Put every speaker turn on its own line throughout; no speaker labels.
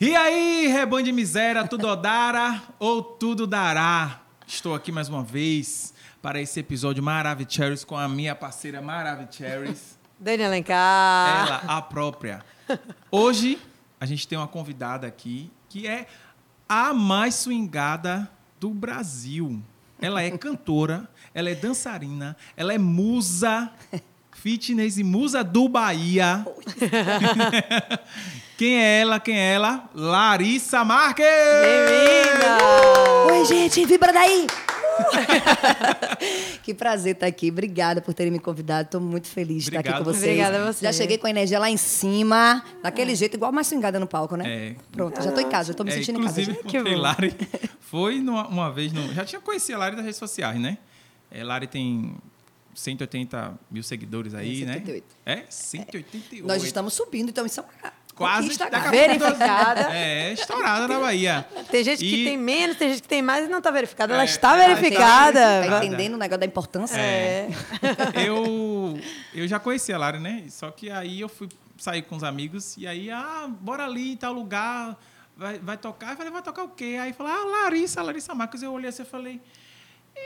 E aí, rebanho de miséria, tudo odara ou tudo dará? Estou aqui mais uma vez para esse episódio Maravicheris com a minha parceira Maravicheris,
Dani Alencar.
ela, a própria. Hoje, a gente tem uma convidada aqui que é a mais swingada do Brasil. Ela é cantora, ela é dançarina, ela é musa fitness e musa do Bahia. Quem é ela? Quem é ela? Larissa Marques! é
Bem-vinda!
Oi, gente, vibra daí! que prazer estar aqui. Obrigada por terem me convidado. Estou muito feliz de estar aqui
Obrigado.
com vocês.
Obrigada a você.
Já cheguei com a energia lá em cima, daquele jeito, igual mais swingada no palco, né?
É.
Pronto, já estou em casa, já tô me
É,
sentindo
inclusive,
em casa.
porque Lari foi numa- uma vez. No, já tinha conhecido a Lari das redes sociais, né? É, Lari tem 180 mil seguidores aí,
É,
né? É, 188.
Nós estamos subindo, então isso é uma
quase. tá
conquista,
daqui a
cara.
pouco nós-
Verificada.
É, estourada na Bahia.
Tem gente que
E-
tem menos, tem gente que tem mais e não tá verificada.
É,
ela está
ela
verificada.
Tá entendendo o negócio da importância?
É.
eu, eu já conhecia a Lari, né? Só que aí eu fui sair com os amigos e aí, ah, bora ali em tal lugar, vai, vai tocar. Eu falei, vai tocar o quê? Aí falou, ah, Larissa, Larissa Marcos. Eu olhei assim e falei,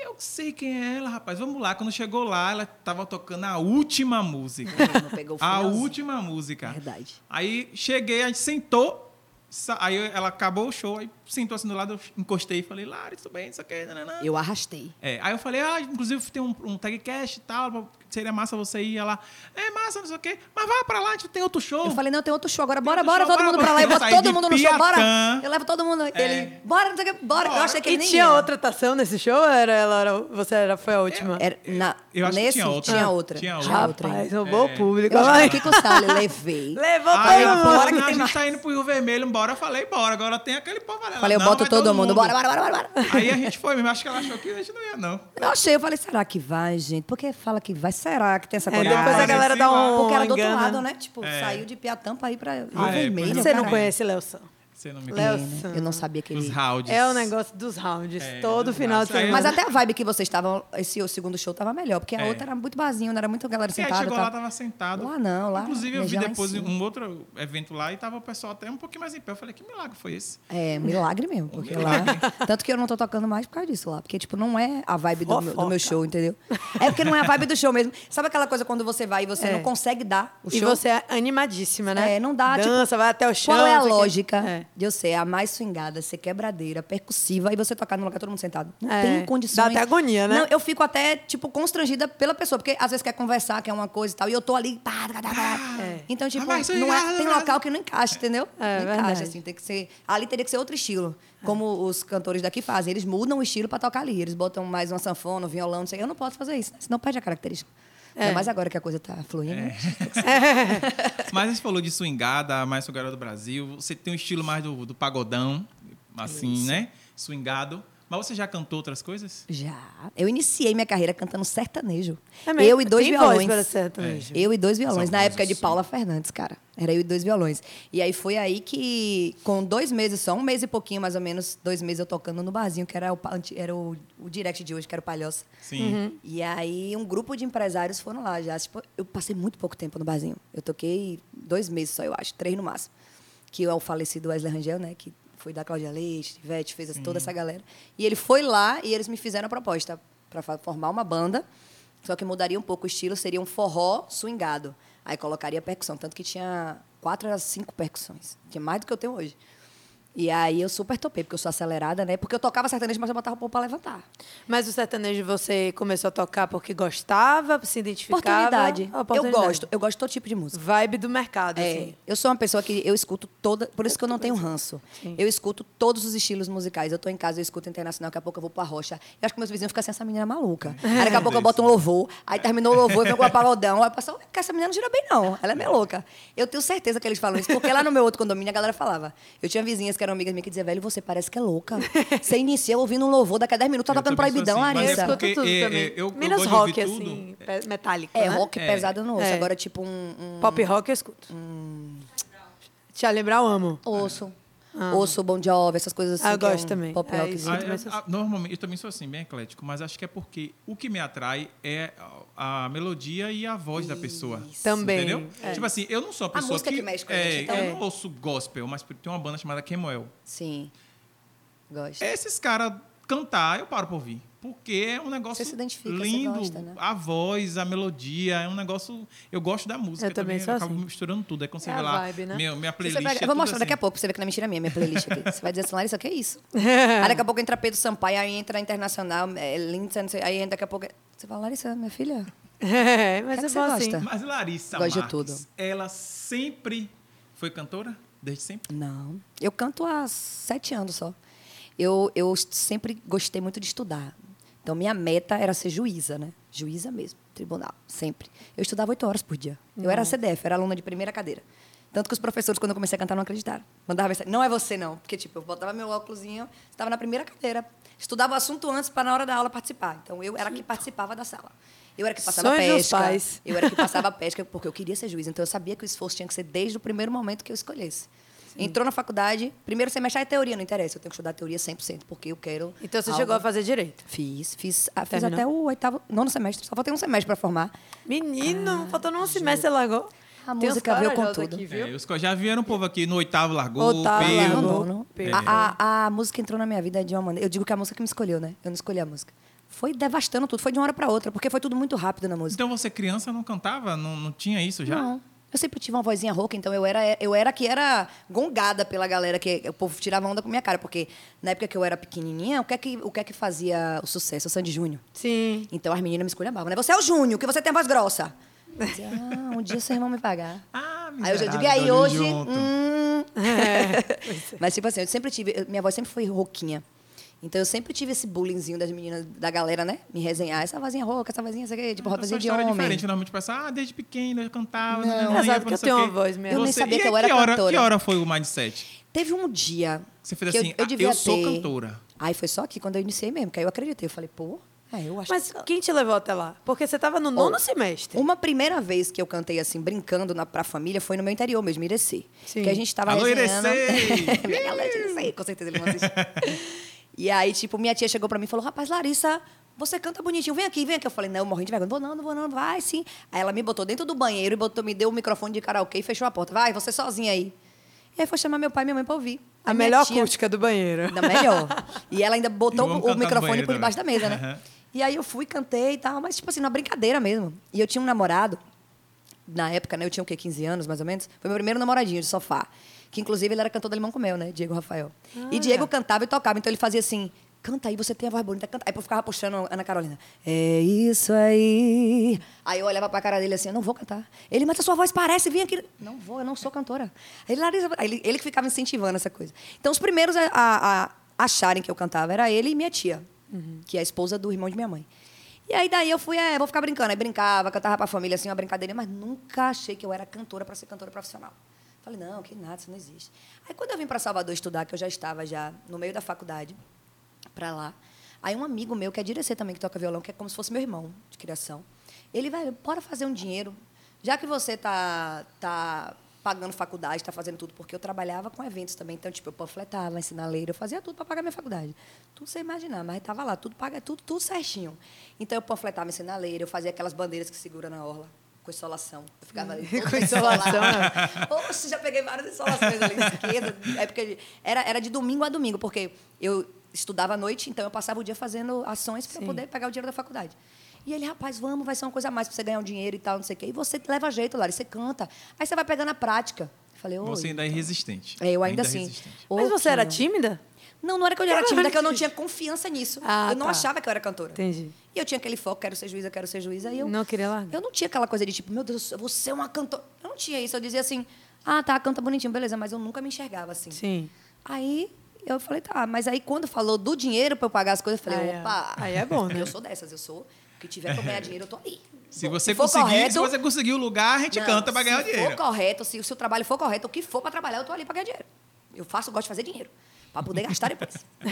eu sei quem é ela, rapaz, vamos lá. Quando chegou lá, ela tava tocando a última música.
Não pegou o
A
finalzinho.
última música.
Verdade.
Aí cheguei, a gente sentou. sa- Aí ela acabou o show, aí sentou assim do lado, eu encostei e falei, Lari, tudo bem, isso aqui, nananã.
Eu arrastei.
É, aí eu falei, ah, inclusive tem um, um tagcast e tal, seria massa você ir lá. É massa, não sei o quê, mas vai pra lá, a gente tem outro show.
Eu falei, não, tem outro show agora,
Oh. Tem
bora,
outro
bora,
show,
todo
bora,
mundo
bora.
pra lá. Eu boto
Saí de
todo mundo no show, bora.
Piatã. É.
Eu levo todo mundo. Ele, bora, não sei o que, bora.
Bora.
Eu achei que
E
ele nem
tinha
ia.
outra atuação nesse show? ou Era, ela era, você era, foi a última?
Era, na,
Eu acho que
nesse,
tinha outra.
Tinha outra.
Tinha outra.
Tinha outra ainda.
Rapaz, roubou
É.
o público.
Eu
Vai.
acho que com o Salles, levei.
Levou
Aí ela
todo
falou,
mundo.
Bora que
não, a
tem
gente
mais.
tá indo pro Rio Vermelho, bora. Eu falei, bora. Agora tem aquele povo ali. Ela,
Falei, eu
não,
boto
vai
todo, mundo. Bora, bora, bora, bora.
Aí a gente foi mesmo. Acho que ela achou que a gente não ia, não.
Eu achei, eu falei, será que vai, gente? Porque fala que vai, será que tem essa
É,
coragem?
depois a galera dá um
Porque era do outro
engana.
lado, né? Tipo,
É.
saiu de Piatã pra ir pra Rio
Ah, é,
Vermelho.
pois é.
Você não
caralho. né?
conhece Léo Sam?
Você não me
Léo
conhece.
Sam.
Eu não sabia que
Os
ele...
rounds.
É o negócio dos rounds.
É,
todo
dos
final de
rounds.
semana.
Mas até a vibe que vocês estavam, esse segundo show tava melhor, porque a
É.
outra era muito barzinho, não era muito galera
Sim, aí
sentada.
chegou
tá?
lá, tava sentado.
Lá não, lá-
Inclusive, eu vi
beijão lá em
depois
cima.
um outro evento lá e tava o pessoal até um pouquinho mais em pé. Eu falei, que milagre foi esse?
É, milagre mesmo, porque lá. Tanto que eu não tô tocando mais por causa disso lá. Porque, tipo, não é a vibe do, meu, do meu show, entendeu? É porque não é a vibe do show mesmo. Sabe aquela coisa quando você vai e você
É.
não consegue dar o
E
show?
você é animadíssima, né?
É, não dá. tipo,
Dança, vai até o chão.
Qual é a
não sei o quê.
lógica
É.
de eu ser a mais swingada, ser quebradeira, percussiva e você tocar num lugar todo mundo sentado? Não
É,
tem
dá
condições.
até agonia, né?
Não, eu fico até, tipo, constrangida pela pessoa, porque às vezes quer conversar, quer uma coisa e tal, e eu tô ali. Pá, pá, pá, pá.
É.
Então, tipo,
mais
não
swingada,
é, tem
mais-
local que não encaixa, entendeu?
É,
não
verdade. É.
encaixa, assim, tem que ser. Ali teria que ser outro estilo. Como os cantores daqui fazem. Eles mudam o estilo pra tocar ali. Eles botam mais uma sanfona, um violão, não sei. Eu não posso fazer isso, né? senão perde a característica.
É.
Ainda mais agora que a coisa tá fluindo. né?
Mas a gente falou de swingada, mais swingada do Brasil. Você tem um estilo mais do, do pagodão, assim, né? Swingado. Mas você já cantou outras coisas?
Já. Eu iniciei minha carreira cantando sertanejo.
É mesmo?
Eu e dois
Tem voz
violões.
para
É.
sertanejo.
Eu e dois violões.
São
Na época de
vozes,
Paula Fernandes, cara. Era eu e dois violões. E aí foi aí que, com dois meses só, um mês e pouquinho mais ou menos, dois meses eu tocando no barzinho, que era o, pa- anti- era o, o direct de hoje, que era o Palhoça.
Sim.
E aí um grupo de empresários foram lá já. Tipo, eu passei muito pouco tempo no barzinho. Eu toquei dois meses só, eu acho, três no máximo. Que é o falecido Wesley Rangel, né? Que foi da Cláudia Leite, Ivete, fez essa- toda essa galera. E ele foi lá e eles me fizeram a proposta para formar uma banda. Só que mudaria um pouco o estilo, seria um forró swingado. Aí colocaria percussão, tanto que tinha quatro a cinco percussões. Tinha mais do que eu tenho hoje. E aí eu super topei, porque eu sou acelerada, né? Porque eu tocava sertanejo, mas eu botava o povo pra levantar.
Mas o sertanejo você começou a tocar porque gostava, se identificava?
Oportunidade.
A oportunidade.
Eu gosto, eu gosto de todo tipo de música.
Vibe do mercado,
É,
assim.
eu sou uma pessoa que eu escuto toda, por isso que eu não tenho ranço. Eu escuto todos os estilos musicais. Eu tô em casa, eu escuto internacional, daqui a pouco eu vou pra rocha. Eu acho que meus vizinhos ficam assim, essa menina é maluca. Aí daqui a pouco eu boto um louvor, aí terminou o louvor, vem com a pagodão. Aí eu passo, "Cara, essa menina não gira bem, não. Ela é meio louca. Eu tenho certeza que eles falam isso, porque lá no meu outro condomínio a galera falava. Eu tinha vizinhas que eram amigas minhas que diziam, velho, você parece que é louca. Você inicia ouvindo um louvor, daqui a 10 minutos tá
Eu
tocando
também sou
proibidão,
assim, mas é
Larissa.
Eu escuto
Porque,
tudo
é,
também.
é, eu- eu
Menos
gosto de
rock,
ouvir tudo.
assim, pe- metálico,
É,
né?
rock
É.
pesado eu não ouço.
É.
Agora, tipo, um. um
Pop rock eu escuto. Tia Lembrar eu amo.
ouço. Ou sou Bon Jovi, essas coisas assim.
Ah, eu
que é
gosto
um
também.
Pop
É
rock.
isso.
Ah,
Muito
eu-
mais social.
ah, normalmente, eu também sou assim, bem eclético, mas acho que é porque o que me atrai é a, a melodia e a voz da pessoa.
Também,
Entendeu?
é.
Tipo assim, eu não sou a pessoa
música que mexe com a
é,
gente,
então.
Eu
É.
não ouço gospel, mas tem uma banda chamada Kemuel.
Sim. Gosto. é
Esses caras cantar, eu paro pra ouvir. Porque é um negócio
Você se identifica, você
lindo.
gosta, né?
A voz, a melodia, é um negócio... Eu gosto da música
Eu também sou
eu acabo
assim.
misturando tudo. Aí quando você
É
vê
a
lá,
vibe, né?
meu- minha
Você
playlist
vai-
é
eu vou
tudo
mostrar
assim.
daqui a pouco pra você ver que não é mentira minha, minha playlist aqui. Você vai dizer assim, Larissa, o que é isso? aí daqui a pouco entra Pedro Sampaio, aí entra Internacional, é, Lindsay, não sei, aí daqui a pouco... é, Você fala, Larissa, minha filha,
É, mas
O que é que
é
você
bom assim.
gosta?
Mas Larissa
Gosto de
Marques,
tudo.
ela sempre foi cantora? Desde sempre?
Não. Eu canto há sete anos só. Eu, eu sempre gostei muito de estudar. Então, minha meta era ser juíza, né? Juíza mesmo, tribunal, sempre. Eu estudava oito horas por dia. Eu
Uhum.
era CDF, era aluna de primeira cadeira. Tanto que os professores, quando eu comecei a cantar, não acreditaram. Mandava mensagem, não é você não. Porque, tipo, eu botava meu óculosinho, estava na primeira cadeira. Estudava o assunto antes para na hora da aula participar. Então, eu era que participava da sala. Eu era que passava
Sonhos dos
pesca.
pais.
Eu era que passava pesca porque eu queria ser juiz. Então eu sabia que o esforço tinha que ser desde o primeiro momento que eu escolhesse. Entrou na faculdade, primeiro semestre é teoria, não interessa. Eu tenho que estudar teoria 100% porque eu quero.
Então você
algo-
chegou a fazer direito.
Fiz, fiz, ah, fiz
Terminou?
até o oitavo, nono semestre. Só faltei um semestre para formar.
Menino, faltando um semestre, você largou.
Ah, A
Tem uns
música veio com
corajosos
tudo.
Aqui, viu?
É, os que já vieram o povo aqui no oitavo largou,
Oitavo,
Pedro.
Ah, largou.
Não, não.
Pedro.
A, a- a música entrou na minha vida de uma maneira. Eu digo que a música que me escolheu, né? Eu não escolhi a música. Foi devastando tudo, foi de uma hora para outra, porque foi tudo muito rápido na música.
Então você criança não cantava? Não, não tinha isso já?
Não. Eu sempre tive uma vozinha rouca, então eu era, eu era que era gongada pela galera, que o povo tirava onda com minha cara, porque na época que eu era pequenininha, o que é que, o que, é que fazia o sucesso? O Sandy Júnior.
Sim.
Então as meninas me escolhavam, né? Você é o Júnior, que você tem a voz grossa. Eu dizia, ah, um dia seu irmão me pagar.
Ah,
Aí eu já digo, e
miserável,
aí
dormiu
hoje.
junto.
hum. Mas, tipo assim, eu sempre tive. eu- Minha voz sempre foi rouquinha. Então eu sempre tive esse bullyingzinho das meninas, da galera, né? Me resenhar, essa vozinha rouca, essa vozinha, essa aqui, tipo,
Essa é uma
vozinha de
história
homem. é
diferente, normalmente pensa, ah, desde pequeno eu cantava. Não,
Engraçado que eu tenho uma voz mesmo.
Eu nem sabia
e
que eu
aí,
era
que hora,
cantora.
Que hora foi o mindset?
Teve um dia.
Você fez
que
assim, "Ah, eu sou cantora."
Aí foi só aqui quando eu iniciei mesmo, que aí eu acreditei. Eu falei, pô, é, eu acho
Mas
que.
quem te levou até lá? Porque você tava no nono semestre.
Uma primeira vez que eu cantei assim, brincando na, pra família, foi no meu interior mesmo, Irecê.
Sim.
Que a gente tava
Alô,
resenhando.
Irecê!
minha galera de Irecê, com certeza ele não assiste. e aí, tipo, minha tia chegou pra mim e falou: rapaz, Larissa. Você canta bonitinho, vem aqui, vem aqui. Eu falei, não, eu morri de vergonha. Vou não, não vou não, vai sim. Aí ela me botou dentro do banheiro e botou, me deu o microfone de karaokê e fechou a porta. Vai, você sozinha aí. E aí foi chamar meu pai e minha mãe pra ouvir.
A
Aí minha
melhor
tia-
acústica do banheiro.
Ainda melhor. E ela ainda botou
Eu amo
o
cantar no
microfone
banheiro
por debaixo da
também.
mesa, né?
Aham.
E aí eu fui, cantei e tal, mas tipo assim, na brincadeira mesmo. E eu tinha um namorado, na época, né? Eu tinha o quê? 15 anos, mais ou menos? Foi meu primeiro namoradinho de sofá. Que inclusive ele era cantor do Limão com Mel, né? Diego Rafael. E Diego cantava e tocava, então ele fazia assim. Canta aí, você tem a voz bonita, canta. Aí eu ficava puxando Ana Carolina. É isso aí. Aí eu olhava pra cara dele assim, eu não vou cantar. Ele, mas a sua voz parece, vem aqui. Não vou, eu não sou cantora. Aí ele, Larissa, aí ele, ele que ficava incentivando essa coisa. Então os primeiros a, a- a acharem que eu cantava era ele e minha tia, que é a esposa do irmão de minha mãe. E aí daí eu fui, é, vou ficar brincando. Aí brincava, cantava pra família, assim, uma brincadeira, mas nunca achei que eu era cantora pra ser cantora profissional. Falei, não, que nada, isso não existe. Aí quando eu vim pra Salvador estudar, que eu já estava já no meio da faculdade, pra lá, aí um amigo meu, que é diretor também, que toca violão, que é como se fosse meu irmão de criação, ele vai, bora fazer um dinheiro. Já que você tá, tá pagando faculdade, tá fazendo tudo, porque eu trabalhava com eventos também, então, tipo, eu panfletava, ensinaleira, eu fazia tudo para pagar minha faculdade. Tudo sem imaginar, mas tava lá, tudo paga, tudo, tudo certinho. Então, eu panfletava ensinaleira, eu fazia aquelas bandeiras que segura na orla, com insolação. Eu ficava ali, toda insolada. Oxe, já peguei várias insolações ali, esquerda, é porque era, era de domingo a domingo, porque eu estudava à noite, então eu passava o dia fazendo ações para poder pegar o dinheiro da faculdade. E ele, rapaz, vamos, vai ser uma coisa a mais pra você ganhar um dinheiro e tal, não sei o quê. E você leva jeito, Lara, você canta. Aí você vai pegando a prática. Eu falei, ô.
Você ainda é resistente.
É, eu ainda, assim.
resistente.
ô,
Mas você era
Quinho.
tímida?
Não, não era que eu era
Era
tímida, é que eu não
tímida.
tinha confiança nisso.
Ah,
eu não
tá.
achava que eu era cantora.
Entendi.
E eu tinha aquele foco, quero ser juíza, quero ser juíza. E eu,
Não queria largar.
Eu não tinha aquela coisa de tipo, meu Deus, você é uma cantora. Eu não tinha isso. Eu dizia assim, ah, tá, canta bonitinho, beleza. Mas eu nunca me enxergava assim.
Sim.
Aí eu falei, tá. Mas aí quando falou do dinheiro pra eu pagar as coisas, eu falei,
Aí é-
opa.
aí é bom, né?
Eu sou dessas, eu sou. O que tiver pra eu ganhar dinheiro, eu tô aí.
Se
Bom,
você
for
conseguir, se
correto-
você conseguir o lugar, a gente
não,
canta pra ganhar o
se
dinheiro.
for correto, se o seu trabalho for correto, o que for pra trabalhar, eu tô ali pra ganhar dinheiro. Eu faço, eu gosto de fazer dinheiro. Pra poder gastar depois.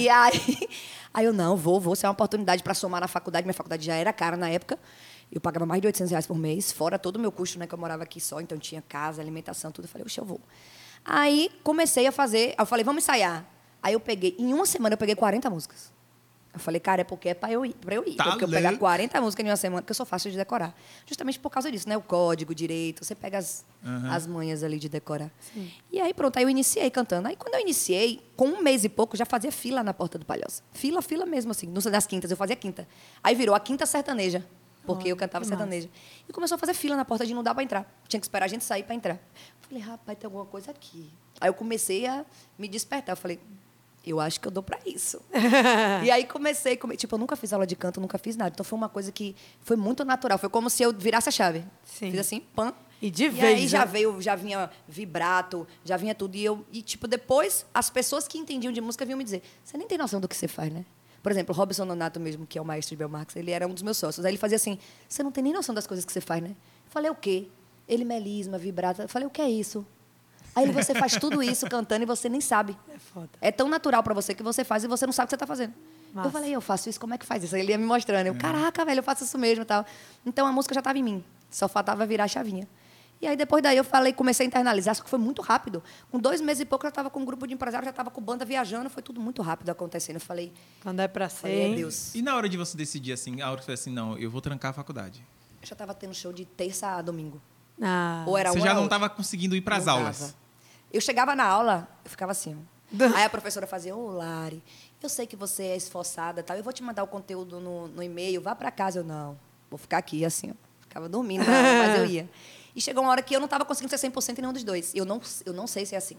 e aí, aí eu, não, vou, vou. Isso é uma oportunidade pra somar na faculdade. Minha faculdade já era cara na época. Eu pagava mais de 800 reais por mês, fora todo o meu custo, né? Que eu morava aqui só. Então tinha casa, alimentação, tudo. Eu falei, oxe, eu vou. Aí comecei a fazer, aí eu falei, vamos ensaiar. Aí eu peguei, em uma semana eu peguei 40 músicas. Eu falei, cara, é porque é pra eu ir. Pra eu ir.
Tá
porque eu
louco.
pegar 40 músicas em uma semana, porque eu sou fácil de decorar. Justamente por causa disso, né? O código, o direito, você pega as,
Aham.
as manhas ali de decorar. E aí, pronto, aí eu iniciei cantando. Aí quando eu iniciei, com um mês e pouco, já fazia fila na porta do Palhoça. Fila, fila mesmo, assim. Não sei das quintas, eu fazia quinta. Aí virou a quinta sertaneja, porque
Olha,
eu cantava
que massa.
sertaneja. E começou a fazer fila na porta de não dá pra entrar. Tinha que esperar a gente sair pra entrar. Eu falei, rapaz, tem alguma coisa aqui. Aí eu comecei a me despertar. Eu falei, eu acho que eu dou pra isso.
É.
E aí comecei, come- tipo, eu nunca fiz aula de canto, nunca fiz nada. Então foi uma coisa que foi muito natural. Foi como se eu virasse a chave.
Sim.
Fiz assim, pã.
E de
e
vez,
aí
né?
já veio, já vinha vibrato, já vinha tudo. E eu, e tipo, depois as pessoas que entendiam de música vinham me dizer: você nem tem noção do que você faz, né? Por exemplo, o Robson Nonato mesmo, que é o maestro de Belmarx, ele era um dos meus sócios. Aí ele fazia assim: você não tem nem noção das coisas que você faz, né? Eu falei, o quê? Ele melisma, vibrato. Eu falei, o que é isso? Aí ele, você faz tudo isso cantando e você nem sabe.
É foda.
É tão natural pra você que você faz e você não sabe o que você tá fazendo.
Massa.
Eu falei, eu faço isso, como é que faz isso? Aí Ele ia me mostrando.
Hum.
Eu, caraca, velho, eu faço isso mesmo e tal. Então a música já tava em mim. Só faltava virar a chavinha. E aí depois daí eu falei, comecei a internalizar, só que foi muito rápido. Com dois meses e pouco eu já tava com um grupo de empresários, já tava com banda viajando, foi tudo muito rápido acontecendo. Eu falei,
Quando é pra
falei, é
ser.
Deus.
E na hora de você decidir, assim, a hora que você fala assim, não, eu vou trancar a faculdade.
Eu já tava tendo show de terça a domingo.
Ah.
Ou é era
você
uma
já
ou
não
outra.
estava conseguindo ir para as
Não
aulas.
dava. Eu chegava na aula, eu ficava assim. ó. Aí a professora fazia, ô Lari, eu sei que você é esforçada e tal, eu vou te mandar o conteúdo no, no e-mail, vá pra casa. Eu, não, vou ficar aqui, assim, ó. Ficava dormindo, na aula, mas eu ia. E chegou uma hora que eu não estava conseguindo ser 100% em nenhum dos dois. Eu não, eu não sei se é assim.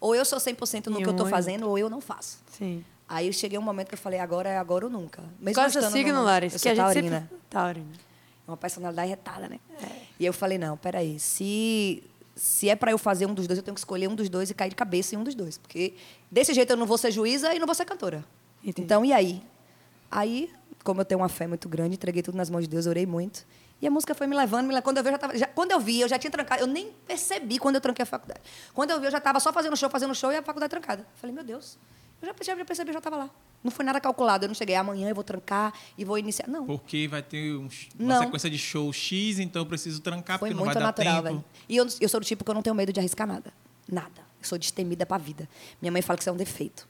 Ou eu sou 100% no
E
que eu
um
tô
e
fazendo, ou eu não faço.
Sim.
Aí eu cheguei um momento que eu falei, agora é agora ou nunca. Mesmo
Qual é o seu
estando
signo,
numa-
Laris?
Eu
Que
sou
a gente sempre- Tá,
taurina
Taurina.
É uma personalidade retada, né? E eu falei, não, peraí, se, se é pra eu fazer um dos dois, eu tenho que escolher um dos dois e cair de cabeça em um dos dois. Porque desse jeito eu não vou ser juíza e não vou ser cantora.
Entendi.
Então, e aí? Aí, como eu tenho uma fé muito grande, entreguei tudo nas mãos de Deus, orei muito. E a música foi me levando, me levando. Quando eu vi, eu já tava, já- quando eu vi, eu já tinha trancado. Eu nem percebi quando eu tranquei a faculdade. Quando eu vi, eu já estava só fazendo show, fazendo show e a faculdade trancada. Falei, meu Deus. Eu já, já percebi, eu já estava lá. Não foi nada calculado. Eu não cheguei, amanhã eu vou trancar e vou iniciar. Não.
Porque vai ter um- uma
Não.
sequência de show X, então eu preciso trancar,
Foi
porque não
muito
vai dar
natural,
tempo.
velho. E eu, eu sou do tipo que eu não tenho medo de arriscar nada. Nada. Eu sou destemida pra vida. Minha mãe fala que isso é um defeito.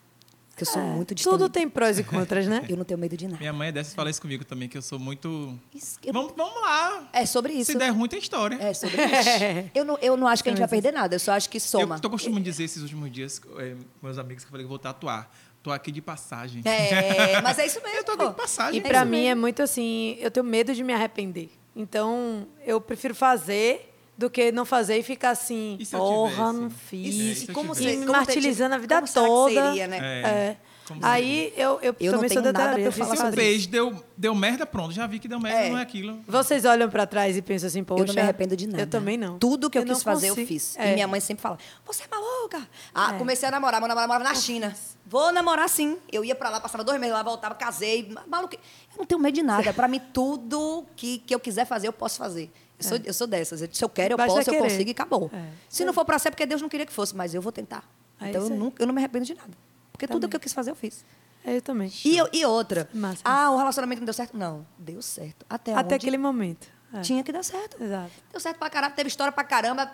Que eu sou muito destemida.
É, Tudo tem prós e contras, né?
Eu não tenho medo de nada.
Minha mãe é dessas fala isso comigo também, que eu sou muito.
Isso- eu-
Vamos, vamos lá.
É sobre isso.
Se der ruim, tem história.
É sobre isso. eu, não, eu não acho que a gente vai perder nada. Eu só acho que soma.
Eu tô costumando dizer esses últimos dias, é, meus amigos, que eu falei que eu vou tatuar. Tô aqui de passagem.
É, mas é isso mesmo.
Eu tô aqui de
pô.
passagem,
E
É
pô.
pra
isso
mim
mesmo.
é muito assim, eu tenho medo de me arrepender. Então, eu prefiro fazer do que não fazer e ficar assim,
E se eu
porra,
tivesse?
não
É,
fiz.
e
Isso,
se eu
como
tivesse?
e
você,
me
como
martirizando a
te-
vida
como será que
toda.
seria, né?
É.
É.
Como
Aí eu, eu,
Eu não
também sou
tenho nada
detalhista,
pra falar
eu
Se eu
sobre
fazer.
fez, deu, deu merda, pronto. Já vi que deu merda,
É.
não é aquilo.
Vocês olham pra trás e pensam assim, poxa.
Eu não me arrependo de nada.
Eu também não.
Tudo que eu,
não
quis fazer, eu
consigo.
fiz.
É.
E minha mãe sempre fala: Você é maluca? Ah, comecei a namorar, meu namorado morava na China. Vou namorar sim. Eu ia pra lá, passava dois meses lá, voltava, casei. Maluca. Eu não tenho medo de nada. Pra mim, tudo que, que eu quiser fazer, eu posso fazer. Eu sou, eu sou dessas. Se eu quero, eu
É. Basta
posso, eu
querer.
consigo e acabou.
É.
Se não for pra ser, é porque Deus não queria que fosse, mas eu vou tentar.
É
então eu,
isso aí.
nunca, eu não me arrependo de nada. Porque tudo
Também.
que eu quis fazer, eu fiz.
É, eu também.
E, eu- e outra.
Massa.
Ah, o relacionamento não deu certo? Não, deu certo. Até,
Até
onde
aquele momento. É.
Tinha que dar certo.
Exato.
Deu certo pra caramba, teve história pra caramba.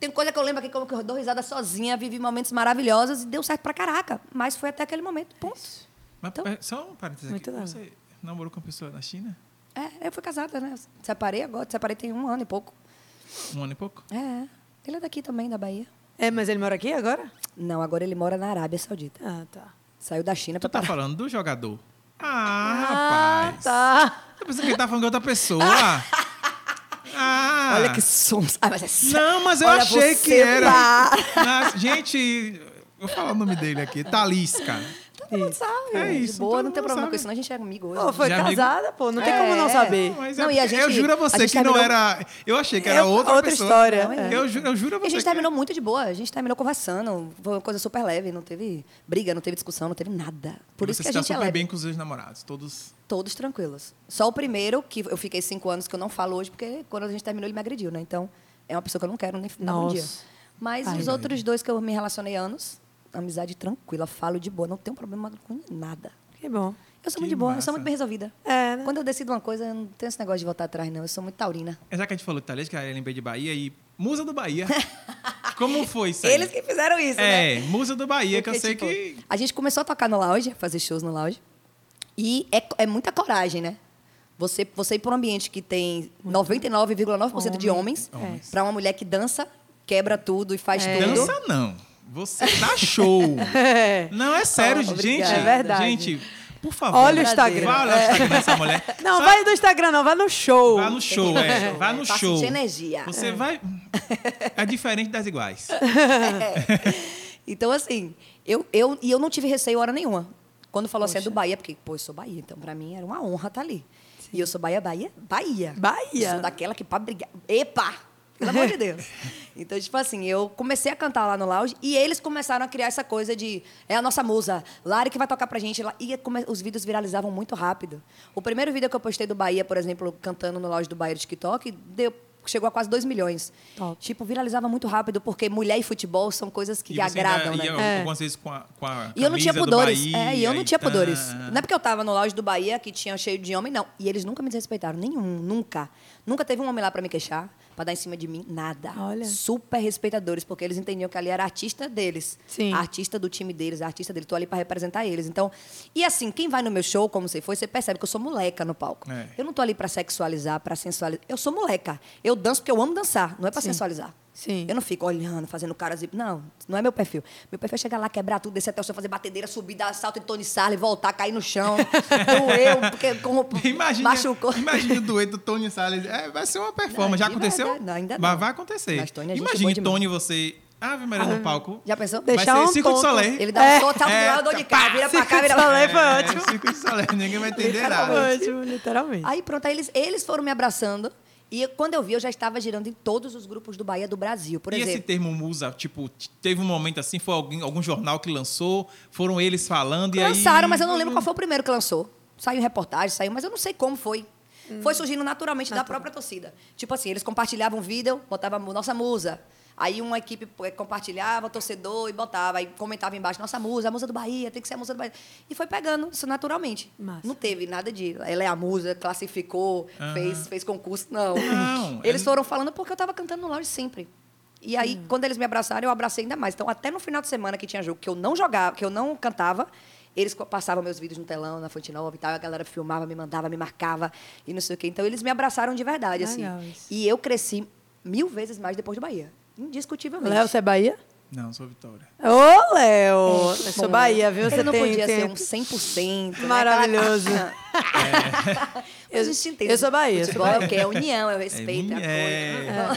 Tem coisa que eu lembro aqui como que eu dou risada sozinha, vivi momentos maravilhosos e deu certo pra caraca. Mas foi até aquele momento, ponto.
Mas
Então-
é, só um parênteses aqui.
Muito legal.
Você namorou com uma pessoa na China?
É, eu fui casada, né? Separei agora, separei tem um ano e pouco.
Um ano e pouco?
É, ele é daqui também, da Bahia.
É, mas ele mora aqui agora?
Não, agora ele mora na Arábia Saudita.
Ah, tá.
Saiu da China
Tu
pra
tá
parar.
falando do jogador. Ah, rapaz.
Tá.
Eu pensei que ele tá falando de outra pessoa. Ah.
Olha que sons. Ah, mas é sério.
Não, mas eu
Olha,
achei
você
que era.
lá.
Mas, gente, eu vou falar o nome dele aqui. Talisca.
Todo mundo sabe.
É
Tá De
isso,
boa,
todo
não tem
mundo
problema
sabe.
com isso, não. A gente é amigo hoje.
Pô, foi
Já amigo-
casada, pô. Não tem como não
É.
saber.
Mas
Não,
é
e a
porque
gente-
eu juro a
a
você
gente
que não
terminou-
era. Eu achei que era
É
outra,
outra
pessoa.
história,
Eu,
é.
ju- eu juro a
E
você.
a gente
que-
terminou muito de boa, a gente terminou conversando, foi uma coisa super leve, não teve briga, não teve discussão, não teve nada. Por
Você
isso que a
se dá
gente é
super
leve.
bem com os seus namorados. Todos.
Todos tranquilos. Só o primeiro, que eu fiquei cinco anos, que eu não falo hoje, porque quando a gente terminou ele me agrediu, né? Então, é uma pessoa que eu não quero nem dar um
Nossa.
dia. Mas os outros dois que eu me relacionei anos, amizade tranquila, falo de boa, não tenho problema com nada.
Que bom.
Eu sou
Que
muito de boa, eu
massa.
sou muito bem resolvida.
É, né?
Quando eu decido uma coisa, eu não tenho esse negócio
É
de voltar atrás, não. Eu sou muito taurina.
Já que a gente falou de Talisca, eu lembrei de Bahia e. Musa do Bahia. Como foi isso aí?
Eles que fizeram isso, né?
É, Musa do Bahia, que eu
Porque,
sei
tipo,
que...
A gente começou a tocar no lounge, a fazer shows no lounge. E é, co- é muita coragem, né? Você, você ir para um ambiente que tem 99,9% de homens,
Homens.
para uma mulher que dança, quebra tudo e faz
É.
tudo.
Dança não. Você dá show. Não, é sério,
Ah,
gente.
obrigada. É
verdade.
Gente, por favor.
Olha o Instagram.
Vai olhar o Instagram dessa mulher.
Não,
Só
vai no Instagram, não, vai no show.
Vá no show,
Tem que ir
é. Vá no
pra
show.
sentir energia.
Você vai. É diferente das iguais.
Então, assim, eu, eu, e eu não tive receio hora nenhuma. Quando falou assim, é do Bahia, porque, pô, eu sou Bahia, então pra mim era uma honra estar ali. E eu sou Bahia, Bahia, Bahia.
Bahia.
Eu sou daquela que pra brigar. Epa! Pelo amor de Deus. Então, tipo assim, eu comecei a cantar lá no lounge e eles começaram a criar essa coisa de é a nossa musa, Lari que vai tocar pra gente. lá. E é come- os vídeos viralizavam muito rápido. O primeiro vídeo que eu postei do Bahia, por exemplo, cantando no lounge do Bahia no TikTok, deu- chegou a quase 2 milhões.
Top.
Tipo, viralizava muito rápido, porque mulher e futebol são coisas que
E você
agradam,
ainda
né?
ia Algumas vezes com a, com a
E eu não
camisa
tinha
do
pudores.
Bahia então, né?
é, e eu não tinha
tal.
pudores. Não é porque eu tava no lounge do Bahia, que tinha cheio de homem, não. E eles nunca me desrespeitaram. Nenhum, nunca. Nunca teve um homem lá pra me queixar, pra dar em cima de mim, nada.
Olha.
Super respeitadores, porque eles entendiam que ali era artista deles.
Sim.
Artista do time deles, artista dele. Tô ali pra representar eles. Então, e assim, quem vai no meu show, como você foi, você percebe que eu sou moleca no palco.
É.
Eu não tô ali pra sexualizar, pra sensualizar. Eu sou moleca. Eu danço porque eu amo dançar, não é pra sensualizar.
Sim.
Eu não fico olhando, fazendo caras e. Não, não é meu perfil. Meu perfil é chegar lá, quebrar tudo, descer até o chão, fazer batedeira, subir, dar salto de Tony Sarley, voltar, cair no chão. Doeu, porque como,
Imagina,
machucou.
imagina o dueto Tony Salles. É, vai ser uma performance.
Não,
Já
de
aconteceu?
verdade, não, ainda
Mas
não.
vai acontecer.
Mas Tony é gente
imagina
boa
Tony, você. Ave Maria no palco.
Já pensou?
Vai
Deixar
ser
um
Circo de
ponto.
Soleil.
Ele dá um
É.
solto, salto de lá, eu dou de cá, vira pra cá, vira pra
Circo de Soleil foi
É,
ótimo.
Circo de Soleil, ninguém vai
é
entender nada.
Ótimo, literalmente.
Aí pronto, aí eles, eles foram me abraçando. E eu- quando eu vi, eu já estava girando em todos os grupos do Bahia do Brasil. Por
e esse
exemplo.
termo musa, tipo, t- teve um momento assim, foi alguém- algum jornal que lançou, foram eles falando e aí... Uhum.
Lançaram, mas eu não lembro qual foi o primeiro que lançou. Saiu em reportagem, saiu, mas eu não sei como foi.
Hum.
Foi surgindo naturalmente da própria torcida. Tipo assim, eles compartilhavam um vídeo, botava mu- nossa musa. Aí uma equipe eh, compartilhava, torcedor, e botava, aí comentava embaixo, nossa musa, a musa do Bahia, tem que ser a musa do Bahia. E foi pegando isso naturalmente.
Massa.
Não teve nada de. Ela é a musa, classificou, fez, fez concurso. Não.
Não,
eles
é-
foram falando porque eu tava cantando no lounge sempre. E aí,
Hum.
quando eles me abraçaram, eu abracei ainda mais. Então, até no final de semana que tinha jogo, que eu não jogava, que eu não cantava, eles co- passavam meus vídeos no telão, na Fonte Nova e tal, a galera filmava, me mandava, me marcava e não sei o quê. Então, eles me abraçaram de verdade, assim.
Legal isso.
E eu cresci mil vezes mais depois do Bahia. Indiscutivelmente.
Léo, você é Bahia?
Não, sou Vitória.
Ô, Léo! Eu sou Bahia, viu?
É, Ele
Você
não
tem,
podia
tem-
ser um 100%. né?
Maravilhoso.
Mas a gente entende.
eu sou Bahia, eu sou
Futebol é o quê? É união, é o respeito, é,
É,
a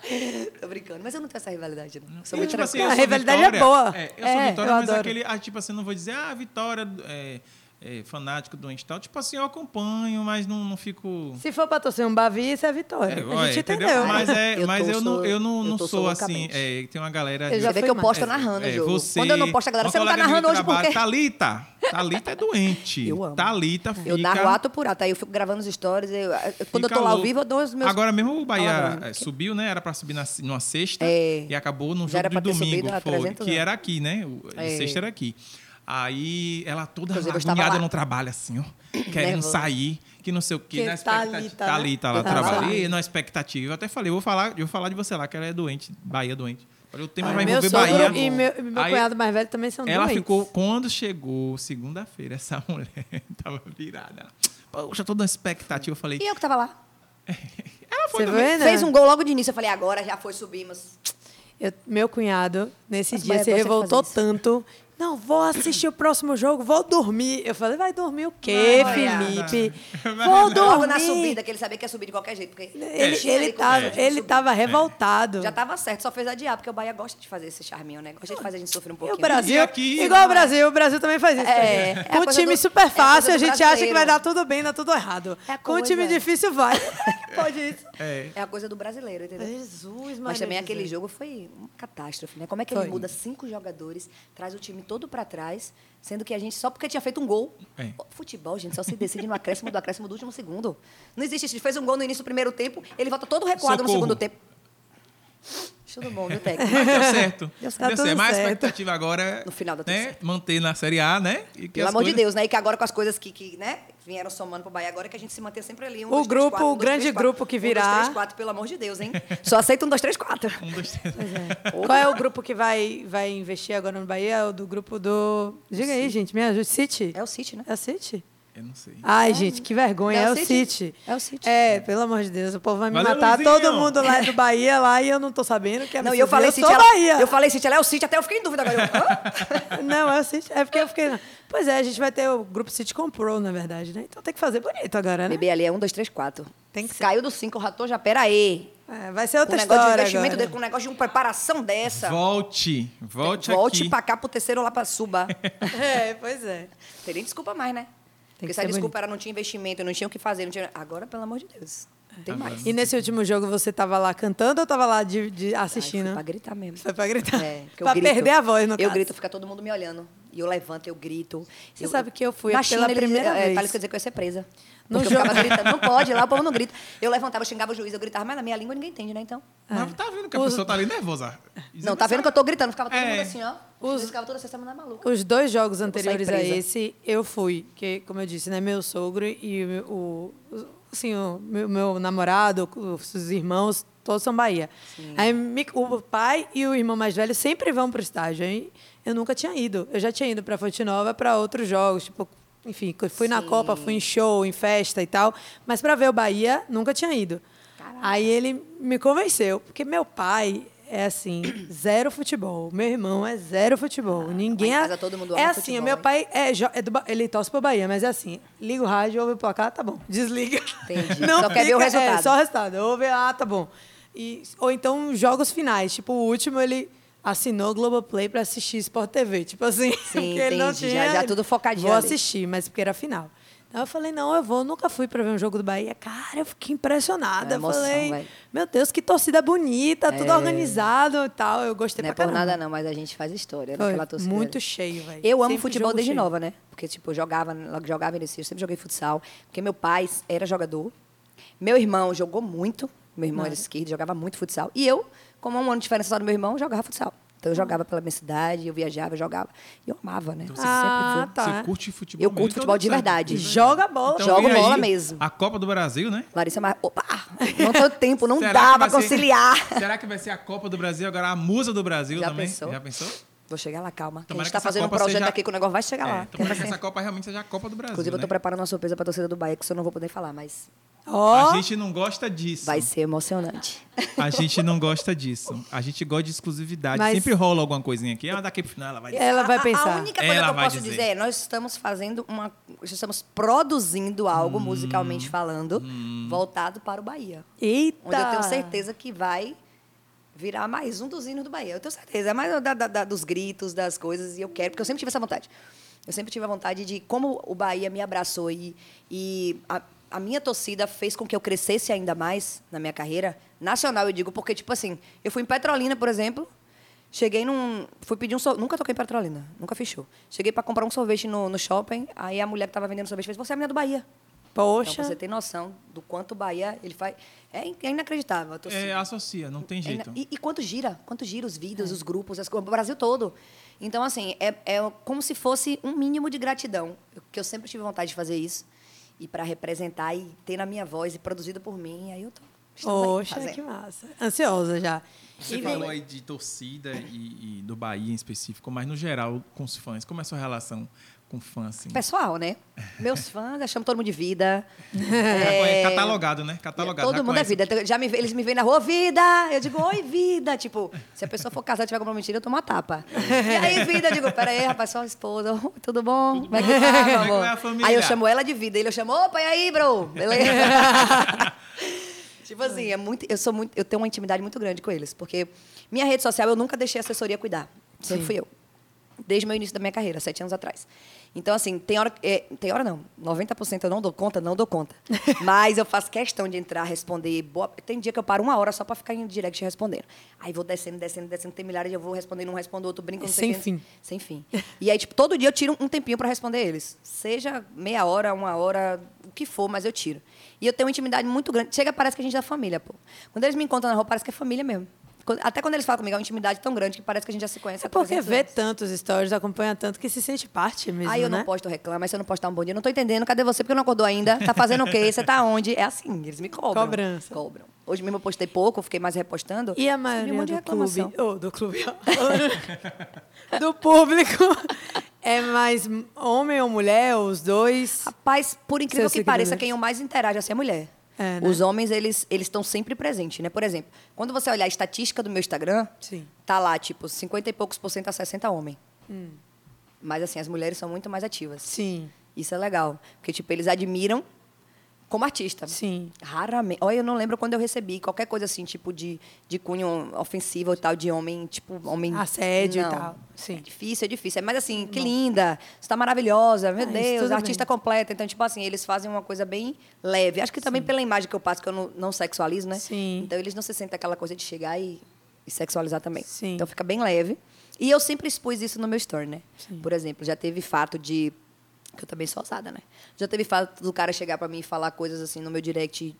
coisa. Tô brincando, mas eu não tenho essa rivalidade, não. Eu Sou
E,
muito
tipo assim,
tranquila.
eu
A
sou
rivalidade é
Vitória,
boa.
é, eu sou
É,
Vitória,
eu
mas
adoro.
aquele. ah, tipo assim, não vou dizer, ah, Vitória é, é, fanático do Instal. Tipo assim, eu acompanho, mas não, não fico.
Se for pra torcer um Bavi, isso é a
É,
vitória. a
olha,
gente
entendeu?
entendeu.
né?
Mas, é,
Eu
mas eu,
torço-
não, eu não,
eu
não
torço
sou assim.
loucamente.
é, tem uma galera.
Eu
Você
já
vê
fui
que eu
mais.
posto
É,
narrando o
é,
jogo.
você-
Quando eu não posto, a galera,
uma
você não tá
colega minha
narrando
que
hoje por
trabalha-
quê?
Thalita! Thalita é doente.
Eu amo.
Thalita fica.
Eu narro ato por ato. Aí eu fico gravando os stories. eu- quando
fica
eu tô lá ao
louca.
vivo, eu dou os meus.
Agora mesmo o Bahia
Palavrão.
eh, subiu, né? Era pra subir na, numa sexta
É.
e acabou num jogo
Já era
de
pra ter
domingo.
subido há
foi,
300
que
anos.
era aqui, né? O, de
É.
Sexta era aqui. Aí ela toda
Inclusive, eu estava
agoniada
lá.
no trabalho, assim, ó. Querendo
Nervosa.
sair, que não sei o quê.
Que
na expectativa.
Thalita,
Tá
né?
ali, tá lá,
Eu tava
trabalhando.
lá.
E na expectativa. Eu até falei, eu vou falar, eu vou falar de você lá, que ela é doente, Bahia doente. Falei, o tema vai
Ah, meu
envolver
sogro
Bahia.
e meu, e meu
Aí-
cunhado mais velho também são
ela
doentes.
ficou, quando chegou segunda-feira, essa mulher tava virada. Ela, Poxa, toda uma expectativa. Eu falei,
E eu que tava lá.
ela foi
Você
também.
vê, né?
Fez um gol logo de início. Eu falei, agora já foi, subimos.
Eu- meu cunhado, nesse
Nossa,
dia,
mas
se
eu gosto de
revoltou
fazer isso.
tanto. Não, vou assistir o próximo jogo, vou dormir. Eu falei, vai dormir o quê,
Vai,
Felipe?
vai.
Vou dormir.
Logo na subida, que ele sabia que ia subir de qualquer jeito. Porque
Ele,
tinha
ele,
ali com
tava,
medo
É.
de
ele
subir.
tava revoltado.
Já tá um tava certo, só fez adiar, porque o Bahia gosta de fazer esse charminho, né? Gosta de fazer a gente sofrer um
E o
pouquinho.
E
Brasil,
aqui- né?
igual o Brasil, o Brasil também faz isso.
É, é a
Com um
coisa
time
do- é
super
a
fácil,
coisa
a
do
gente acha que vai
brasileiro.
dar tudo bem, dá tudo errado.
É a
Com um
coisa.
time difícil, vai. Pode isso.
É.
É a coisa do brasileiro, entendeu?
Jesus,
Mas também
Maria
é aquele
José.
jogo foi uma catástrofe, né? Como é que
Foi.
ele muda cinco jogadores, traz o time todo pra trás, sendo que a gente, só porque tinha feito um gol.
É.
Pô, Futebol, gente, só se decide no acréscimo do acréscimo do último segundo. Não existe isso. Ele fez um gol no início do primeiro tempo, ele volta todo recuado
Socorro.
no segundo tempo. tudo bom, viu, Tec?
Mas deu certo.
Deu certo.
Tá tudo
Mas a
certo.
expectativa agora é
No final dá tudo
né,
certo.
manter na Série A, né? E que
Pelo
as
amor de
coisas-
Deus, né? E que agora com as coisas que, que né, vieram somando pro Bahia, agora que a gente se manter sempre ali. Um,
O
dois, três,
grupo,
quatro,
o
um, dois, três,
grande
quatro.
grupo que
Um, dois,
virá.
três, quatro, pelo amor de Deus, hein? Só aceita um, dois, três, quatro.
Um, dois, três.
Qual é o grupo que vai, vai investir agora no Bahia? É o do grupo do. Diga aí, gente, me ajude. City?
É o City, né?
É o City?
Eu não sei.
Ah,
Ai, gente, que vergonha.
É
É
o
o
City.
City.
É o City.
É, pelo amor de Deus, o povo vai me
Valeu,
matar.
Luizinho.
Todo mundo lá é do Bahia lá e eu não tô sabendo que é
Não, e eu falei City.
sou
ela-
Bahia.
Eu falei City, ela é o City, até eu fiquei em dúvida agora. Eu, hã?
Não, é o City. É porque eu fiquei. Pois é, a gente vai ter o grupo City comprou, na verdade, né? Então tem que fazer bonito agora, né?
Bebê ali é um, dois, três, quatro.
Tem que ser.
Caiu do cinco, ratou já, peraí.
É, vai ser
Com um
outra
negócio de
história.
investimento
agora.
dele, com um negócio de uma preparação dessa.
Volte, volte, aqui.
É, pra cá, pro terceiro lá pra suba.
É, pois é.
Não tem nem desculpa mais, né? Porque
que
se a
ser
desculpa era não tinha investimento, não tinha o que fazer, não tinha... Agora, pelo amor de Deus, não tem
Tá
mais.
E nesse último jogo você tava lá cantando ou tava lá de, de
Ai,
assistindo?
foi pra gritar mesmo.
Foi pra gritar.
É, porque eu
pra
grito.
perder a voz, no
Eu
caso.
grito, fica todo mundo me olhando. E eu levanto, eu grito.
Você
eu,
sabe que eu fui
na
pela
China, eles-
primeira
é,
vez.
Thales quer dizer que eu ia ser presa.
No
Porque eu
jogo.
ficava gritando, não pode, lá o povo não grita. Eu levantava, eu xingava o juiz, eu gritava, mas na minha língua ninguém entende, né, então?
Mas tá vendo que a
Os-
pessoa tá ali nervosa.
Não, tá vendo que eu tô gritando, ficava todo
É.
mundo assim, ó. O
é Os-
juiz ficava toda essa semana maluca.
Os dois jogos anteriores a
presa.
esse, eu fui. Porque, como eu disse, né? Meu sogro e o meu- o... Assim, o meu, meu namorado, os irmãos, todos são Bahia. Aí me- o pai e o irmão mais velho sempre vão pro estádio. Aí eu nunca tinha ido. Eu já tinha ido pra Fonte Nova, pra outros jogos, tipo... Enfim, que eu fui na Copa, fui em show, em festa e tal. Mas pra ver o Bahia, nunca tinha ido. Aí ele me convenceu. Porque meu pai... É assim, zero futebol. Meu irmão é zero futebol. Ninguém
Lá em
é-
casa todo mundo
É
ama
assim,
futebol,
meu
hein?
pai é, jo- é do Ba- ele torce pro Bahia, mas é assim, liga o rádio, ouve o placar, tá bom. Desliga.
Entendi. Só quer ver o
é,
resultado.
só o resultado. Ouve, ah, tá bom. E, ou então jogos finais, tipo o último ele assinou Globoplay pra assistir Sport TV, tipo assim. porque ele não
entendi.
tinha,
Já- já tudo focadinho
Vou
ali.
assistir, mas porque era final. Então eu falei, não, eu vou, nunca fui pra ver um jogo do Bahia. Cara, eu fiquei impressionada.
É emoção,
eu falei,
velho. É.
meu Deus, que torcida bonita, tudo organizado e tal. Eu gostei
Não é
pra
por
caramba.
nada não, mas a gente faz história
Foi
naquela torcida.
muito cheio, velho.
Eu amo
Sempre
futebol
jogo
desde
cheio.
nova, né? Porque, tipo, eu jogava, logo que jogava em Recife, eu sempre joguei futsal. Porque meu pai era jogador. Meu irmão jogou muito. Meu irmão era
Uhum.
esquerdo, jogava muito futsal. E eu, como é um ano de diferença só do meu irmão, jogava futsal. Então eu
Uhum.
jogava pela minha cidade, eu viajava, eu jogava. E eu amava, né?
você
Ah,
sempre fui.
tá.
Você curte futebol
Eu
mesmo,
curto
então
futebol
deu
de
certo.
verdade.
Joga bola.
Então,
Jogo
e aí,
bola mesmo.
A Copa do Brasil, né?
Larissa Mar... Opa! Não deu tempo, não
Será
dá
que
pra
vai ser-
conciliar.
Será que vai ser a Copa do Brasil agora a musa do Brasil
Já
também?
pensou?
Já pensou?
Vou chegar lá, calma. que a
Tomara
gente
que
tá
essa
fazendo um
Copa
projeto
seja-
aqui que o negócio vai chegar lá.
É, tomara que essa Copa realmente seja a Copa do Brasil.
Inclusive, eu tô
né?
preparando uma surpresa pra torcida do Bahia, que isso eu não vou poder falar, mas
Ó,
A gente não gosta disso.
vai ser emocionante.
A gente não gosta disso. A gente gosta de exclusividade.
Mas-
Sempre rola alguma coisinha aqui. Ah, daqui pro final
É,
ela vai dizer.
ela vai
A- a- A
pensar.
única coisa
Ela
que eu
vai
posso
dizer.
dizer é nós estamos fazendo uma. Estamos produzindo
Hum.
algo, musicalmente falando, voltado para o Bahia.
Eita!
Onde eu tenho certeza que vai virar mais um dos hinos do Bahia. Eu tenho certeza. É mais da- da- da- dos gritos, das coisas, e eu quero, porque eu sempre tive essa vontade. Eu sempre tive a vontade de como o Bahia me abraçou e, e a, a minha torcida fez com que eu crescesse ainda mais na minha carreira nacional, eu digo, porque, tipo assim, eu fui em Petrolina, por exemplo, cheguei num. Fui pedir um sorvete. Nunca toquei em Petrolina, nunca fechou. Cheguei para comprar um sorvete no, no shopping, aí a mulher que estava vendendo sorvete fez: Você é a menina do Bahia.
Poxa.
Então, você tem noção do quanto o Bahia ele faz. É, in- é inacreditável a torcida.
É, associa, não tem
É ina-
jeito.
E, e quanto gira? Quanto gira os
É.
vídeos, os grupos, as coisas, o Brasil todo. Então, assim, é, é como se fosse um mínimo de gratidão. eu- Que eu sempre tive vontade de fazer isso. E para representar e ter na minha voz e produzido por mim. Aí eu tô. estamos aí
Poxa,
fazendo.
que massa. Ansiosa já.
Você
E vem-
falou aí de torcida e, e do Bahia em específico, mas no geral com os fãs. Como é a sua relação com fãs? Assim?
Pessoal, né? Meus fãs, eu chamo todo mundo de vida.
Já conhe-
É,
Catalogado, né? Catalogado. já
Todo mundo é
conhece.
vida. Então, Já me, vê- eles me veem na rua, vida! Eu digo, oi, vida! Tipo, se a pessoa for casar e tiver alguma mentira, eu tomo uma tapa. E aí, vida, eu digo, peraí, rapaz, só a esposa. Oi, Tudo bom? Como é que tá,
Como é
meu
que
amor?
vai a família?
Aí eu chamo ela de vida. Ele eu chamo, opa, e aí, bro? Beleza? tipo assim, é muito, eu, sou muito, eu tenho uma intimidade muito grande com eles, porque minha rede social eu nunca deixei a assessoria cuidar. Sempre fui eu desde o meu início da minha carreira, sete anos atrás. Então, assim, tem hora, é, tem hora não, 90% eu não dou conta, não dou conta. Mas eu faço questão de entrar, responder. boa- tem dia que eu paro uma hora só pra ficar em direct respondendo. Aí vou descendo, descendo, descendo, tem milhares, eu vou respondendo, um respondo, outro brinco, não
Sem
sei quem.
fim.
Sem fim. E aí, tipo, todo dia eu tiro um tempinho pra responder eles. Seja meia hora, uma hora, o que for, mas eu tiro. E eu tenho uma intimidade muito grande. Chega, parece que a gente é da família, pô. Quando eles me encontram na rua, parece que é família mesmo. quando- até quando eles falam comigo, é uma intimidade tão grande que parece que a gente já se conhece
É
há
porque
300
vê
anos.
tantos stories, acompanha tanto que se sente parte mesmo,
Aí eu
né?
não posto reclama, aí se eu não postar um bom dia, não tô entendendo, cadê você? Porque não acordou ainda. Tá fazendo o quê? Você tá onde? É assim, eles me cobram.
Cobrança.
Cobram. Hoje mesmo eu postei pouco, fiquei mais repostando.
E a
recebi
maioria
um monte de
do clube,
reclamação.
ou do clube, ó. do público, é mais homem ou mulher, ou os dois?
Rapaz, por incrível
Seus
que pareça,
seguidores.
quem eu mais interajo assim é a mulher.
É, né?
Os homens, eles eles estão sempre presentes, né? Por exemplo, quando você olhar a estatística do meu Instagram,
Sim.
tá lá, tipo, 50 e poucos por cento a 60 homem.
Hum.
Mas, assim, as mulheres são muito mais ativas.
Sim,
Isso é legal. Porque, tipo, eles admiram como artista.
sim.
Raramente. Olha, eu não lembro quando eu recebi qualquer coisa assim, tipo, de, de cunho ofensivo e tal, de homem, tipo, homem.
Assédio e
Não.
tal, sim.
É difícil, é difícil. Mas assim, que linda, você tá maravilhosa, meu
Ah, isso
Deus,
tudo
artista completa. Então, tipo assim, eles fazem uma coisa bem leve. Acho que também pela imagem que eu passo, que eu não, não sexualizo, né?
Sim.
Então, eles não se sentem aquela coisa de chegar e, e sexualizar também.
Sim.
Então, fica bem leve. E eu sempre expus isso no meu story, né?
Sim.
Por exemplo, já teve fato de. Que eu também sou ousada, né? Já teve fato do cara chegar pra mim e falar coisas assim no meu direct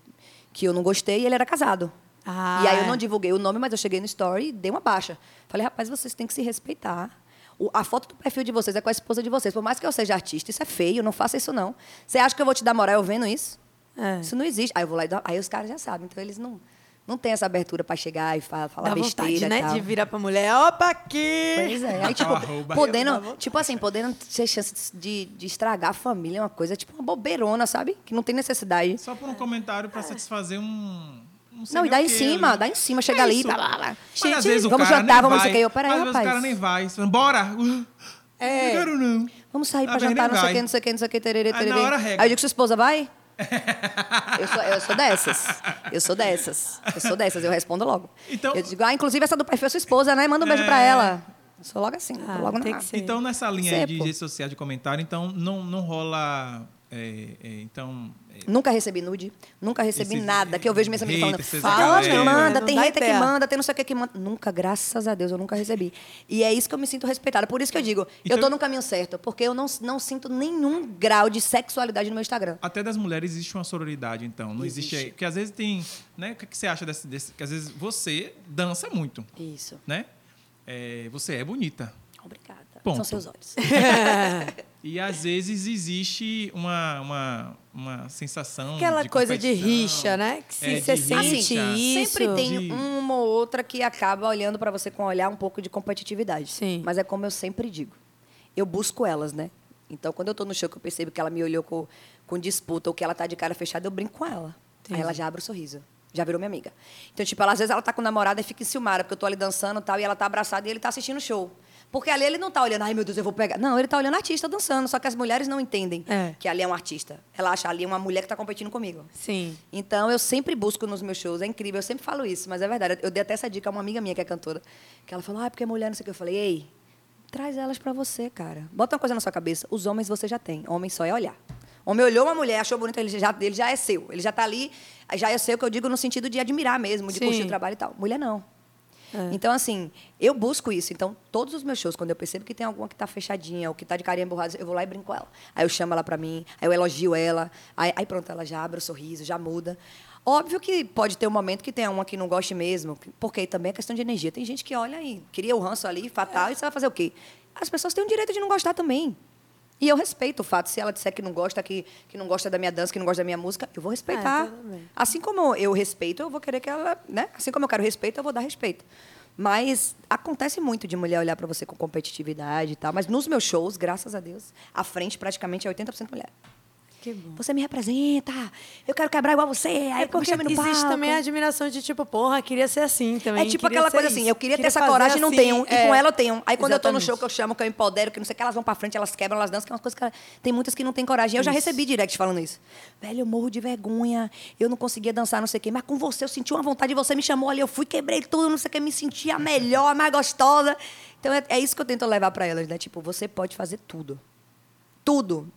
que eu não gostei e ele era casado.
Ah,
e aí eu
é.
não divulguei o nome, mas eu cheguei no story e dei uma baixa. Falei, rapaz, vocês têm que se respeitar. O- a foto do perfil de vocês é com a esposa de vocês. Por mais que eu seja artista, isso é feio, não faça isso não. Você acha que eu vou te dar moral eu vendo isso?
É.
Isso não existe. Aí eu vou lá e dou... Aí os caras já sabem. Então eles não, não têm essa abertura pra chegar e fa- falar
Dá
besteira
vontade,
e
né,
tal.
de virar pra mulher, opa, aqui!
Pois é. Aí, tipo,
Uma arroba.
podendo, tipo assim, podendo ter chance de, de estragar a família, é uma coisa, tipo, uma bobeirona, sabe? Que não tem necessidade.
Só por um comentário pra satisfazer um. sei
É. Não, e
nem
dá
o
em
quê
cima,
ali.
dá em cima, chega ali,
isso.
blá, blá, blá.
Mas às
Gente,
vezes o
vamos
cara
jantar,
nem
vamos não sei o
vai.
que. Eu, peraí,
Mas às vezes
rapaz.
o cara nem vai. Você fala, Bora!
É.
Não quero não.
Vamos sair pra
Às vezes
jantar,
nem
não sei o
vai.
que, não sei o que, não sei o que, tererê,
Aí na
tererê.
hora regra.
Aí eu digo, sua esposa vai? eu, sou, eu sou dessas. Eu sou dessas. Eu sou dessas, eu respondo logo.
Então-
eu digo, ah, inclusive essa do perfil é sua esposa, né? Manda um beijo pra
É.
ela. Eu sou logo assim,
Ah,
tô logo
tem
na...
que ser.
Então, nessa linha aí
Sei,
de
pô.
redes sociais de comentário, então não, não rola. é, é, então. é,
Nunca recebi nude, nunca recebi
Esses
nada. Que eu vejo minha amiga falando,
haters, essa
fala,
galera.
manda,
Não
tem
dá
hater que
ideia.
manda, tem não sei o que que manda. Nunca, graças a Deus, eu nunca recebi. E é isso que eu me sinto respeitada. Por isso que eu digo,
Então-
eu tô no caminho certo, porque eu não, não sinto nenhum grau de sexualidade no meu Instagram.
Até das mulheres existe uma sororidade, então. Não existe.
Existe.
aí. Porque às vezes tem. Né, o que, que você acha desse, desse. Que às vezes você dança muito,
Isso.
né? É, você é bonita.
Obrigada.
Ponto.
São seus olhos.
E às vezes existe uma, uma, uma sensação.
Aquela
de
coisa de
competição.
rixa, né? Que se
É,
você
de
sente
rixa. É,
isso.
Sempre tem
De-
uma ou outra que acaba olhando pra você com um olhar um pouco de competitividade.
Sim.
Mas é como eu sempre digo. Eu busco elas, né? Então, quando eu tô no show que eu percebo que ela me olhou com, com disputa ou que ela tá de cara fechada, eu brinco com ela. Aí ela já abre o sorriso. Já virou minha amiga. Então, tipo, ela, às vezes ela tá com o namorado e fica enciumada, porque eu tô ali dançando e tal, e ela tá abraçada e ele tá assistindo o show. Porque ali ele não tá olhando, ai meu Deus, eu vou pegar. Não, ele tá olhando a artista dançando, só que as mulheres não entendem
É.
que ali é um artista. Ela acha ali é uma mulher que tá competindo comigo.
Sim.
Então, eu sempre busco nos meus shows. É incrível, eu sempre falo isso, mas é verdade. Eu dei até essa dica a uma amiga minha que é cantora. Que ela falou, ah, porque é mulher, não sei o que. Eu falei, ei, traz elas pra você, cara. Bota uma coisa na sua cabeça. Os homens você já tem. Homem só é olhar. Homem olhou uma mulher, achou bonita, ele já, ele já é seu. Ele já tá ali, já é seu, que eu digo no sentido de admirar mesmo, de
Sim.
curtir o trabalho e tal. Mulher, não.
É.
Então, assim, eu busco isso. Então, todos os meus shows, quando eu percebo que tem alguma que tá fechadinha ou que tá de carinha emburrada, eu vou lá e brinco com ela. Aí eu chamo ela pra mim, aí eu elogio ela, aí, aí pronto, ela já abre o sorriso, já muda. Óbvio que pode ter um momento que tenha uma que não goste mesmo, que- porque também é questão de energia. Tem gente que olha e queria o ranço ali, fatal, e você vai fazer o quê? As pessoas têm o direito de não gostar também. E eu respeito o fato. Se ela disser que não gosta, que, que não gosta da minha dança, que não gosta da minha música, eu vou respeitar.
tudo bem.
Assim como eu respeito, eu vou querer que ela, né? Assim como eu quero respeito, eu vou dar respeito. Mas acontece muito de mulher olhar pra você com competitividade e tal, mas nos meus shows, graças a Deus, a frente praticamente é 80% mulher.
Que bom.
Você me representa, eu quero quebrar igual você, aí
É porque
me chama no
existe
palco.
também a admiração de tipo, porra, queria ser assim também.
É tipo
queria
aquela
ser
coisa
isso,
assim, eu queria, ter essa
fazer
coragem e não
assim,
tenho.
é.
E com ela eu tenho. Aí quando eu tô no
Exatamente.
show que eu chamo, que eu empodero, que não sei o que, elas vão pra frente, elas quebram, elas dançam, que é uma coisa que ela- tem muitas que não têm coragem. Eu já recebi direct falando isso. Velho, eu morro de vergonha, eu não conseguia dançar, não sei o quê. Mas com você, eu senti uma vontade, você me chamou ali, eu fui, quebrei tudo, não sei o que, me senti a melhor, a mais gostosa. Então é, é isso que eu tento levar pra elas, né? Tipo, você pode fazer tudo. Tudo.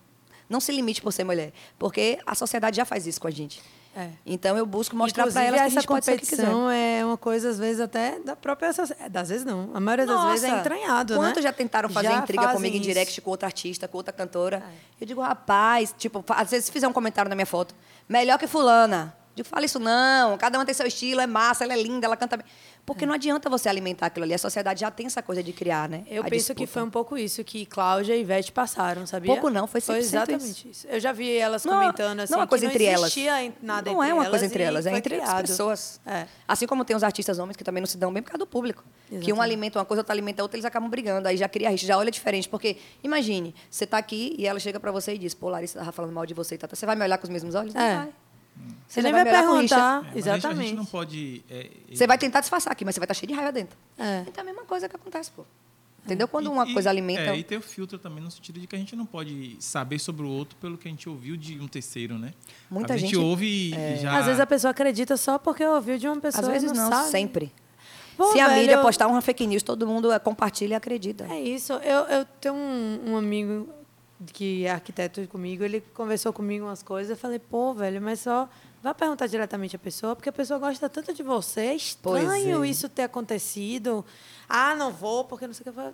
Não se limite por ser mulher, porque a sociedade já faz isso com a gente.
É.
Então eu busco mostrar
Inclusive,
pra elas que a
essa
gente pode ser o que quiser.
competição é uma coisa, às vezes, até da própria sociedade. Às vezes não. A maioria das vezes é
Nossa,
entranhado, né?
Quantos já tentaram fazer
Já
intriga
fazem
comigo em
isso. É.
direct com outra artista, com outra cantora? Eu digo, rapaz, tipo, fa- às vezes se fizer um comentário na minha foto, melhor que fulana. Digo, fala isso não, cada uma tem seu estilo, é massa, ela é linda, ela canta bem.
É.
Porque não adianta você alimentar aquilo ali, a sociedade já tem essa coisa de criar, né?
Eu
A
penso que
disputa.
foi um pouco isso que Cláudia e Ivete passaram, sabia?
Pouco não, foi 100%
exatamente isso. Eu já vi elas comentando assim,
não é uma coisa
que
entre
não
elas.
existia en- nada
não
entre
é uma coisa
elas
entre
e
elas, é
foi
entre
criado.
as pessoas.
É.
Assim como tem os artistas homens que também não se dão bem por causa do público. Que um
Exatamente.
alimenta uma coisa, outro alimenta outra, eles acabam brigando. Aí já cria rixa, já olha diferente. Porque, imagine, você tá aqui e ela chega pra você e diz, pô, Larissa tava falando mal de você e tá. Você vai me olhar com os mesmos olhos? Não
É.
vai.
Você
já
nem vai
me olhar com rixa.
É,
perguntar.
mas a gente- A gente não
Exatamente.
pode. é,
Você vai tentar disfarçar aqui, mas você vai estar cheio de raiva dentro.
É.
Então é a mesma coisa que acontece, pô. Entendeu? Quando
e-
uma
e-
coisa alimenta.
É, e ter o filtro também, no sentido de que a gente não pode saber sobre o outro pelo que a gente ouviu de um terceiro, né?
Muita
a gente,
gente- é.
ouve e- e já.
Às vezes a pessoa acredita só porque ouviu de uma pessoa
Às vezes
e
não,
não, sabe.
sempre.
Pô,
Se a
velho,
mídia
eu-
postar uma fake news, todo mundo eh, compartilha e acredita.
É isso. Eu, eu tenho um, um amigo que é arquiteto comigo, ele conversou comigo umas coisas, eu falei, pô, velho, mas só vai perguntar diretamente à pessoa, porque a pessoa gosta tanto de você, é
Pois
estranho
é.
isso ter acontecido. Ah, não vou, porque não sei o que. Eu falei,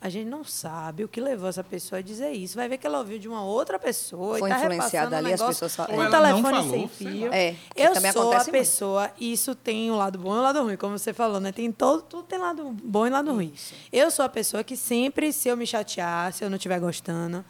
A gente não sabe o que levou essa pessoa a dizer isso. Vai ver que ela ouviu de uma outra pessoa.
Foi
e tá repassando
influenciada
um
ali, as
negócio
pessoas falam,
com
Ou
Um
ela não
telefone
falou,
sem
sei
fio.
lá.
É, que
eu
também
sou a
acontece muito.
pessoa, e isso tem o lado bom e o lado ruim, como você falou, né? Tem todo, tudo tem lado bom e lado ruim. Eu sou a pessoa que sempre, se eu me chatear, se eu não estiver gostando,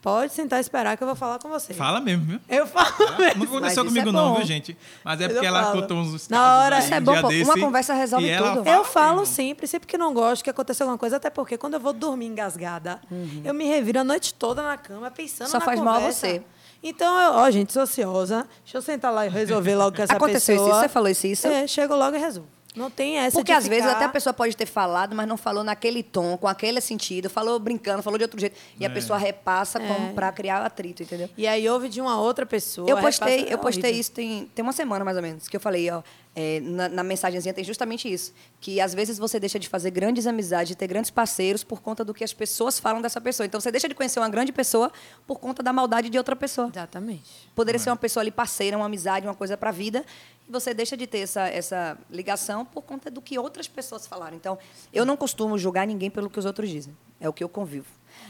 pode sentar e esperar que eu vou falar com você.
Fala mesmo, viu?
Eu falo mesmo.
Não aconteceu
isso é
comigo, não,
bom.
viu, gente? Mas é
Eu
porque ela
falo.
contou uns
Na
casos
hora-
aí,
Isso
é
um
bom,
dia
pô.
desse,
Uma conversa resolve
e ela
tudo.
Eu falo
mesmo.
sempre, sempre que não gosto, que aconteceu alguma coisa, até porque quando eu vou dormir engasgada, eu me reviro a noite toda na cama pensando
Uhum. Só
na
faz mal a
conversa.
você.
Então, eu, ó, gente, sou ansiosa. Deixa eu sentar lá e resolver logo com essa
Aconteceu isso,
pessoa.
você falou isso, isso?
É, chego logo e resolvo. Não tem essa
Porque
de
às vezes
ficar-
até a pessoa pode ter falado, mas não falou naquele tom, com aquele sentido, falou brincando, falou de outro jeito. E
É.
a pessoa repassa
É.
como pra criar atrito, entendeu?
E aí ouve de uma outra pessoa.
Eu
aí
postei,
passa- é
eu postei
horrível.
isso tem, tem uma semana mais ou menos, que eu falei, ó, é, na, na mensagenzinha tem justamente isso. Que às vezes você deixa de fazer grandes amizades, de ter grandes parceiros por conta do que as pessoas falam dessa pessoa. Então você deixa de conhecer uma grande pessoa por conta da maldade de outra pessoa.
Exatamente.
Poderia ser uma pessoa ali parceira, uma amizade, uma coisa para a vida. E você deixa de ter essa, essa ligação por conta do que outras pessoas falaram. Então, eu não costumo julgar ninguém pelo que os outros dizem. É o que eu convivo.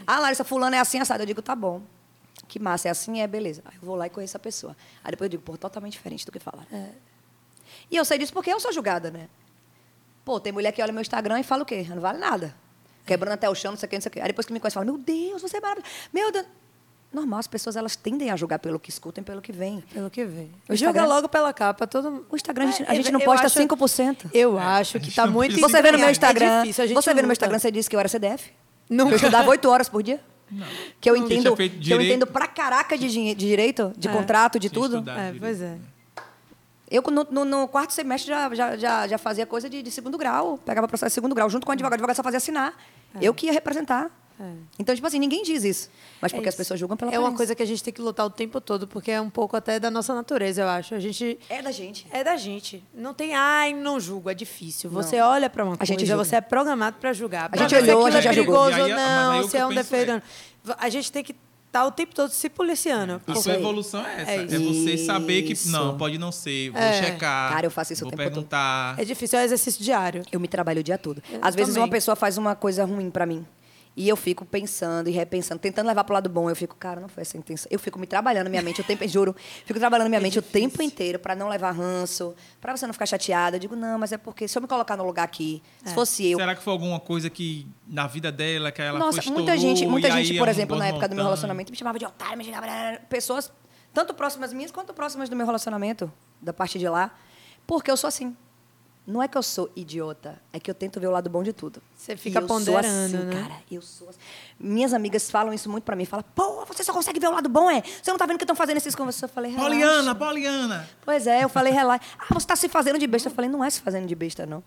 Ah, Larissa, fulano é assim, assado. Eu digo, tá bom. Que massa, é assim, é, beleza. Aí eu vou lá e conheço a pessoa. Aí depois eu digo, pô, totalmente diferente do que falaram. E eu sei disso porque eu sou julgada, né? Pô, tem mulher que olha meu Instagram e fala o quê? Não vale nada. Quebrando até o chão, não sei o quê, não sei o quê. Aí depois que me conhece, fala, meu Deus, você é maravilhosa. Meu Deus. Normal, as pessoas elas tendem a julgar pelo que escutam e pelo que veem.
Pelo que vê. Joga
O Instagram-
logo pela capa. Todo...
O Instagram, a gente- a
É,
gente não
eu
posta
acho-
5%.
Eu acho que
gente
tá
não
muito...
precisa.
Você vê no meu
É
Instagram,
difícil, a gente tá.
você vê no meu
luta.
Instagram, você disse que eu era CDF?
Nunca.
Eu estudava oito horas por dia?
Não.
Que eu
Não.
entendo,
Tinha feito
que eu
direito.
entendo pra caraca de, dinhe- de direito, de
É.
contrato, um de
Tinha
tudo.
estudado.
É, pois é.
Eu, no, no- no quarto semestre, já, já, já, já fazia coisa de, de segundo grau. Pegava processo de segundo grau, junto com o advogado. O advogado só fazia assinar.
É.
Eu que ia representar. Então, tipo assim, ninguém diz isso. Mas
É
porque as
isso.
pessoas julgam pela
É uma
aparência.
coisa que a gente tem que lutar o tempo todo, porque é um pouco até da nossa natureza, eu acho. A gente...
É da gente.
É da gente. Não tem, ai, não julgo, é difícil. Você olha pra uma
A
coisa,
gente julga.
você é programado pra julgar. pra
gente
ver se
olhou,
aquilo
a gente
é
já julgou.
perigoso
E aí,
ou
mas aí
não,
o que
se é
eu
um
penso
defeito.
é-
ou não. A gente tem que estar o tempo todo se policiando.
A
Isso
sua
aí.
evolução é essa.
É
É, você saber que.
isso.
Não, pode não ser. Vou
É.
checar.
Cara, eu faço isso o
vou
tempo todo.
perguntar.
É difícil, é um exercício diário.
Eu me trabalho o dia todo.
Eu
Às vezes
também.
uma pessoa faz uma coisa ruim pra mim. E eu fico pensando e repensando, tentando levar pro lado bom. Eu fico, cara, não foi essa a intenção. Eu fico me trabalhando minha mente o tempo, juro, fico trabalhando
É
minha mente o tempo inteiro pra não levar ranço, pra você não ficar chateada. Eu digo, não, mas é porque se eu me colocar no lugar aqui,
É.
se fosse eu,
Será que foi alguma coisa que na vida dela que ela
Nossa,
foi
muita
estourou,
gente,
e
muita
aí
gente,
é
por
um
exemplo, na
negócio
época do meu
montando?
relacionamento, me chamava de otário, me chamava... Pessoas tanto próximas minhas quanto próximas do meu relacionamento, da parte de lá. Porque eu sou assim. Não é que eu sou idiota, é que eu tento ver o lado bom de tudo.
Você
E
fica
eu
ponderando,
sou assim,
né?
cara. Eu sou assim. Minhas amigas falam isso muito pra mim. Falam, pô, você só consegue ver o lado bom, é? Você não tá vendo que estão fazendo esses com você? Eu falei, relaxa.
Poliana, Poliana.
Pois é, eu falei, relaxa. Ah, você está se fazendo de besta. Eu falei, não é se fazendo de besta, não.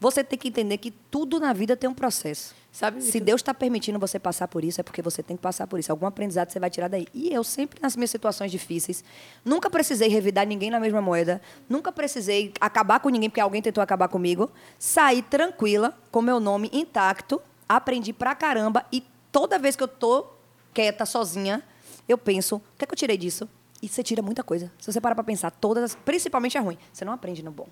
Você tem que entender que tudo na vida tem um processo.
Sabe,
se
Vitor?
Deus está permitindo você passar por isso, é porque você tem que passar por isso. Algum aprendizado você vai tirar daí. E eu sempre, nas minhas situações difíceis, nunca precisei revidar ninguém na mesma moeda. Nunca precisei acabar com ninguém, porque alguém tentou acabar comigo. Saí tranquila, com meu nome intacto. Aprendi pra caramba. E toda vez que eu tô quieta, sozinha, eu penso, o que é que eu tirei disso? E você tira muita coisa. Se você parar pra pensar, todas, as- principalmente a ruim, você não aprende no bom.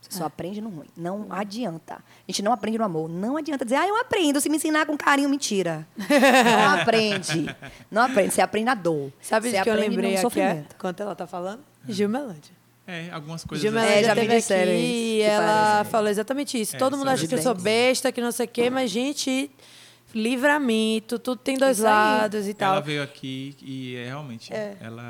Você
É.
só aprende no ruim. Não adianta. A gente não aprende no amor. Não adianta dizer, ah, eu aprendo. Se me ensinar com carinho, mentira. Não aprende. Não aprende. Você aprende na dor.
Sabe
você
de que eu
aprende
lembrei
no
aqui,
sofrimento. Ah.
enquanto ela tá falando? Gil Melândia.
É, algumas coisas.
Gilma,
assim.
ela
É,
já
já me
teve aqui
disseram
e
isso, que
ela
parece.
falou exatamente isso.
É,
Todo mundo
sobre
acha que eu
os
sou
dentes.
besta, que não sei o quê, mas, gente, livramento, tudo tem dois
Isso aí.
lados e tal.
Ela
Ela,
veio aqui e é realmente.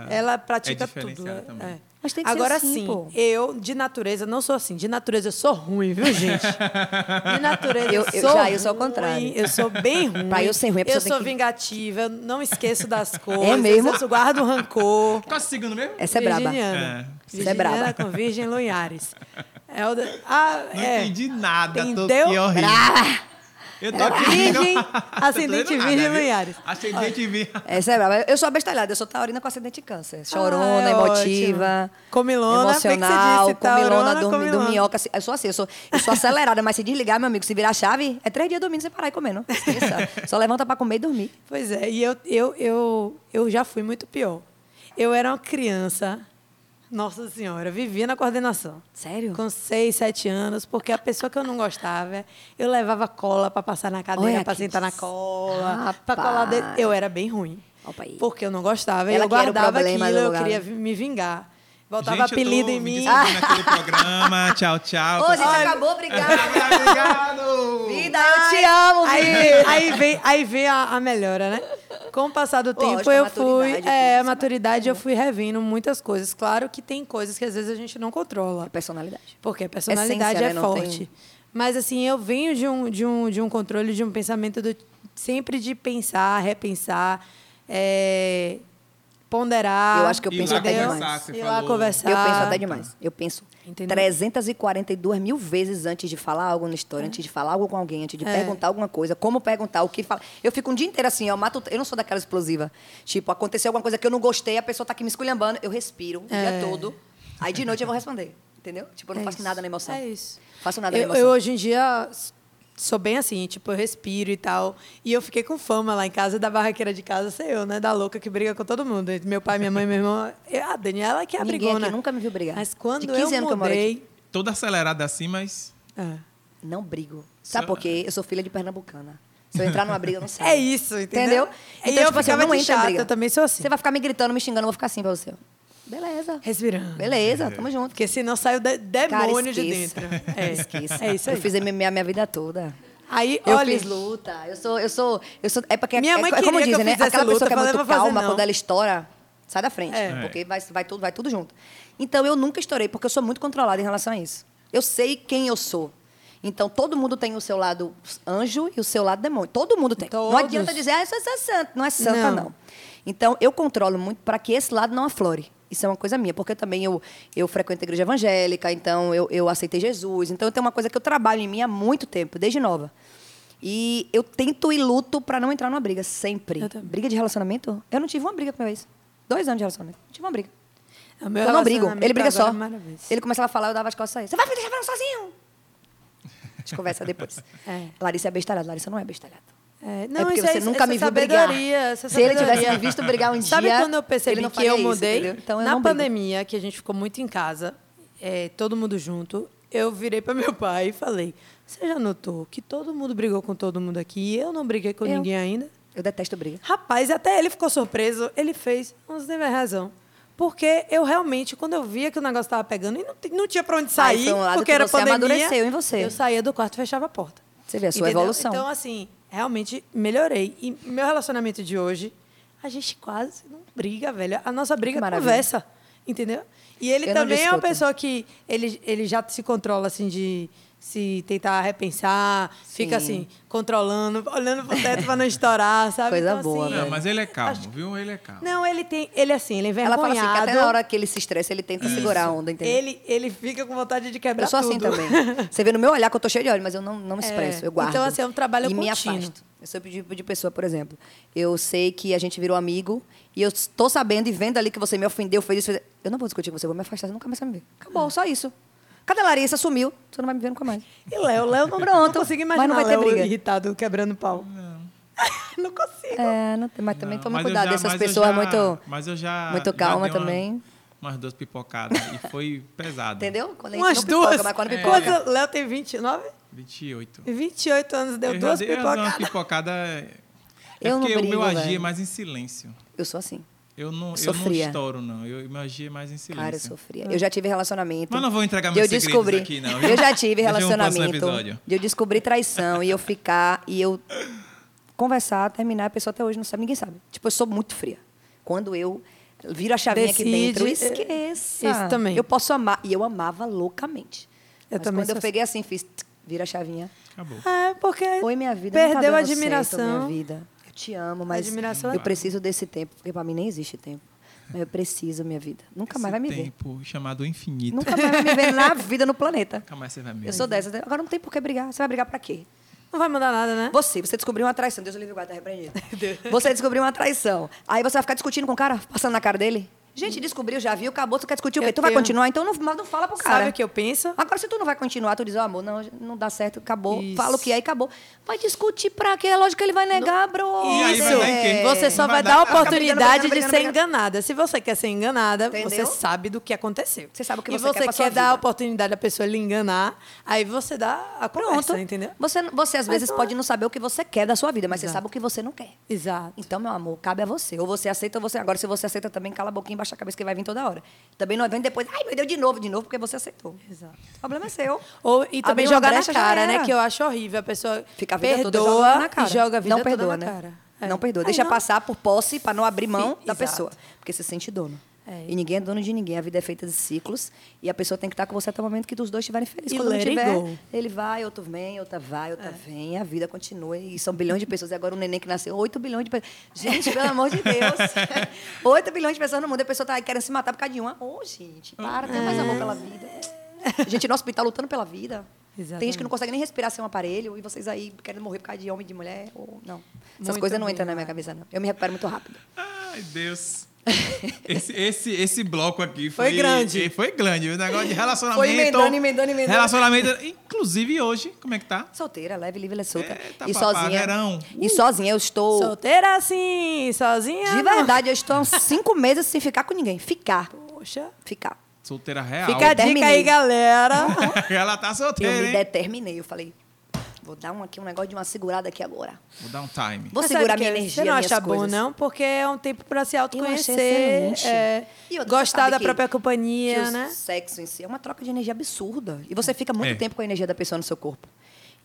Ela,
pratica
é
tudo.
diferenciada
né?
Também.
É.
Mas tem que ser
Agora
assim,
sim,
pô.
eu, de natureza, não sou assim. De natureza, eu sou ruim, viu, gente? De natureza, eu,
Eu- eu
sou
já- eu sou ao
ruim,
contrário.
Eu sou bem ruim.
Pra eu ser ruim, a
Eu
pessoa tem
sou
que- É
vingativa, eu não esqueço das coisas.
mesmo?
Eu guardo
Qual
rancor.
é o segundo mesmo?
Essa é braba.
Virginiana.
É, essa é braba.
Virginiana com Virgem Lunares. É o da- ah,
Não
é.
entendi nada. Tô
Entendeu? Ah! É
que horrível. Eu tô aqui.
Virgem,
Eu tô
ascendente
lendo nada,
virgem
viu?
Lunares.
Ascendente virgem.
Essa é brava. Eu sou abestalhada, eu sou taurina com acidente de câncer. Chorona,
Ah, é
emotiva.
ótimo. Comilona,
emocional,
bem que você disse, taurona,
comilona, dormi,
comilona.
dorminhoca. Eu sou assim, eu sou, eu sou acelerada, mas se desligar, meu amigo, se virar a chave, é três dias dormindo sem parar e comer, não esqueça. Só levanta pra comer e dormir.
Pois é, e eu, eu, eu, eu já fui muito pior. Eu era uma criança, nossa senhora, vivia na coordenação.
Sério?
Com seis, sete anos, porque a pessoa que eu não gostava, eu levava cola para passar na cadeira,
Olha
para
que
sentar na
des-
cola, para
Rapaz.
colar. De... Eu era bem ruim.
Opa aí.
Porque eu não gostava,
Ela
eu
que era o
guardava
problema
aquilo,
do
eu
lugar.
queria vi- me vingar. Voltava
Gente,
apelido em
eu tô me
mim.
despedindo daquele programa. Tchau, tchau.
Ô, gente,
pessoal.
acabou, obrigada.
Obrigado.
Vida, eu te amo,
Aí,
vida.
aí vem, aí vem a, a melhora, né? Com o passar do tempo,
Lógico, a
eu fui.
maturidade, né?
É,
tudo
a
isso,
maturidade, eu fui revindo muitas coisas. Claro que tem coisas que às vezes a gente não controla.
Personalidade.
Porque a personalidade
Essência,
é
né? Não
forte.
tem-
Mas assim, eu venho de um, de um, de um controle, de um pensamento do, sempre de pensar, repensar, é, ponderar.
Eu acho que eu
E
penso
lá
até
entendeu?
conversar,
demais.
você
Ir lá
falou.
conversar.
Eu penso até demais. Eu penso
Entendeu?
342 mil vezes antes de falar algo na
É.
história, antes de falar algo com alguém, antes de perguntar alguma coisa, como perguntar, o que falar. Eu fico um dia inteiro assim, eu mato. Eu não sou daquela explosiva. Tipo, aconteceu alguma coisa que eu não gostei, a pessoa tá aqui me esculhambando, eu respiro o
É.
dia todo. Aí de noite eu vou responder. Entendeu? Tipo, eu não
É
faço
isso.
nada na emoção.
É isso.
Faço nada
eu,
na emoção.
eu hoje em dia s- sou bem assim, tipo, eu respiro e tal. E eu fiquei com fama lá em casa da barraqueira de casa, sei eu, né? Da louca que briga com todo mundo. Meu pai, minha mãe, meu irmão. Eu, a Daniela que é a
Ninguém
brigona.
aqui nunca me viu brigar.
Mas quando
De 15
eu
anos que eu moro
mudei...
aqui.
Toda acelerada assim, mas.
Ah.
Não brigo. Sabe
Só-
por quê? Eu sou filha de pernambucana. Se eu entrar numa briga, eu não saio.
É isso, entendeu?
Tá. Entendeu? Então, tipo assim,
E eu ficava de
entro em
chata,
briga.
eu também sou assim.
Você vai ficar me gritando, me xingando, eu vou ficar assim pra você. ó. Beleza.
Respirando.
Beleza, tamo junto.
Porque senão sai o de-
Cara,
demônio É de
esqueça.
dentro. É,
Esqueça.
É isso aí.
Eu fiz MMA a minha vida toda.
Aí,
Eu
olha,
fiz luta. Eu sou, eu sou, eu sou. É porque
Minha
é,
mãe
é como
queria que eu
dizem, né?
fizesse
Aquela
luta,
pessoa que é
eu falei,
muito
"Vai fazer
calma
não."
quando ela estoura, sai da frente,
É.
porque vai, vai tudo, vai tudo junto. Então eu nunca estourei porque eu sou muito controlada em relação a isso. Eu sei quem eu sou. Então todo mundo tem o seu lado anjo e o seu lado demônio. Todo mundo tem.
Todos.
Não adianta dizer, ah, isso é santo. Não é santa
Não.
não. Então, eu controlo muito para que esse lado não aflore. Isso é uma coisa minha, porque também eu, eu frequento a igreja evangélica, então eu, eu aceitei Jesus. Então, tem uma coisa que eu trabalho em mim há muito tempo, desde nova. E eu tento e luto para não entrar numa briga, sempre.
Eu também.
Briga de relacionamento? Eu não tive uma briga com meu ex. Dois anos de relacionamento. Não tive uma briga.
o meu
eu não brigo.
relacionamento
Ele briga
agora
só.
é maravilhoso.
Ele começava a falar, eu dava as costas a ele. Você vai me deixar falando sozinho? A gente conversa depois.
É.
Larissa é bestalhada. Larissa não é bestalhada.
É,
É
não,
porque
isso
você
é,
nunca
essa
me viu
sabedoria,
brigar.
Essa
Se ele tivesse
sabedoria.
me visto brigar um
Sabe
dia,
quando eu percebi
ele não
que
faria
eu
isso,
mudei?
entendeu? Então eu
na
não brigo.
pandemia, que a gente ficou muito em casa, é, todo mundo junto, eu virei para meu pai e falei: Você já notou que todo mundo brigou com todo mundo aqui e eu não briguei com
Eu.
ninguém ainda?
Eu detesto briga.
Rapaz, até ele ficou surpreso. Ele fez, "Não, você teve razão. Porque eu realmente, quando eu via que o negócio estava pegando, e não, t- não tinha para onde
Aí
sair,
foi um lado
porque
que
era
você
pandemia.
amadureceu em você.
Eu saía do quarto e fechava a porta.
Você vê a sua
Entendeu?
evolução.
Então, assim, realmente melhorei. E meu relacionamento de hoje, a gente quase não briga, velho. A nossa briga
Que
é
maravilha.
conversa. Entendeu? E ele
Eu não
também é uma
discuto.
pessoa que ele, ele já se controla, assim, de se tentar repensar, fica assim,
Sim.
controlando, olhando pro teto para não estourar, sabe?
Coisa
Então,
boa,
assim,
Não,
velho.
mas ele é calmo, viu? Ele é calmo.
não, ele tem. Ele assim, ele é
Ela
envergonhado.
fala assim, que até na hora que ele se estressa, ele tenta segurar a onda, entendeu?
Ele, ele fica com vontade de quebrar
Eu sou assim
tudo.
também. Você vê no meu olhar que eu tô cheia de olho, mas eu não, não me expresso,
É.
eu guardo.
Então, assim, é um trabalho
E me
contínuo.
afasto. Eu sou tipo de pessoa, por exemplo. Eu sei que a gente virou amigo e eu tô sabendo e vendo ali que você me ofendeu, fez isso, fez... Eu não vou discutir com você, eu vou me afastar, você nunca mais vai me ver. Acabou, só isso. Cadê a Larissa? Sumiu. Você não vai me ver nunca mais.
E Léo, Léo não, não
Pronto.
consigo
Mas
imaginar
não vai ter
Léo
briga.
irritado quebrando pau. Não, consigo.
É, não tem- mas também
Não,
toma
mas eu
cuidado.
já-
Essas
mas eu
pessoas
já-
muito...
Mas eu já.
muito
já
calma
dei uma-
também.
Umas duas pipocadas. e foi pesado.
Entendeu? Quando a gente
Umas
não pipoca,
duas.
mas
É.
quando pipoca...
Quando Léo tem 29,
28.
28 anos, deu
eu
duas
já dei umas
pipocadas.
pipocadas. É
Eu não
porque o
brigo,
meu agir é
velho.
mais em silêncio.
Eu sou assim.
Eu não, eu não
Sofria.
estouro, não. Eu imagino mais em silêncio.
Cara, eu sofria. Eu já tive relacionamento.
Mas não vou entregar
de
meus
eu
segredos
descobri,
aqui, não, viu?
Eu já
Deixa
tive
eu pro próximo
relacionamento.
episódio.
De eu descobrir traição e eu ficar e eu conversar, terminar, a pessoa até hoje não sabe, ninguém sabe. Tipo, eu sou muito fria. Quando eu viro a chavinha
Decide,
aqui dentro,
é,
esqueça.
isso também.
Eu posso amar. E eu amava loucamente.
Eu
Mas
também
quando
sou
eu peguei assim, fiz tsk, vira a chavinha.
Acabou.
Ah,
É, porque
Oi, minha vida. não tá
perdeu a
dando certo,
admiração.
minha vida. Eu te amo, mas
Admiração é-
eu preciso desse tempo, porque pra mim nem existe tempo. Mas eu preciso, minha vida. Nunca mais vai me
Esse
ver.
tempo chamado infinito.
Nunca mais vai me ver na vida no planeta.
Nunca mais você vai me
Eu sou dessa. Agora não tem por que brigar. Você vai brigar pra quê?
Não vai mandar nada, né?
Você, você descobriu uma traição. Deus o livre guarda, tá repreendido. Você descobriu uma traição. Aí você vai ficar discutindo com o cara, passando na cara dele? Gente, descobriu, já viu, acabou, tu quer discutir o
Eu
quê? Tu vai
tenho-
continuar, então não, mas não fala pro cara.
Sabe o que eu penso?
Agora, se tu não vai continuar, tu diz, ó, amor, não, não dá certo, acabou.
Isso.
Fala o que é e acabou. Vai discutir pra quê? É lógico que ele vai negar, bro. É,
E aí vai dar em quê?
Você
Não
só
vai
vai, dar a
dar nada.
oportunidade
Fica brigando, brigando,
de ser
brigando,
enganada. Se você quer ser enganada,
Entendeu?
você sabe do que aconteceu.
Você sabe o que
e
você quer
você
pra sua
dar a
vida.
oportunidade da pessoa lhe enganar, aí você dá a conversa,
Pronto.
entendeu?
Você, você às
Mas
vezes
não é.
pode não saber o que você quer da sua vida, mas
Exato.
você sabe o que você não quer.
Exato.
Então, meu amor, cabe a você. Ou você aceita ou você. Agora, se você aceita também, cala a boquinha e baixa a cabeça que vai vir toda hora. Também não é vem depois, ai meu Deus, de novo, de novo, porque você aceitou.
Exato.
O problema é seu.
Ou, e também
Abriu
jogar
uma
na
brecha, já
cara, né?
era.
Que eu acho horrível. A pessoa
Fica a vida
perdoa
toda jogando na cara.
e joga a vida
Não
toda
perdoa,
na
né?
cara. É.
Não perdoa.
Aí
Deixa
não-
passar por posse para não abrir mão
Sim,
da
exato.
pessoa. Porque se sente dono.
É.
E ninguém é dono de ninguém. A vida é feita de ciclos. E a pessoa tem que estar com você até o momento que os dois estiverem felizes.
E
Quando não
let it
tiver,
go.
ele vai, outro vem, outra vai,
É.
outra vem. A vida continua. E são bilhões de pessoas. E agora o neném que nasceu, 8 bilhões de pessoas. Gente, pelo amor de Deus. 8 bilhões de pessoas no mundo. E a pessoa tá aí querendo se matar por causa de uma. Ô, gente, para. Tem mais amor pela vida. Gente, no hospital tá lutando pela vida. Tem gente
É. Exatamente.
que não consegue nem respirar sem um aparelho e vocês aí querendo morrer por causa de homem, de mulher, ou não. Essas
Muito
coisas não
bem, né?
entram na minha cabeça, não. Eu me recupero muito rápido.
Ai, Deus. Esse, esse, esse bloco aqui foi,
Foi grande.
eh, Foi grande. O negócio de relacionamento.
Foi emendando, emendando, emendando.
Relacionamento. Inclusive hoje, como é que tá?
Solteira, leve, livre, ela é solta.
Eita,
e
papá,
sozinha.
verão.
E sozinha eu estou.
Solteira assim, sozinha.
De
não.
verdade, eu estou há uns cinco meses sem ficar com ninguém. Ficar.
Poxa.
Ficar.
Solteira real.
Fica a dica aí,
terminei.
galera.
Ela tá
Eu
solteira,
me
hein?
determinei. Eu falei, vou dar um aqui, um negócio de uma segurada aqui agora.
Vou dar um time.
Vou
Mas sabe
segurar
o que
minha
é?
energia,
Você não
minhas
acha bom,
coisas.
não? Porque é um tempo pra se autoconhecer,
Eu achei
é,
E outra,
gostar
sabe
da
que-
própria
que
companhia,
o
né?
sexo em si é uma troca de energia absurda. E você fica muito
É.
tempo com a energia da pessoa no seu corpo.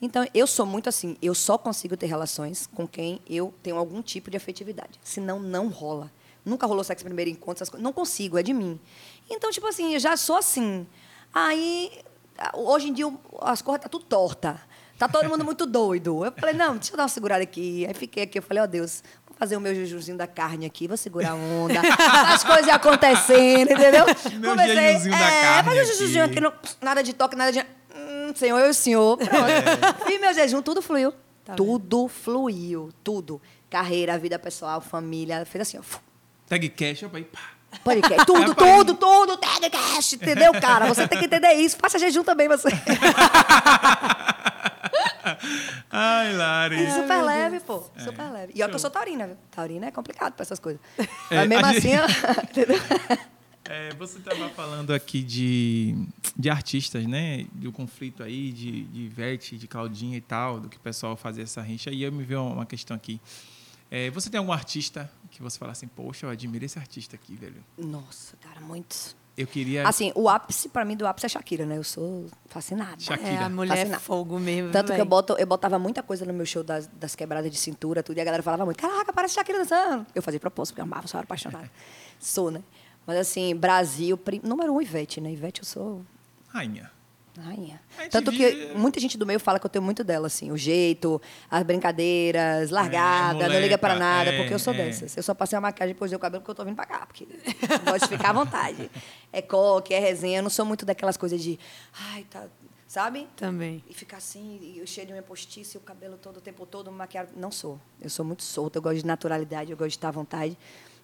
Então, eu sou muito assim, eu só consigo ter relações com quem eu tenho algum tipo de afetividade. Senão, não rola. Nunca rolou sexo primeiro encontro, essas coisas. Não consigo, é de mim. Então, tipo assim, eu já sou assim. Aí, a- hoje em dia, eu- as coisas tá tudo torta. Tá todo mundo muito doido. Eu falei, não, deixa eu dar uma segurada aqui. Aí fiquei aqui, eu falei, ó Deus, vou fazer o meu jejuzinho da carne aqui, vou segurar a onda. As coisas acontecendo, entendeu?
Meu
Comecei,
jejuzinho da
é,
um carne
Faz o jejuzinho
aqui.
aqui, não- nada de toque, nada de. Hum, senhor, eu e o senhor.
É.
Pronto. E meu jejum, tudo fluiu. tudo fluiu, tudo. Carreira, vida pessoal, família. Fez assim, ó. fu,
Tag cash, opa, aí, pá.
Podcast. Tudo,
Rapaz.
tudo, tudo. Tag cash, entendeu, cara? Você tem que entender isso. Faça jejum também, você.
É Ai, Lari.
Super leve, pô. Super leve. E olha que eu
É. Show.
sou taurina, viu? Taurina é complicado pra essas coisas.
É,
Mas mesmo
a
assim,
gente-
ó, entendeu?
É, você estava falando aqui de, de artistas, né? Do conflito aí, de, de Ivete, de Claudinha e tal, do que o pessoal fazia essa rincha. E eu me veio uma questão aqui. É, você tem algum artista que você fala assim, poxa, eu admiro esse artista aqui, velho.
Nossa, cara, muitos.
Eu queria.
Assim, o ápice, pra mim, do ápice é Shakira, né? Eu sou fascinada.
Shakira.
É, a mulher é
Fascinada.
fogo mesmo.
Tanto que
velho.
eu, boto, eu botava muita coisa no meu show das, das quebradas de cintura, tudo, e a galera falava muito, caraca, parece Shakira dançando. Eu fazia propósito, porque eu amava, sou apaixonada. sou, né? Mas assim, Brasil, prim- número um, Ivete, né? Ivete, eu sou
Rainha.
rainha.
A gente
Tanto que
vive-
muita gente do meio fala que eu tenho muito dela, assim, o jeito, as brincadeiras, largada, não
É, moleca,
liga pra nada,
é,
porque eu sou
é.
dessas. Eu só passei a maquiagem depois do cabelo porque eu tô vindo pra cá, porque pode ficar à vontade. É coque, é resenha, eu não sou muito daquelas coisas de, ai, tá, sabe?
Também.
E ficar assim, e eu cheio de minha postiça, e o cabelo todo o tempo todo, maquiado. Não sou. Eu sou muito solta, eu gosto de naturalidade, eu gosto de estar à vontade.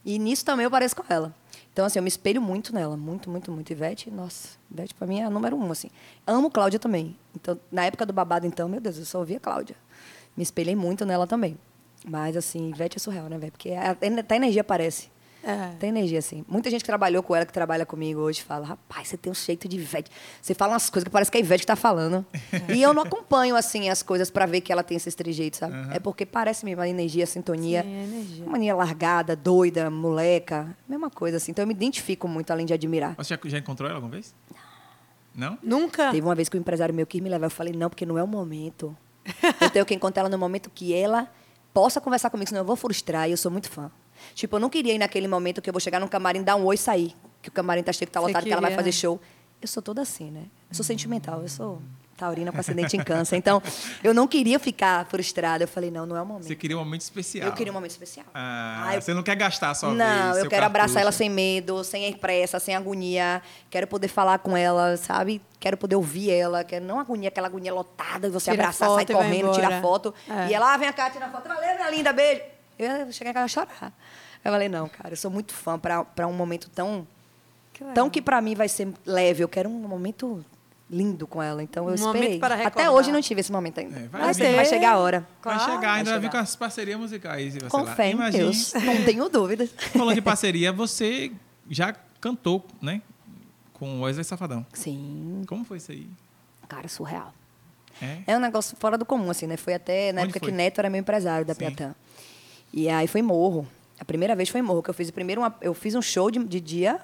E nisso também eu pareço com ela. Então, assim, eu me espelho muito nela. Muito, muito, muito. Ivete, nossa, Ivete pra mim é a número um, assim. Amo Cláudia também. Então, na época do babado, então, meu Deus, eu só ouvia Cláudia. Me espelhei muito nela também. Mas, assim, Ivete é surreal, né, velho? Porque a- até a é, energia aparece.
É.
Tem energia, assim. Muita gente que trabalhou com ela, que trabalha comigo hoje, fala: rapaz, você tem um jeito de Ivete. Você fala umas coisas que parece que é a Ivete que tá falando.
É.
E eu não acompanho, assim, as coisas para ver que ela tem esses trejeitos, sabe? É porque parece mesmo a energia, a sintonia.
Sim, é energia.
Uma mania largada, doida, moleca. Mesma coisa, assim. Então eu me identifico muito, além de admirar.
Você já, já encontrou ela alguma vez? Não.
Nunca?
Teve uma vez que o empresário meu quis me levar, eu falei, não, porque não é o momento. Eu tenho que encontrar ela no momento que ela possa conversar comigo, senão eu vou frustrar e eu sou muito fã. Tipo, eu não queria ir naquele momento que eu vou chegar num camarim, dar um oi e sair. Que o camarim tá cheio, que tá
Você
lotado, que ela vai
queria. né?
fazer show. Eu sou toda assim, né? Eu sou sentimental, eu sou taurina com acidente em câncer. Então, eu não queria ficar frustrada. Eu falei, não, não é o momento.
Você queria um momento especial.
Eu queria um momento especial.
Ah,
Ah, eu
Você não quer gastar só
não, eu quero abraçar ela sem medo, sem pressa, sem agonia. Quero poder falar com ela, sabe? Quero poder ouvir ela. Quero não agonia, aquela agonia lotada, você
Tira
abraçar,
foto
sai
e vai
correndo,
embora.
tira foto.
É.
E ela, ah, vem cá, tira foto. Valeu, minha linda, beijo. Eu cheguei em casa chorar. Eu falei, não, cara, eu sou muito fã pra, pra um momento tão...
É.
Tão que pra mim vai ser leve. Eu quero um momento lindo com ela. Então eu
Um momento
esperei.
para
Até
recordar.
hoje não tive esse momento ainda.
É, vai
mas
vir.
vai chegar a hora.
Vai
Claro,
chegar, ainda
vai
vai vir
chegar.
com as parcerias musicais. e vai ser
Com
lá.
fé em
Imagine-
Deus. Não tenho dúvidas.
Falando de parceria, você já cantou, né? Com o Wesley Safadão.
Sim,
Como foi isso aí?
cara, surreal.
É?
É um negócio fora do comum, assim, né? Foi até na
Onde
época
foi?
que Neto era meu empresário da
Sim.
Piatã. E aí foi em Morro. A primeira vez foi em Morro que eu fiz. o Primeiro uma- eu fiz um show de, de dia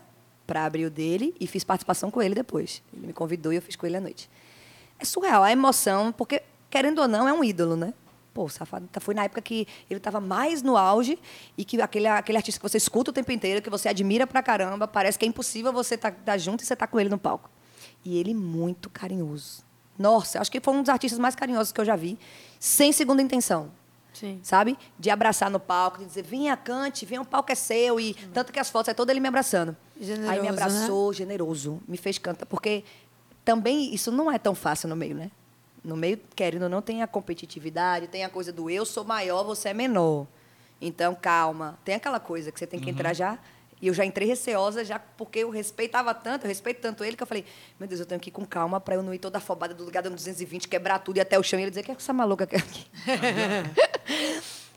para abrir o dele e fiz participação com ele depois. Ele me convidou e eu fiz com ele à noite. É surreal a emoção, porque, querendo ou não, é um ídolo, né? Pô, o safado. tá- Foi na época que ele estava mais no auge e que aquele, aquele artista que você escuta o tempo inteiro, que você admira pra caramba, parece que é impossível você estar junto e você tá com ele no palco. E ele muito carinhoso. Nossa, acho que foi um dos artistas mais carinhosos que eu já vi, sem segunda intenção.
Sim.
Sabe? De abraçar no palco, de dizer, vinha, cante, vinha, o palco é seu. E tanto que as fotos é todo ele me abraçando.
Uhum. Generoso, né?
Aí me abraçou, generoso, me fez cantar. Porque também isso não é tão fácil no meio, né? No meio, querendo ou não, tem a competitividade, tem a coisa do eu sou maior, você é menor. Então, calma. Tem aquela coisa que você tem
Uhum.
que entrar já. E eu já entrei receosa, já porque eu respeitava tanto, eu respeito tanto ele, que eu falei, meu Deus, eu tenho que ir com calma pra eu não ir toda afobada do lugar dando 220, quebrar tudo e até o chão. E ele dizer, o que é que essa maluca quer aqui?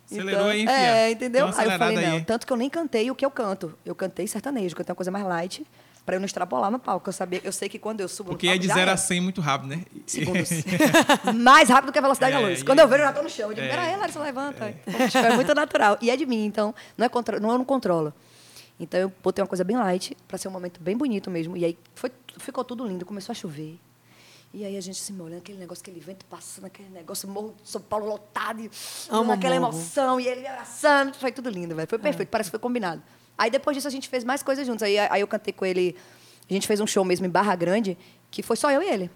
Acelerou
Então,
aí, enfia.
É, entendeu?
Deu uma
Aí eu falei,
acelerada
não. tá
aí.
Tanto que eu nem cantei o que eu canto. Eu cantei sertanejo, cantei uma coisa mais light, pra eu não extrapolar no palco. Eu, sabia, eu sei que quando eu subo
Porque
no
é
palco...
de
já
0
é.
a 100 muito rápido, né?
Segundos. mais rápido que a velocidade
É,
da luz.
e-
Quando eu vejo, eu já tô no chão. Eu digo,
é.
peraí, Larissa, levanta. Tipo, É. muito natural. E é de mim, então não é contro... não, eu não controlo. Então eu botei uma coisa bem light pra ser um momento bem bonito mesmo. E aí foi- ficou tudo lindo, começou a chover. E aí a gente se molhando, aquele negócio, aquele vento passando, aquele negócio, morro de São Paulo lotado, e
Amo
aquela
morro. É.
emoção, e ele me abraçando, foi tudo lindo, velho. Foi perfeito, parece que foi combinado. Aí depois disso a gente fez mais coisas juntos. Aí, aí eu cantei com ele, a gente fez um show mesmo em Barra Grande, que foi só eu e ele.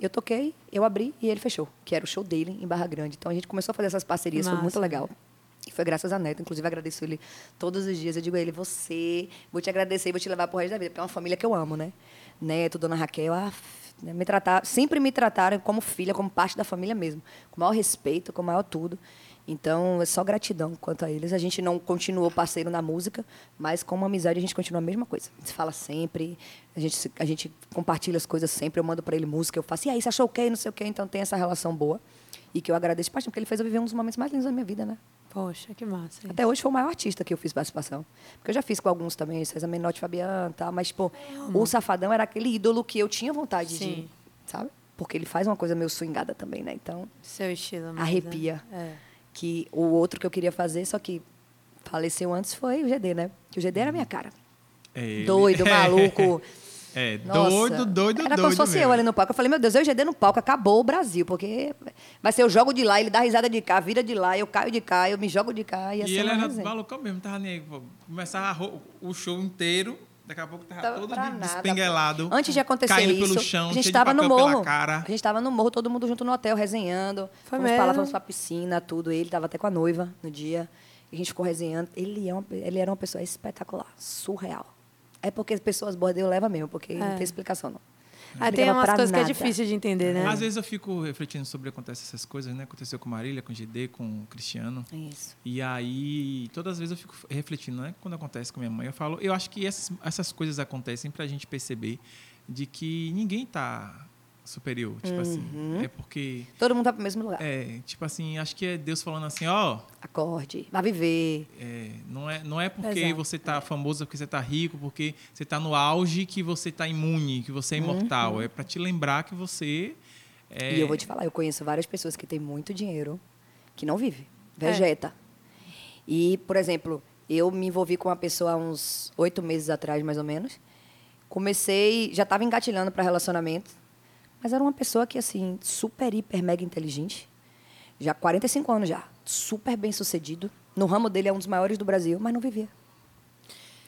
Eu toquei, eu abri e ele fechou, que era o show dele em Barra Grande. Então a gente começou a fazer essas parcerias, foi muito
Massa.
legal. E foi graças a Neto. Inclusive, agradeço ele todos os dias. Eu digo a ele, você, vou te agradecer e vou te levar pro resto da vida. Porque é uma família que eu amo, né? Neto, Dona Raquel, ah, f- né, me tratar, sempre me trataram como filha, como parte da família mesmo. Com o maior respeito, com o maior tudo. Então, é só gratidão quanto a eles. A gente não continuou parceiro na música, mas com uma amizade a gente continua a mesma coisa. Se fala sempre, a gente, se- a gente compartilha as coisas sempre. Eu mando para ele música, eu faço, e aí, você achou o quê? Não sei o quê. Então, tem essa relação boa. E que eu agradeço bastante, porque ele fez eu viver um dos momentos mais lindos da minha vida, né?
Poxa, que massa.
Até hoje foi o maior artista que eu fiz participação. Porque eu já fiz com alguns também, César Menotti, Fabiano, tá? Mas, tipo, o Safadão era aquele ídolo que eu tinha vontade
Sim.
de, sabe? Porque ele faz uma coisa meio swingada também, né? Então,
Seu estilo. mais,
arrepia.
né?
Que o outro que eu queria fazer, só que faleceu antes, foi o GD, né? Que o GD era a minha cara.
É ele.
Doido, maluco.
É,
Nossa,
doido, doido,
Era
doido
como se fosse
mesmo.
eu ali no palco. Eu falei, meu Deus, eu e o GD no palco, acabou o Brasil, porque vai ser eu jogo de lá, ele dá risada de cá, vira de lá, eu caio de cá, eu me jogo de cá. assim Ia
E
ser
ele
uma
era
resenha.
malucão mesmo, tava nem aí. Pô. Começava a ro- o show inteiro, daqui a pouco tava
Tava
Tá todo
pra
de-
nada,
despenguelado.
pô. Antes de acontecer
caindo
isso,
pelo chão,
a
cheio
gente
de
tava no
papel
morro.
pela cara.
A gente tava no morro, todo mundo junto no hotel, resenhando.
Foi
fomos pra lá,
mesmo?
fomos pra piscina, tudo. Ele tava até com a noiva no dia. A gente ficou resenhando. Ele, é uma- ele era uma pessoa espetacular, surreal. É porque as pessoas boas eu leva mesmo, porque não tem explicação, não.
É. Ah,
Não
tem
ligava
umas
pra
coisas que
nada.
é difícil de entender, né?
Às vezes eu fico refletindo sobre acontece essas coisas, né? Aconteceu com Marília, com GD, com o Cristiano.
É Isso.
E aí, todas as vezes eu fico refletindo, né? Quando acontece com minha mãe, eu falo, eu acho que essas, essas coisas acontecem pra gente perceber de que ninguém tá superior. Tipo
Uhum.
assim, é porque.
Todo mundo vai pro mesmo lugar.
É, tipo assim, acho que é Deus falando assim, ó.
Acorde, vai viver.
É, não, é, não é porque
Exato.
você tá famoso, porque você tá rico, porque você tá no auge que você tá imune, que você é imortal. É para te lembrar que você é
Uhum. E eu vou te falar, eu conheço várias pessoas que têm muito dinheiro que não vive,
É.
vegeta. E, por exemplo, eu me envolvi com uma pessoa há uns oito meses atrás, mais ou menos. Comecei, já estava engatilhando para relacionamento, mas era uma pessoa que, assim, super, hiper, mega inteligente. Já 45 anos já, super bem sucedido. No ramo dele é um dos maiores do Brasil, mas não vivia.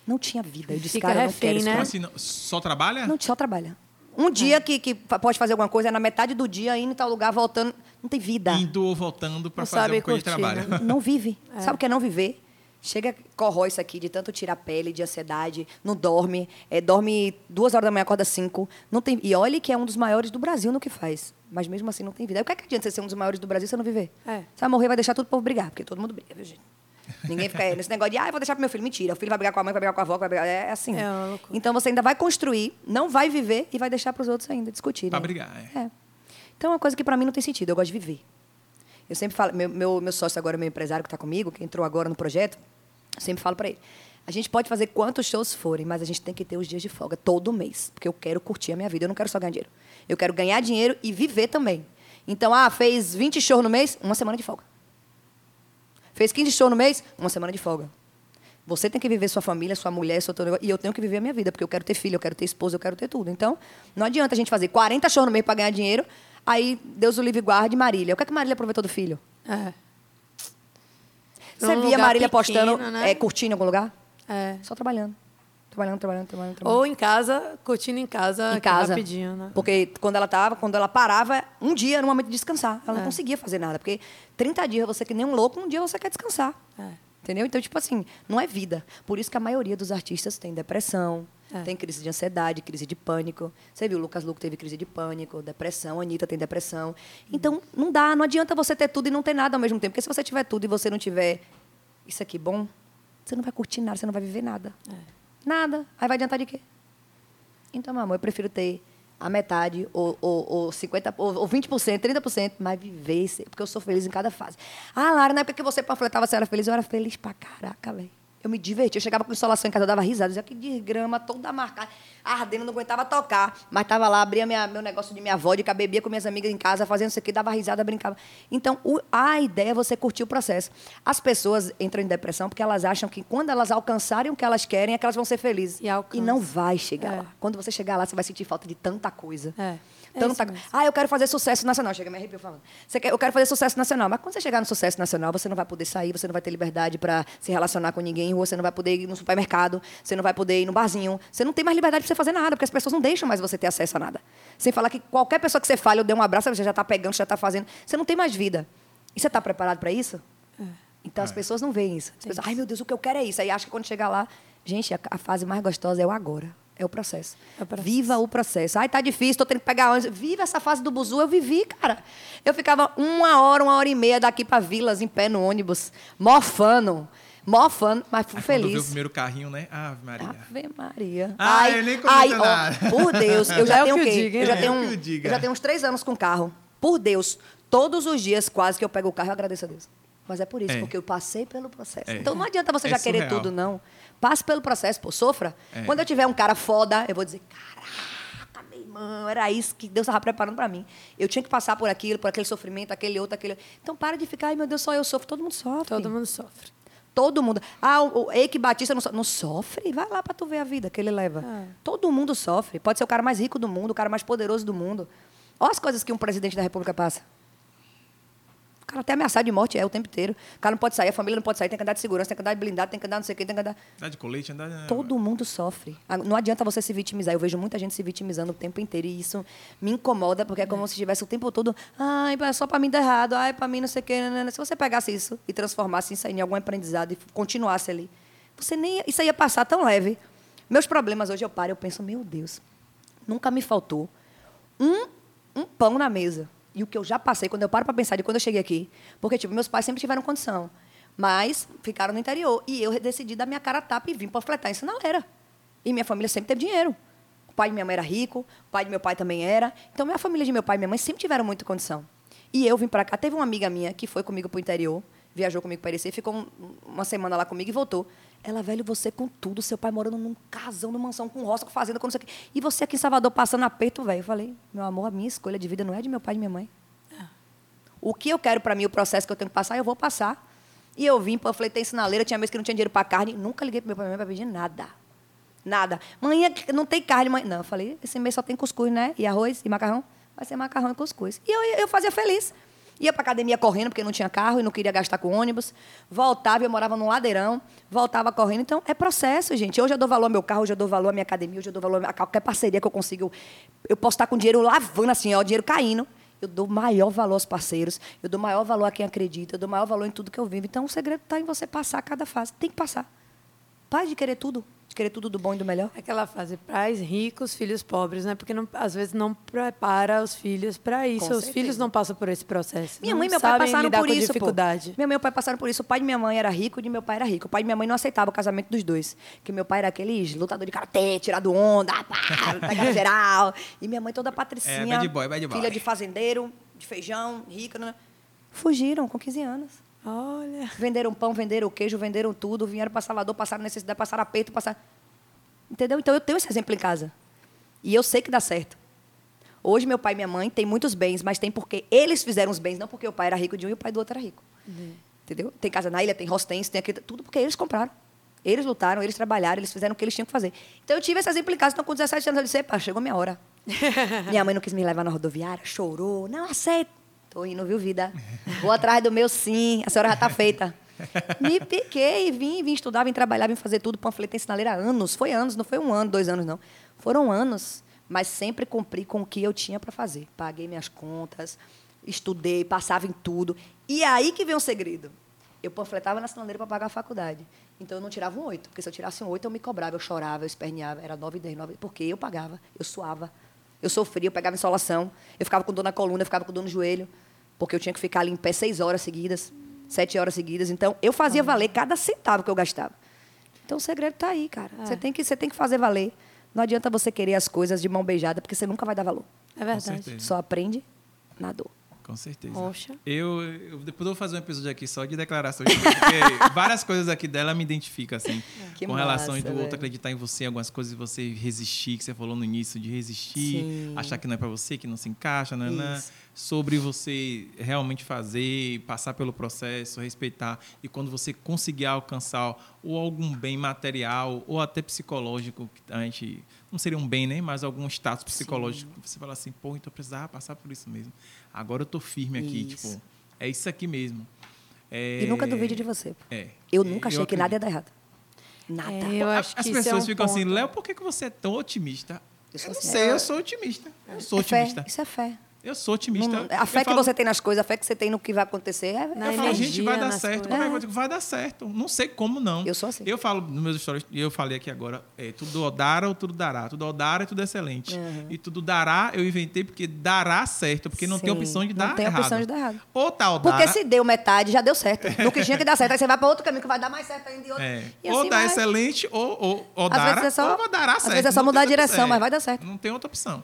Não tinha vida. Eu disse,
Fica
cara, eu não
refém,
quero isso
né?
pra
Como
mim."
assim, não- só trabalha?
Não, só trabalha. Um dia que, que fa- pode fazer alguma coisa é na metade do dia, indo em tal lugar, voltando. Não tem vida.
Indo ou voltando para
Não
fazer
sabe
alguma coisa de
curtir,
trabalho.
né?
Não vive. Sabe o que é não viver? Chega, corrói isso aqui de tanto tirar pele, de ansiedade, não dorme, é, dorme duas horas da manhã, acorda cinco. Não tem, e olha que é um dos maiores do Brasil no que faz. Mas mesmo assim não tem vida. Aí O que, é que adianta você ser um dos maiores do Brasil se você não viver?
É.
Você vai morrer, vai deixar todo o povo brigar, porque todo mundo briga, viu, gente? Ninguém fica aí nesse negócio de, ah, eu vou deixar pro meu filho. Mentira, o filho vai brigar com a mãe, vai brigar com a avó, vai brigar. É assim.
É uma loucura.
então você ainda vai construir, não vai viver e vai deixar pros outros ainda discutirem.
Pra brigar, é.
É. Então é uma coisa que para mim não tem sentido, eu gosto de viver. Eu sempre falo, meu, meu, meu sócio agora, meu empresário que está comigo, que entrou agora no projeto, eu sempre falo para ele: a gente pode fazer quantos shows forem, mas a gente tem que ter os dias de folga todo mês, porque eu quero curtir a minha vida, eu não quero só ganhar dinheiro. Eu quero ganhar dinheiro e viver também. Então, ah, fez 20 shows no mês, uma semana de folga. Fez 15 shows no mês, uma semana de folga. Você tem que viver sua família, sua mulher, seu teu negócio. E eu tenho que viver a minha vida, porque eu quero ter filho, eu quero ter esposa, eu quero ter tudo. Então, não adianta a gente fazer 40 shows no mês para ganhar dinheiro, aí Deus o livre guarde Marília. O que é que Marília aproveitou do filho?
É.
Você
Num
via
lugar
Marília
pequeno,
postando,
né?
é, curtindo em algum lugar?
É.
Só trabalhando. Trabalhando, trabalhando, trabalhando, trabalhando.
Ou em casa, curtindo em casa,
em casa.
rapidinho, né?
Porque quando ela tava, quando ela parava, um dia era um momento de descansar. Ela não
É.
conseguia fazer nada, porque 30 dias você que nem um louco, um dia você quer descansar.
É.
Entendeu? Então, tipo assim, não é vida. Por isso que a maioria dos artistas tem depressão,
É.
tem crise de ansiedade, crise de pânico. Você viu, o Lucas Luco teve crise de pânico, depressão, a Anitta tem depressão. Então, não dá, não adianta você ter tudo e não ter nada ao mesmo tempo. Porque se você tiver tudo e você não tiver isso aqui bom, você não vai curtir nada, você não vai viver nada.
É.
Nada. Aí vai adiantar de quê? Então, meu amor, eu prefiro ter a metade, ou, ou, ou 50%, ou, ou 20%, 30%, mas viver, ser- porque eu sou feliz em cada fase. Ah, Lara, na época que você panfletava, você era feliz, eu era feliz pra caraca, velho. Eu me divertia, eu chegava com insolação em casa, eu dava risada, eu dizia que desgrama, toda marcada, ardendo, não aguentava tocar, mas tava lá, abria minha- meu negócio de minha avó, de cá, bebia com minhas amigas em casa, fazendo isso aqui, dava risada, brincava. Então, o- a ideia é você curtir o processo. As pessoas entram em depressão porque elas acham que quando elas alcançarem o que elas querem, é que elas vão ser felizes.
E alcança.
e não vai chegar
É.
lá. Quando você chegar lá, você vai sentir falta de tanta coisa.
É. É isso
Tanta...
mesmo.
ah, eu quero fazer sucesso nacional. Chega, me arrepio falando. Você quer... Eu quero fazer sucesso nacional. Mas quando você chegar no sucesso nacional, você não vai poder sair, você não vai ter liberdade para se relacionar com ninguém em rua, você não vai poder ir no supermercado, você não vai poder ir no barzinho. Você não tem mais liberdade para você fazer nada, porque as pessoas não deixam mais você ter acesso a nada. Sem falar que qualquer pessoa que você fale, eu dê um abraço, você já tá pegando, você já tá fazendo. Você não tem mais vida. E você tá preparado para isso?
É.
Então as pessoas não veem isso. As pessoas, ai meu Deus, o que eu quero é isso. Aí acha que quando chegar lá, gente, a, a fase mais gostosa é o agora. É o processo.
É o processo.
Viva o processo. Ai, tá difícil, tô tendo que pegar ônibus. Viva essa fase do buzu, eu vivi, cara. Eu ficava uma hora, uma hora e meia daqui pra Vilas, em pé no ônibus, mofando, mofando, mas fui
Aí Quando vê o
feliz.
primeiro carrinho, né? Ave Maria.
Ave Maria.
Ah,
Ai,
eu nem comento
ai, ó,
nada.
por Deus, eu já
É o
tenho
que eu
quê?
digo, hein?
eu já
É
tenho,
o que
um-
eu digo,
eu já
é.
tenho uns três anos com carro. Por Deus, todos os dias quase que eu pego o carro, eu agradeço a Deus. Mas é por isso,
É.
porque eu passei pelo processo.
É.
Então não adianta você
É
já querer
surreal.
tudo, não. Passe pelo processo, pô, sofra.
É.
Quando eu tiver um cara foda, eu vou dizer, caraca, meu irmão, era isso que Deus estava preparando pra mim. Eu tinha que passar por aquilo, por aquele sofrimento, aquele outro, aquele... Então para de ficar, ai meu Deus, só eu sofro. Todo mundo sofre.
Todo mundo sofre.
Todo mundo. Ah, o, o Eike Batista não, so- não sofre? Vai lá pra tu ver a vida que ele leva.
Ah.
Todo mundo sofre. Pode ser o cara mais rico do mundo, o cara mais poderoso do mundo. Olha as coisas que um presidente da república passa. O cara até ameaçado de morte é o tempo inteiro. O cara não pode sair, a família não pode sair, tem que andar de segurança, tem que andar de blindado, tem que andar não sei o quê, tem que
Ah.
andar...
Dá Tá de colete, andar.
Todo mundo sofre. Ah, Não adianta você se vitimizar. Eu vejo muita gente se vitimizando o tempo inteiro e isso me incomoda, porque é como se estivesse o tempo todo. Ai, é só pra mim dar errado, ai, pra mim não sei o quê. nanana." Se você pegasse isso e transformasse isso aí em algum aprendizado e continuasse ali, você nem. Isso aí ia passar tão leve. Meus problemas hoje eu paro e eu penso, meu Deus, nunca me faltou um, um pão na mesa. E o que eu já passei, quando eu paro para pensar de quando eu cheguei aqui, porque, tipo, meus pais sempre tiveram condição, mas ficaram no interior. E eu decidi dar minha cara a tapa e vim panfletar em Sinaleira. E minha família sempre teve dinheiro. O pai de minha mãe era rico, o pai de meu pai também era. Então, minha família de meu pai e minha mãe sempre tiveram muita condição. E eu vim para cá. Teve uma amiga minha que foi comigo pro interior, viajou comigo para Irecê, ficou um- uma semana lá comigo e voltou. Ela, velho, você com tudo, seu pai morando num casão, numa mansão, com roça, com fazenda, com não sei o quê. E você aqui em Salvador passando aperto, velho. Eu falei, meu amor, a minha escolha de vida não é de meu pai e de minha mãe. O que eu quero para mim, o processo que eu tenho que passar, eu vou passar. E eu vim, panfletei sinaleira, tinha mês que não tinha dinheiro para carne, nunca liguei para meu pai e minha mãe para pedir nada. Nada. Mãe, é não tem carne, mãe. Não, eu falei, esse mês só tem cuscuz, né? E arroz e macarrão. Vai ser macarrão e cuscuz. E eu, eu fazia feliz. Ia pra academia correndo, porque não tinha carro e não queria gastar com ônibus. Voltava, eu morava num ladeirão, voltava correndo. Então, é processo, gente. Hoje eu dou valor ao meu carro, hoje eu dou valor à minha academia, hoje eu dou valor a qualquer parceria que eu consigo. Eu posso estar com dinheiro lavando, assim, ó, dinheiro caindo. Eu dou maior valor aos parceiros, eu dou maior valor a quem acredita, eu dou maior valor em tudo que eu vivo. Então, o segredo está em você passar cada fase. Tem que passar. Pare de querer tudo, de querer tudo do bom e do melhor.
Aquela fase, pais ricos, filhos pobres, né? Porque não- às vezes não prepara os filhos para isso. os
certeza.
filhos não passam por esse processo.
Minha
não
mãe e meu pai
sabem
passaram
lidar
por
com
isso. pô.
dificuldade.
Minha mãe e meu pai passaram por isso. O pai de minha mãe era rico e de meu pai era rico. O pai de minha mãe não aceitava o casamento dos dois. Que meu pai era aqueles lutador de karatê, tirado onda, pá, pegava geral. E minha mãe toda patricinha.
É, bad boy, bad boy.
Filha de fazendeiro, de feijão, rica. né? Fugiram com 15 anos.
Olha.
Venderam pão, venderam queijo, venderam tudo, vieram para Salvador, passaram necessidade, passaram aperto, passaram. Entendeu? Então eu tenho esse exemplo em casa. E eu sei que dá certo. Hoje meu pai e minha mãe têm muitos bens, mas tem porque eles fizeram os bens, não porque o pai era rico de um e o pai do outro era rico. Entendeu? Tem casa na ilha, tem hostens, tem aqui, tudo porque eles compraram. Eles lutaram, eles trabalharam, eles fizeram o que eles tinham que fazer. Então eu tive esse exemplo em casa, então com 17 anos eu disse, epa, chegou minha hora. minha mãe não quis me levar na rodoviária, chorou, não aceito. Tô indo, viu, vida? Vou atrás do meu sim, a senhora já tá feita. Me piquei, vim, vim estudar, vim trabalhar, vim fazer tudo, panfletei sinaleira há anos. Foi anos, não foi um ano, dois anos, não. Foram anos, mas sempre cumpri com o que eu tinha para fazer. Paguei minhas contas, estudei, passava em tudo. E aí que vem o segredo. Eu panfletava na sinaleira para pagar a faculdade. Então eu não tirava um oito, porque se eu tirasse um oito, eu me cobrava, eu chorava, eu esperneava, era nove, dez, nove, porque eu pagava, eu suava, eu sofria, eu pegava insolação, eu ficava com dor na coluna, eu ficava com dor no joelho, porque eu tinha que ficar ali em pé seis horas seguidas, sete horas seguidas. Então eu fazia valer cada centavo que eu gastava. Então o segredo tá aí, cara. Você tem que você tem que fazer valer. Não adianta você querer as coisas de mão beijada, porque você nunca vai dar valor.
É
certeza.
verdade.
Entendi.
Só aprende na dor.
Com certeza.
Poxa.
Eu, eu depois eu vou fazer um episódio aqui só de declarações, porque várias coisas aqui dela me identificam, assim.
Que
com relação
massa,
do outro
velho.
acreditar em você, algumas coisas e você resistir, que você falou no início, de resistir, achar que não é pra você, que não se encaixa, nanã,
Isso.
sobre você realmente fazer, passar pelo processo, respeitar. E quando você conseguir alcançar ou algum bem material ou até psicológico, que a gente. Não seria um bem, né? Mas algum status psicológico. Você fala assim, pô, então eu precisava passar por isso mesmo. Agora eu tô firme aqui,
Isso.
tipo, é isso aqui mesmo. É,
E nunca duvide de você. pô.
É.
Eu nunca achei que
acredito.
nada ia dar errado. Nada.
É, eu
A-
acho
As
que
pessoas
isso é um
ficam assim,
ponto.
Léo, por que, que você é tão otimista? Eu,
Eu sou
não
assim.
sei, eu sou otimista. Eu sou
É fé.
otimista.
Isso é fé.
Eu sou otimista.
Não-
Eu
a fé que
falo-
você tá tem nas coisas, a fé que você tem no que vai acontecer, é,
Na
Eu
é
falo,
fé.
energia,
gente, vai dar
nas
certo.
coisas.
Qualquer
É.
coisa, vai dar certo. Não sei como não.
Eu sou assim.
Eu falo nos meus stories, e eu falei aqui agora, é, tudo odara ou tudo dará. Tudo odara é tudo excelente.
Uhum.
E tudo dará, eu inventei porque dará certo, porque não tem
Sim,
opção de
não
dar
tem
errado.
opção de dar errado.
Ou tá odara,
Porque se deu metade, já deu certo. No que tinha que dar certo. Aí você vai para outro caminho que vai dar mais certo ainda. E outro.
É.
E
ou
assim
dá
vai.
excelente, ou, ou, ou
Às
dará,
vezes é só-
ou dará
às
certo.
vezes é só
Não
mudar
tem
a
outra-
direção, mas vai dar certo.
Não tem outra opção.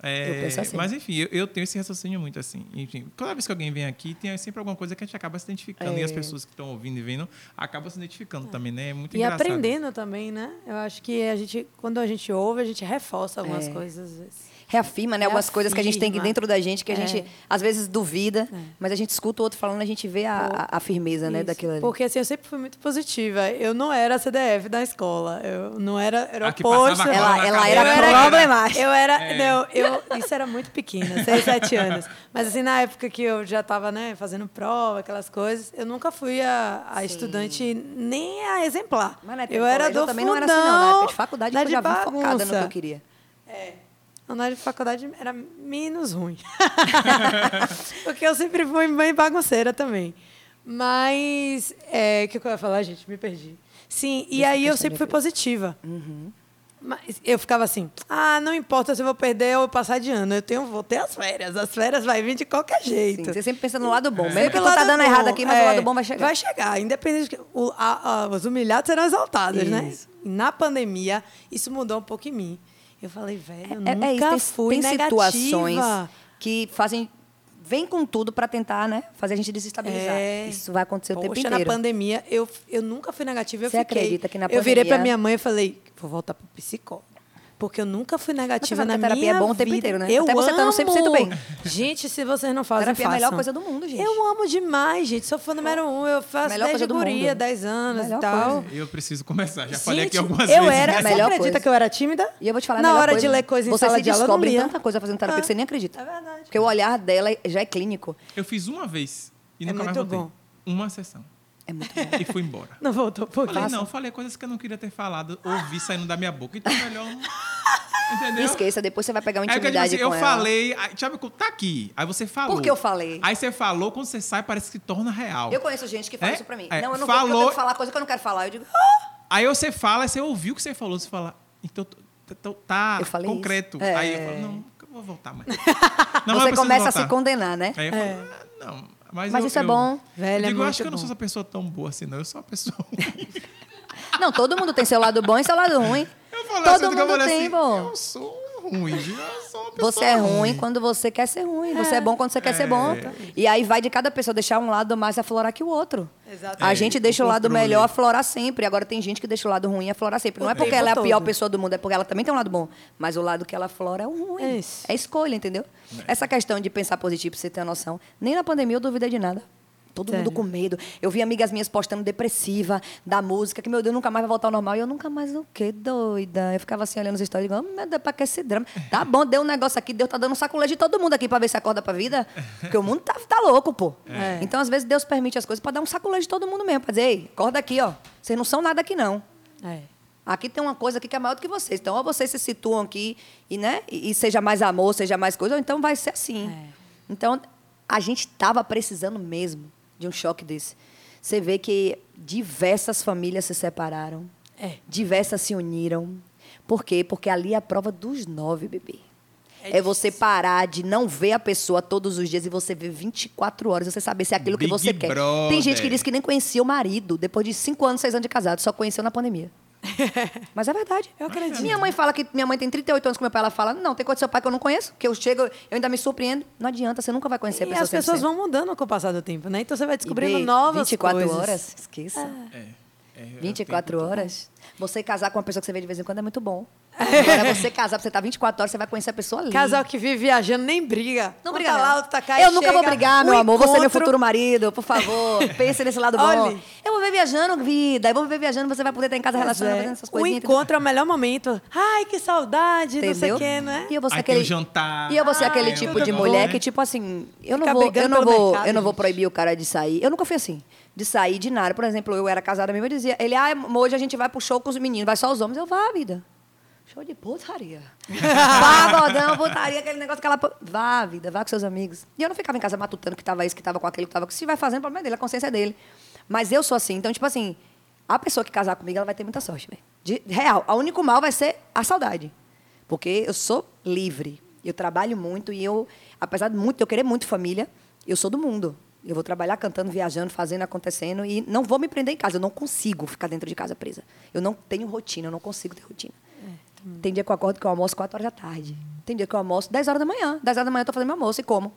É,
Eu penso assim.
Mas enfim, eu, eu tenho esse raciocínio muito assim. Enfim, toda vez que alguém vem aqui, tem sempre alguma coisa que a gente acaba se identificando.
É.
E as pessoas que estão ouvindo e vendo acabam se identificando também, né? É muito
E
engraçado.
aprendendo também, né? Eu acho que a gente, quando a gente ouve, a gente reforça algumas
É.
coisas às vezes.
Reafirma, né? Algumas
Reafirma. É.
coisas que a gente tem aqui dentro da gente, que a gente às vezes duvida, mas a gente escuta o outro falando, a gente vê a, a- a firmeza, né?
Isso.
Daquilo ali.
Porque assim, eu sempre fui muito positiva. Eu não era CDF da escola. Eu não era, era
A que
oposta.
passava cola
Ela-
na É.
ela
cadeira.
era
eu era
problemática.
Eu era, não, eu, isso era muito pequena, 6, 7 anos. Mas assim, na época que eu já estava né, fazendo prova, aquelas coisas, eu nunca fui a, a estudante nem a exemplar.
Mas, né, tem
eu
colégio,
era do
eu também não era assim,
fundão,
não. Na época de faculdade, tipo,
da
eu já vim focada no que eu
bagunça.
queria.
Não, Na faculdade era menos ruim. Porque eu sempre fui bem bagunceira também. Mas. é, O que que eu ia falar, gente? Me perdi. Sim, e aí eu sempre fui positiva. Mas eu ficava assim, ah, não importa se eu vou perder ou eu passar de ano, eu tenho, vou ter as férias, as férias vai vir de qualquer jeito.
Sim, você sempre pensa no lado bom.
Sempre
Mesmo que
o
tu tá
lado
dando
bom,
errado aqui, mas
é.
o lado bom vai chegar.
Vai chegar, independente. de que- o- a- a- os humilhados serão exaltados, né?
Isso.
Na pandemia, isso mudou um pouco em mim. Eu falei, velho, eu
É-
nunca
é isso, tem-
fui
tem,
negativa.
situações que fazem vem com tudo para tentar, né, fazer a gente desestabilizar.
É.
Isso vai acontecer o tempo
Poxa,
inteiro.
na pandemia, eu, eu nunca fui negativa. Eu
Você
fiquei.
acredita que na
Eu virei pra
pandemia-
minha mãe e falei, vou voltar pro psicólogo. Porque eu nunca fui negativa
Mas você
na
sabe que a terapia
minha
é bom o
vida.
tempo inteiro, né?
Eu
Até você
amo.
estando 100% bem.
Gente, se vocês não fazem,
Terapia é a melhor
façam.
coisa do mundo, gente.
Eu amo demais, gente. Sou fã número um. Eu faço
Melhor
desde
coisa do mundo.
guria, 10 anos
Melhor
e tal.
coisa.
Eu preciso começar. Já
Gente,
falei aqui algumas
eu
vezes.
Era,
né?
a
você
melhor
acredita
coisa.
que eu era tímida?
E eu vou te falar a
Na
melhor
hora de
coisa.
ler coisa em
Você
sala
se
de aula, eu não
descobre
lia.
tanta coisa fazendo terapia que você nem acredita.
É verdade.
Porque o olhar dela já é clínico.
Eu fiz uma vez e
É
nunca mais
muito
voltei.
bom.
Uma sessão.
É muito
E fui embora.
Não voltou um por quê?
Falei, não, falei coisas que eu não queria ter falado, ouvi saindo da minha boca. Então, melhor. não- Entendeu?
Esqueça, depois você vai pegar uma
Aí o que eu digo
intimidade
assim, eu
com ela.
falei, aí, sabe, tá aqui. Aí você falou.
Por que eu falei?
Aí você falou, quando você sai, parece que torna real.
Eu conheço gente que fala
É?
isso pra mim.
É,
Não, eu não
falou-
vou porque eu tenho que falar coisa que eu não quero falar. Eu digo, "Ah,
Aí você fala, aí você ouviu o que você falou, você fala, então t- t- t- tá
Eu falei
concreto.
isso. É.
Aí eu falo, não, nunca vou voltar mais. Não, eu
você
preciso
começa a
voltar.
se condenar, né?
Aí eu falo, ah, não. Mas,
Mas
eu-
isso é
eu-
bom.
Velho, é
digo, eu acho
muito
que eu não
bom.
sou essa pessoa tão boa assim, não. Eu sou uma pessoa.
Não, todo mundo tem seu lado bom e seu lado ruim.
Eu falo assim,
todo
eu
mundo
falei
tem,
assim,
bom.
Eu sou ruim, viu? eu sou uma pessoa
Você é ruim quando você quer ser ruim. Você é bom quando você quer ser bom. E aí vai de cada pessoa deixar um lado mais aflorar que o outro.
Exato.
A
É,
gente
o
deixa o, lado
controle.
melhor aflorar sempre. Agora tem gente que deixa o lado ruim aflorar sempre. Não
O
é porque
tempo
ela é a pior
todo.
pessoa do mundo, é porque ela também tem um lado bom. Mas o lado que ela aflora é o ruim.
É isso.
É escolha, entendeu? Essa questão de pensar positivo, pra você ter uma noção. Nem na pandemia eu duvidei de nada. Todo
Sério?
mundo com medo. Eu vi amigas minhas postando depressiva da música, que meu Deus, nunca mais vai voltar ao normal. E eu nunca mais, o quê, doida? Eu ficava assim olhando os stories, digo, "Ah, meu Deus, pra que esse drama? Tá bom, deu um negócio aqui, Deus tá dando um sacolete de todo mundo aqui pra ver se acorda pra vida. Porque o mundo tá, tá louco, pô.
É.
Então, às vezes, Deus permite as coisas pra dar um sacolete de todo mundo mesmo. Pra dizer, ei, acorda aqui, ó. Vocês não são nada aqui, não.
É.
Aqui tem uma coisa aqui que é maior do que vocês. Então, ou vocês se situam aqui e, né, e e seja mais amor, seja mais coisa, ou então vai ser assim.
É.
Então, a gente estava precisando mesmo de um choque desse. Você vê que diversas famílias se separaram,
É.
diversas se uniram. Por quê? Porque ali é a prova dos nove, bebê. É, você parar de não ver a pessoa todos os dias e você ver 24 horas, você saber se é aquilo
Big
que você quer. Tem gente que
Brother.
diz que nem conhecia o marido depois de cinco anos, seis anos de casado, só conheceu na pandemia. Mas é verdade. Eu acredito. Minha mãe fala que minha mãe tem 38 anos que meu pai. Ela fala, não, tem coisa do seu pai que eu não conheço. Que eu chego, eu ainda me surpreendo. Não adianta, você nunca vai conhecer a
E
pessoa.
as pessoas
100%.
vão mudando com o passar do tempo, né? Então você vai
assim." E,
descobrindo
Bê,
novas
24
coisas. Ah.
horas, esqueça.
É, é, eu
24
tenho-
horas. Você casar com uma pessoa que você vê de vez em quando é muito bom. Agora, você casar, pra você tá 24 horas, você vai conhecer a pessoa ali.
Casal que vive viajando nem briga.
Não
Um
briga,
tá
não.
lá, outro tá cá, e
Eu nunca vou
chega,
brigar,
um
meu amor. Você é meu
encontro.
futuro marido, por favor. Pense nesse lado bom.
Olhe.
Eu vou ver viajando, vida. Eu vou ver viajando, você vai poder estar em casa
Pois
relacionando,
é.
fazendo essas
O
coisinhas. entendeu?
encontro é o melhor momento. Ai, que saudade,
Entendeu?
não Ah, é sei o quê, né?
E eu vou ser
Aí tem
aquele
o jantar,
E eu vou ser
tem
aquele
o
tipo de
negócio,
mulher
né?
que tipo assim,
Ficar
eu não vou, eu
brigando
não
pelo
vou,
mercado,
eu não vou
gente.
proibir o cara de sair. Eu nunca fui assim, de sair de nada. Por exemplo, eu era casada mesmo, eu dizia, ele, ah, hoje a gente vai pro show com os meninos, vai só os homens, eu vá, vida. Show de putaria. Pagodão, putaria, aquele negócio que ela. Vá, vida, vá com seus amigos. E eu não ficava em casa matutando que tava isso, que tava com aquele, que tava com. Se vai fazendo, o problema é dele, a consciência é dele. Mas eu sou assim, então, tipo assim, a pessoa que casar comigo, ela vai ter muita sorte, velho. De real. O único mal vai ser a saudade. Porque eu sou livre. Eu trabalho muito e eu, apesar de muito, eu querer muito família, eu sou do mundo. Eu vou trabalhar cantando, viajando, fazendo, acontecendo e não vou me prender em casa. Eu não consigo ficar dentro de casa presa. Eu não tenho rotina, eu não consigo ter rotina. Tem dia que eu acordo que eu almoço 4 horas da tarde. Tem dia que eu almoço 10 horas da manhã. 10 horas da manhã eu tô fazendo meu almoço e como.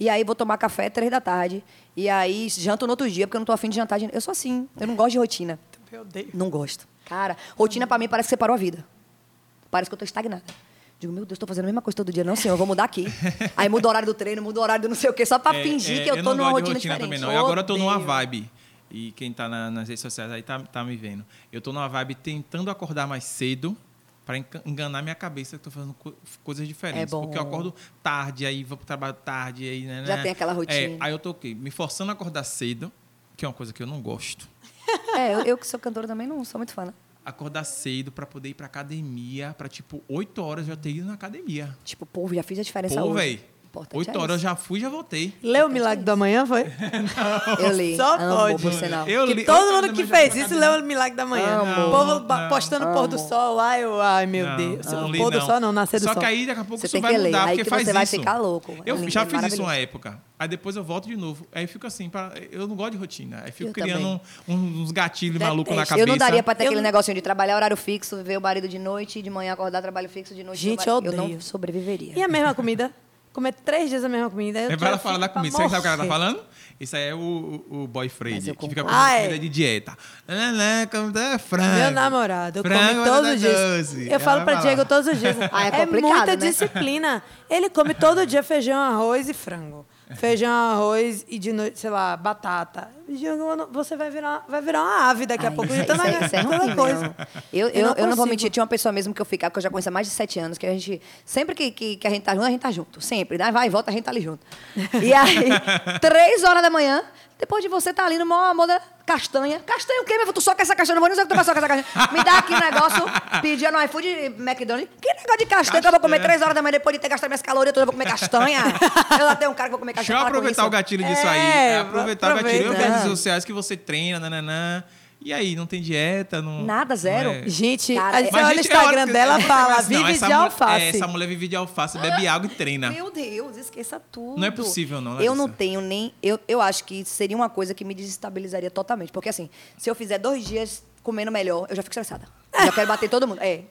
E aí vou tomar café 3 da tarde. E aí janto no outro dia, porque eu não tô afim de jantar. de- Eu sou assim. Eu não gosto de rotina.
Eu odeio.
Não gosto. Cara, rotina pra mim parece que separou a vida. Parece que eu tô estagnada. Digo, meu Deus, tô fazendo a mesma coisa todo dia. Não, senhor, eu vou mudar aqui. Aí muda o horário do treino, muda o horário do não sei o quê, só pra
É,
fingir
é,
que eu, tô
não
numa
gosto de
rotina, diferente.
também, não. Eu agora eu tô numa
Odeio.
vibe. E quem tá na- nas redes sociais aí tá, tá me vendo. Eu tô numa vibe tentando acordar mais cedo pra enca- enganar minha cabeça que tô fazendo co- coisas diferentes.
É bom.
Porque eu acordo tarde, aí vou pro trabalho tarde, aí, né,
Já
né.
tem aquela
É,
rotina.
aí eu tô o quê? Me forçando a acordar cedo, que é uma coisa que eu não gosto.
É, eu, eu que sou cantora também não sou muito fã, né?
Acordar cedo pra poder ir pra academia, pra tipo 8 horas eu já ter ido na academia.
Tipo, povo, já fiz a diferença
Pô,
hoje.
velho.
Importante
8
é
horas eu
isso.
já fui e já voltei.
Leu o Milagre do Amanhã, foi?
Eu li.
Só
Amo,
pode.
por sinal.
Eu
que
li-
todo
eu-
mundo que fez isso leu o Milagre da Manhã.
Amo.
O povo ba-
Não,
postando o pôr do
amo.
sol. Ai, eu- ai meu
Não,
Deus.
não
o
li,
pôr do
não.
sol não, nascer do
Só
sol.
que aí daqui a pouco
Você
isso
tem
vai
que ler,
mudar,
aí
porque
que
faz
você vai
isso.
ficar louco.
Eu
É lindo,
já
é
fiz isso
maravilhoso.
uma época. Aí depois eu volto de novo. Aí eu fico assim, pra- eu não gosto de rotina. Aí fico
Eu
criando um- um- uns gatilhos
Detesto.
malucos na cabeça.
Eu não daria pra ter
Eu
aquele
não-
negocinho de trabalhar horário fixo, ver o marido de noite, de manhã acordar, trabalho fixo, de noite...
Gente,
trabalho-
eu
Eu não
odeio.
sobreviveria.
E a mesma comida? Comer três dias a mesma comida. eu
É
já
pra ela
fico
falar da
pra
comida. Sabe o que o cara tá
morrer.
falando? Isso aí é o, o, o boyfriend,
Mas eu
que fica
concordo.
comendo
Ah, é.
comida de dieta. Ah, não, comida é frango.
Meu namorado, eu
Frango
como
era
todos os
doce.
dias.
Ela
Eu falo
vai
pra
falar.
Diego todos os dias.
Ah, é
é
complicado,
muita
né?
disciplina. Ele come todo dia feijão, arroz e frango. Feijão, arroz e de noite, sei lá, batata. Diego, eu não- você vai virar, vai virar uma ave daqui a pouco.
Isso,
Então,
isso,
vai-
isso é
toda
ruim
coisa.
mesmo. Eu, eu, eu, não vou
consigo.
mentir, tinha uma pessoa mesmo que eu ficava, que eu já conheço há mais de sete anos, que a gente. Sempre que, que, que a gente tá junto, a gente tá junto. Sempre. Daí vai e volta, a gente tá ali junto. E aí, três horas da manhã, depois de você tá ali no maior amor da castanha. Castanha o quê, meu filho? Tu soca essa castanha, eu não vou nem usar que tu vai socar essa castanha. Me dá aqui um negócio, pedir no iFood McDonald's. Que negócio de castanha, que eu vou comer
Castanha.
três horas da manhã depois de ter gastado minhas calorias todas, eu vou comer castanha. Eu lá tenho um cara que eu vou comer
Deixa
castanha.
eu
para com
aproveitar
isso.
o gatilho disso aí.
É,
É, aproveitar o gatilho. Eu vejo
aproveita.
as
É.
redes sociais que você treina, nananã. E aí, não tem dieta? Não,
Nada, zero?
Não é.
Gente,
Cara,
aí
é-
você
Mas,
olha o
gente, é hora
Instagram
que-
dela e fala,
Não,
vive
essa
de
mulher-
alface.
é, essa mulher vive de alface, bebe água e treina.
Meu Deus, esqueça tudo.
Né? Não é possível, não,
Eu
Larissa.
não tenho nem. Eu, eu acho que seria uma coisa que me desestabilizaria totalmente. Porque, assim, se eu fizer dois dias comendo melhor, eu já fico estressada. Eu já quero bater todo mundo. É.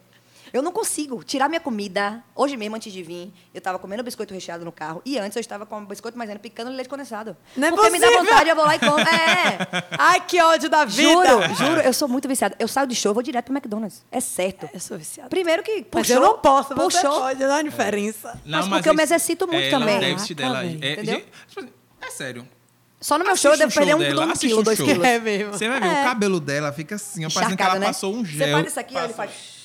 Eu não consigo tirar minha comida. Hoje mesmo, antes de vir, eu estava comendo biscoito recheado no carro. E antes eu estava com biscoito maisena picando leite condensado.
Não é
Porque me dá
possível.
vontade, eu vou lá e como. É.
Ai, que ódio da vida.
Juro, juro, eu sou muito viciada. Eu saio de show, eu vou direto pro McDonald's. É certo.
Eu sou viciada.
Primeiro que puxou,
Mas eu não posso, você
puxou.
pode,
É.
não há diferença.
Não,
mas porque eu me
isso-
exercito muito
é,
também.
Ela deve se dela aí.
Caraca,
É,
entendeu?
gente, tipo assim, é sério.
Só no meu show eu devo
Assiste o
perder um,
dela,
um
assiste
quilo,
o
dois
show.
quilos.
É mesmo.
Você vai ver, o cabelo dela fica assim, ó, parecendo que
encharcado,
ela
né?
passou um gel.
Você para isso aqui, ó, ele
passa-
faz...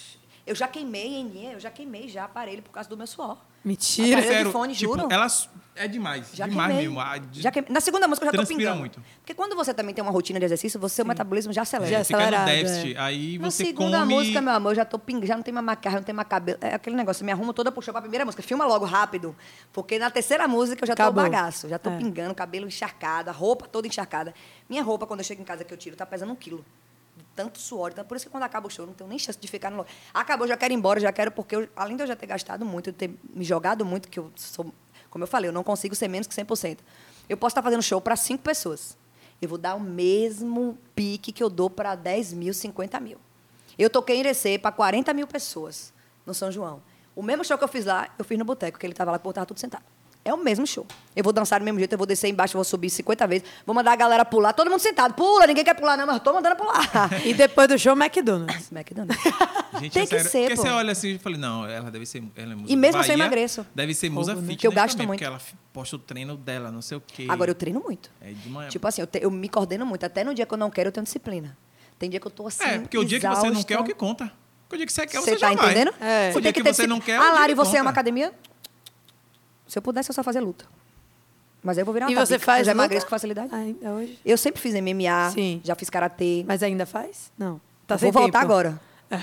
Eu já queimei, Aninha, eu já queimei já aparelho por causa do meu suor.
Mentira.
Aparelho de fone,
tipo,
juro.
Ela su- é demais,
Já
demais
queimei.
mesmo. A de-
Já queimei. Na segunda música eu já tô
Transpira
pingando.
muito.
Porque quando você também tem uma rotina de exercício, você, o metabolismo já acelera. é.
Já
é, fica no
acelerado,
déficit, aí
Na
você
segunda
come...
música, meu amor, eu já tô pingando, já não tem mais maquiagem, não tem mais cabelo. É aquele negócio, eu me arrumo toda, puxou pra primeira música. Filma logo, rápido. Porque na terceira música eu já
Acabou.
tô bagaço. Já tô
É.
pingando, cabelo encharcado, a roupa toda encharcada. Minha roupa, quando eu chego em casa que eu tiro, tá pesando um quilo. De tanto suor. Então, por isso que quando acaba o show, eu não tenho nem chance de ficar no lugar. Acabou, eu já quero ir embora, eu já quero, porque eu- além de eu já ter gastado muito, eu ter me jogado muito, que eu sou... Como eu falei, eu não consigo ser menos que 100%. Eu posso estar fazendo show para cinco pessoas. Eu vou dar o mesmo pique que eu dou para 10 mil, 50 mil. Eu toquei em Irecê para 40 mil pessoas no São João. O mesmo show que eu fiz lá, eu fiz no boteco, que ele estava lá, que eu estava tudo sentado. É o mesmo show. Eu vou dançar do mesmo jeito, eu vou descer embaixo, eu vou subir 50 vezes, vou mandar a galera pular, todo mundo sentado. Pula, ninguém quer pular, não, mas eu tô mandando pular.
E depois do show, McDonald's.
McDonald's.
Gente,
Tem
é
que
sério.
ser,
Porque
pô.
você olha assim e fala, não, ela deve ser ela é musa
E
do
mesmo assim eu
Bahia,
emagreço.
Deve ser musa
Fogo, né?
fit,
Que eu
né,
gasto
também,
muito.
Porque ela f- posta o treino dela, não sei o quê.
Agora eu treino muito.
É de manhã.
Tipo assim, eu, te- eu me coordeno muito. Até no dia que eu não quero, eu tenho disciplina. Tem dia que eu tô assim.
É, porque o dia que você não quer é o
exausta.
que conta. Porque o dia que você quer, você
Você tá
já vai.
entendendo?
É.
O
Você
dia
tem
que,
que ter
você não quer, é o
Ah,
dia
Lari,
que
você
conta.
ama academia? Se eu pudesse, eu só fazia luta. Mas aí eu vou virar uma
E você
tabica.
faz
Eu já
luta?
emagreço com facilidade.
Ainda hoje?
Eu sempre fiz MMA,
Sim.
já fiz karatê.
Mas ainda faz? Não. Tá
Eu
sem
vou voltar
tempo.
agora.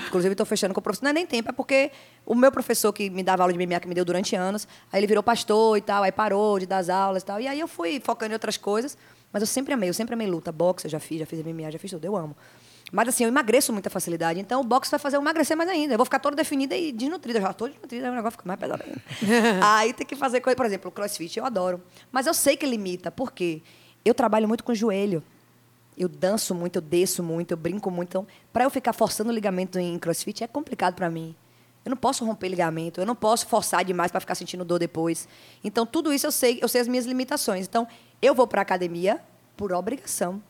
Inclusive, estou fechando com o professor. Não é nem tempo, é porque o meu professor que me dava aula de MMA, que me deu durante anos, aí ele virou pastor e tal, aí parou de dar as aulas e tal. E aí eu fui focando em outras coisas, mas eu sempre amei, eu sempre amei luta. Boxe eu já fiz, já fiz MMA, já fiz tudo, eu amo. Mas assim, eu emagreço muita facilidade, então o boxe vai fazer eu emagrecer mais ainda. Eu vou ficar toda definida e desnutrida. Eu já tô desnutrida, aí o negócio fica mais pesado ainda. aí tem que fazer coisa, por exemplo, o crossfit eu adoro. Mas eu sei que limita, por quê? Eu trabalho muito com o joelho. Eu danço muito, eu desço muito, eu brinco muito. Então, para eu ficar forçando o ligamento em crossfit é complicado para mim. Eu não posso romper ligamento, eu não posso forçar demais para ficar sentindo dor depois. Então, tudo isso eu sei, eu sei as minhas limitações. Então, eu vou para academia por obrigação.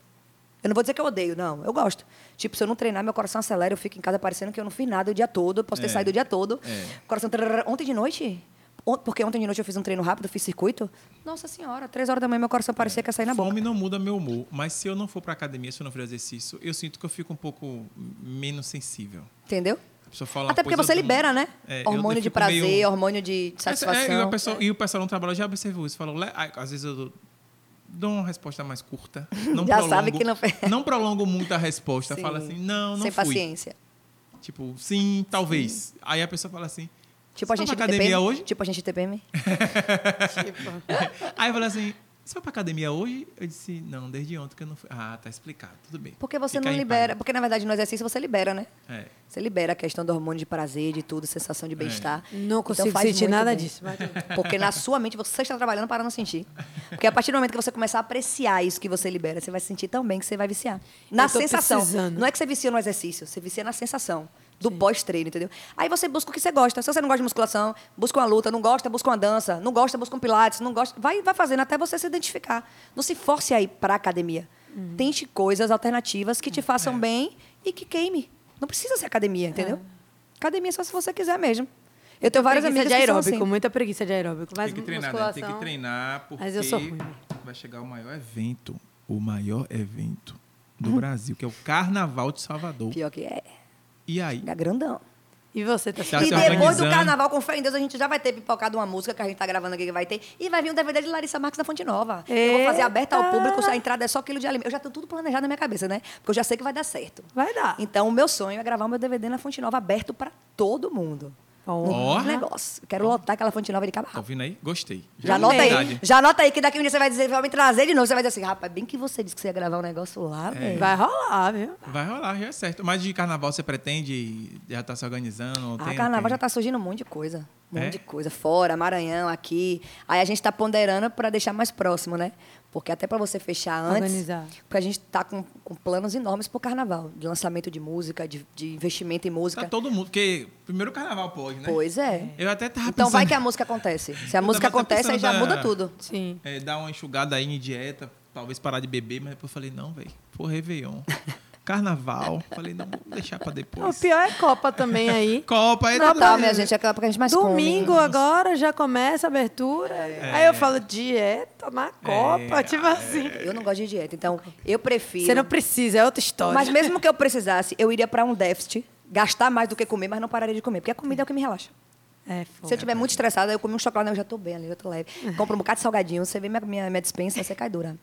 Eu não vou dizer que eu odeio, não. Eu gosto. Tipo, se eu não treinar, meu coração acelera, eu fico em casa parecendo que eu não fiz nada o dia todo, eu posso ter
É.
saído o dia todo.
É.
Coração. trrr, Ontem de noite? on- Porque ontem de noite eu fiz um treino rápido, fiz circuito. Nossa senhora, três horas da manhã meu coração parecia que ia sair na boca.
É. Fome não muda meu humor, mas se eu não for pra academia, se eu não fizer exercício, eu sinto que eu fico um pouco menos sensível.
Entendeu?
A pessoa fala uma
Até porque
coisa,
você
eu dou-
libera, né?
É, eu- eu
hormônio de
fico
prazer,
meio-
hormônio de
É, é, e, a
satisfação.
pessoa- e o pessoal no trabalho já observou isso. Falou, "Le- ah, às vezes eu dou- dou uma resposta mais curta. Não
Já
prolongo,
sabe que não foi.
não prolongo muito a resposta.
Sim.
Fala assim, não, não
Sem
fui.
paciência.
Tipo, sim, talvez. Aí a pessoa fala assim,
Tipo a
"Você
Tipo, gente
tá
do
na academia
TPM.
hoje?
Tipo a gente do TPM.
Tipo,
Aí eu falei assim, Você foi pra academia hoje? Eu disse, não, desde ontem que eu não fui. Ah, tá explicado, tudo bem.
Porque você
Fica
não
em
libera. Porque, na verdade, no exercício você libera, né?
paz. É.
Você libera a questão do hormônio de prazer, de tudo, sensação de bem-estar.
Não
Então
consigo
faz
sentir
muito
nada
bem.
disso, mas tudo
Porque na sua mente você está trabalhando para não sentir. Porque a partir do momento que você começar a apreciar isso que você libera, você vai sentir tão bem que você vai viciar. Na
Eu tô
sensação.
precisando.
Não é que você vicia no exercício, você vicia na sensação. Do pós-treino, entendeu? Aí você busca o que você gosta. Se você não gosta de musculação, busca uma luta. Não gosta, busca uma dança. Não gosta, busca um pilates. Não gosta, vai, vai fazendo até você se identificar. Não se force a ir para academia.
Uhum.
Tente coisas alternativas que te façam
É.
bem e que queime. Não precisa ser academia, entendeu? Academia é só se você quiser mesmo. Eu tenho várias
preguiça de
amigas que são
aeróbico,
assim.
muita preguiça de aeróbico. Mas
Tem que treinar, né?
musculação...
Tem que treinar, porque
Mas eu sou ruim.
vai chegar o maior evento, o maior evento do Brasil, que é o Carnaval de Salvador.
Pior que é.
E aí?
É grandão.
E você tá
Tá
e
se
depois do
organizando.
carnaval, com fé em Deus, a gente já vai ter pipocado uma música que a gente tá gravando aqui que vai ter. E vai vir um DVD de Larissa Marques da Fonte Nova. Eu vou fazer aberta ao
Eita!
público, a entrada é só quilo de alimento. Eu já tenho tudo planejado na minha cabeça, né? Porque eu já sei que vai dar certo.
Vai dar.
Então, o meu sonho é gravar o meu DVD na Fonte Nova aberto pra todo mundo.
Ó.
No negócio. Eu Quero lotar aquela Fonte Nova de
Tá
cabo.
ouvindo aí? Gostei.
Já anota aí.
Verdade.
Já anota aí que daqui um dia você vai dizer, vai me trazer de novo. Você vai dizer assim, rapaz, bem que você disse que você ia gravar um negócio
É.
lá, velho.
Vai rolar, viu?
Vai rolar, já é certo. Mas de carnaval você pretende? Já tá se organizando?
Ah,
tem-
carnaval
tem-
já tá surgindo um monte de coisa. Um monte
É?
de coisa. Fora, Maranhão, aqui. Aí a gente tá ponderando para deixar mais próximo, né? Porque até para você fechar antes.
Organizar.
Porque a gente tá com, com planos enormes pro carnaval. De lançamento de música, de, de investimento em música.
Tá todo mundo, porque primeiro carnaval pode, né?
Pois é.
Eu até tava
Então vai que a
pensando-
música acontece. Se a
Eu
música
tava até
acontece, aí já
pensando na-
muda tudo.
Sim.
É, dar uma enxugada aí em dieta, talvez parar de beber, mas depois eu falei, não, velho, pô, Réveillon. Carnaval. Falei, não, vou deixar pra
O
depois.
pior é Copa também aí.
Copa, aí tá
Natal,
todo mundo-
minha gente, é aquela época que a gente mais
Domingo
come.
agora já começa a abertura.
É.
Aí eu falo, dieta na Copa, tipo assim.
É.
Eu não gosto de dieta, então eu prefiro.
Você não precisa, é outra história.
Mas mesmo que eu precisasse, eu iria para um déficit, gastar mais do que comer, mas não pararia de comer. Porque a comida é o que me relaxa.
É,
Se eu
foda.
estiver muito estressada, eu comi um chocolate, não, eu já tô bem ali, eu tô leve. Compro um bocado de salgadinho, você vê minha, minha, minha dispensa, você cai dura.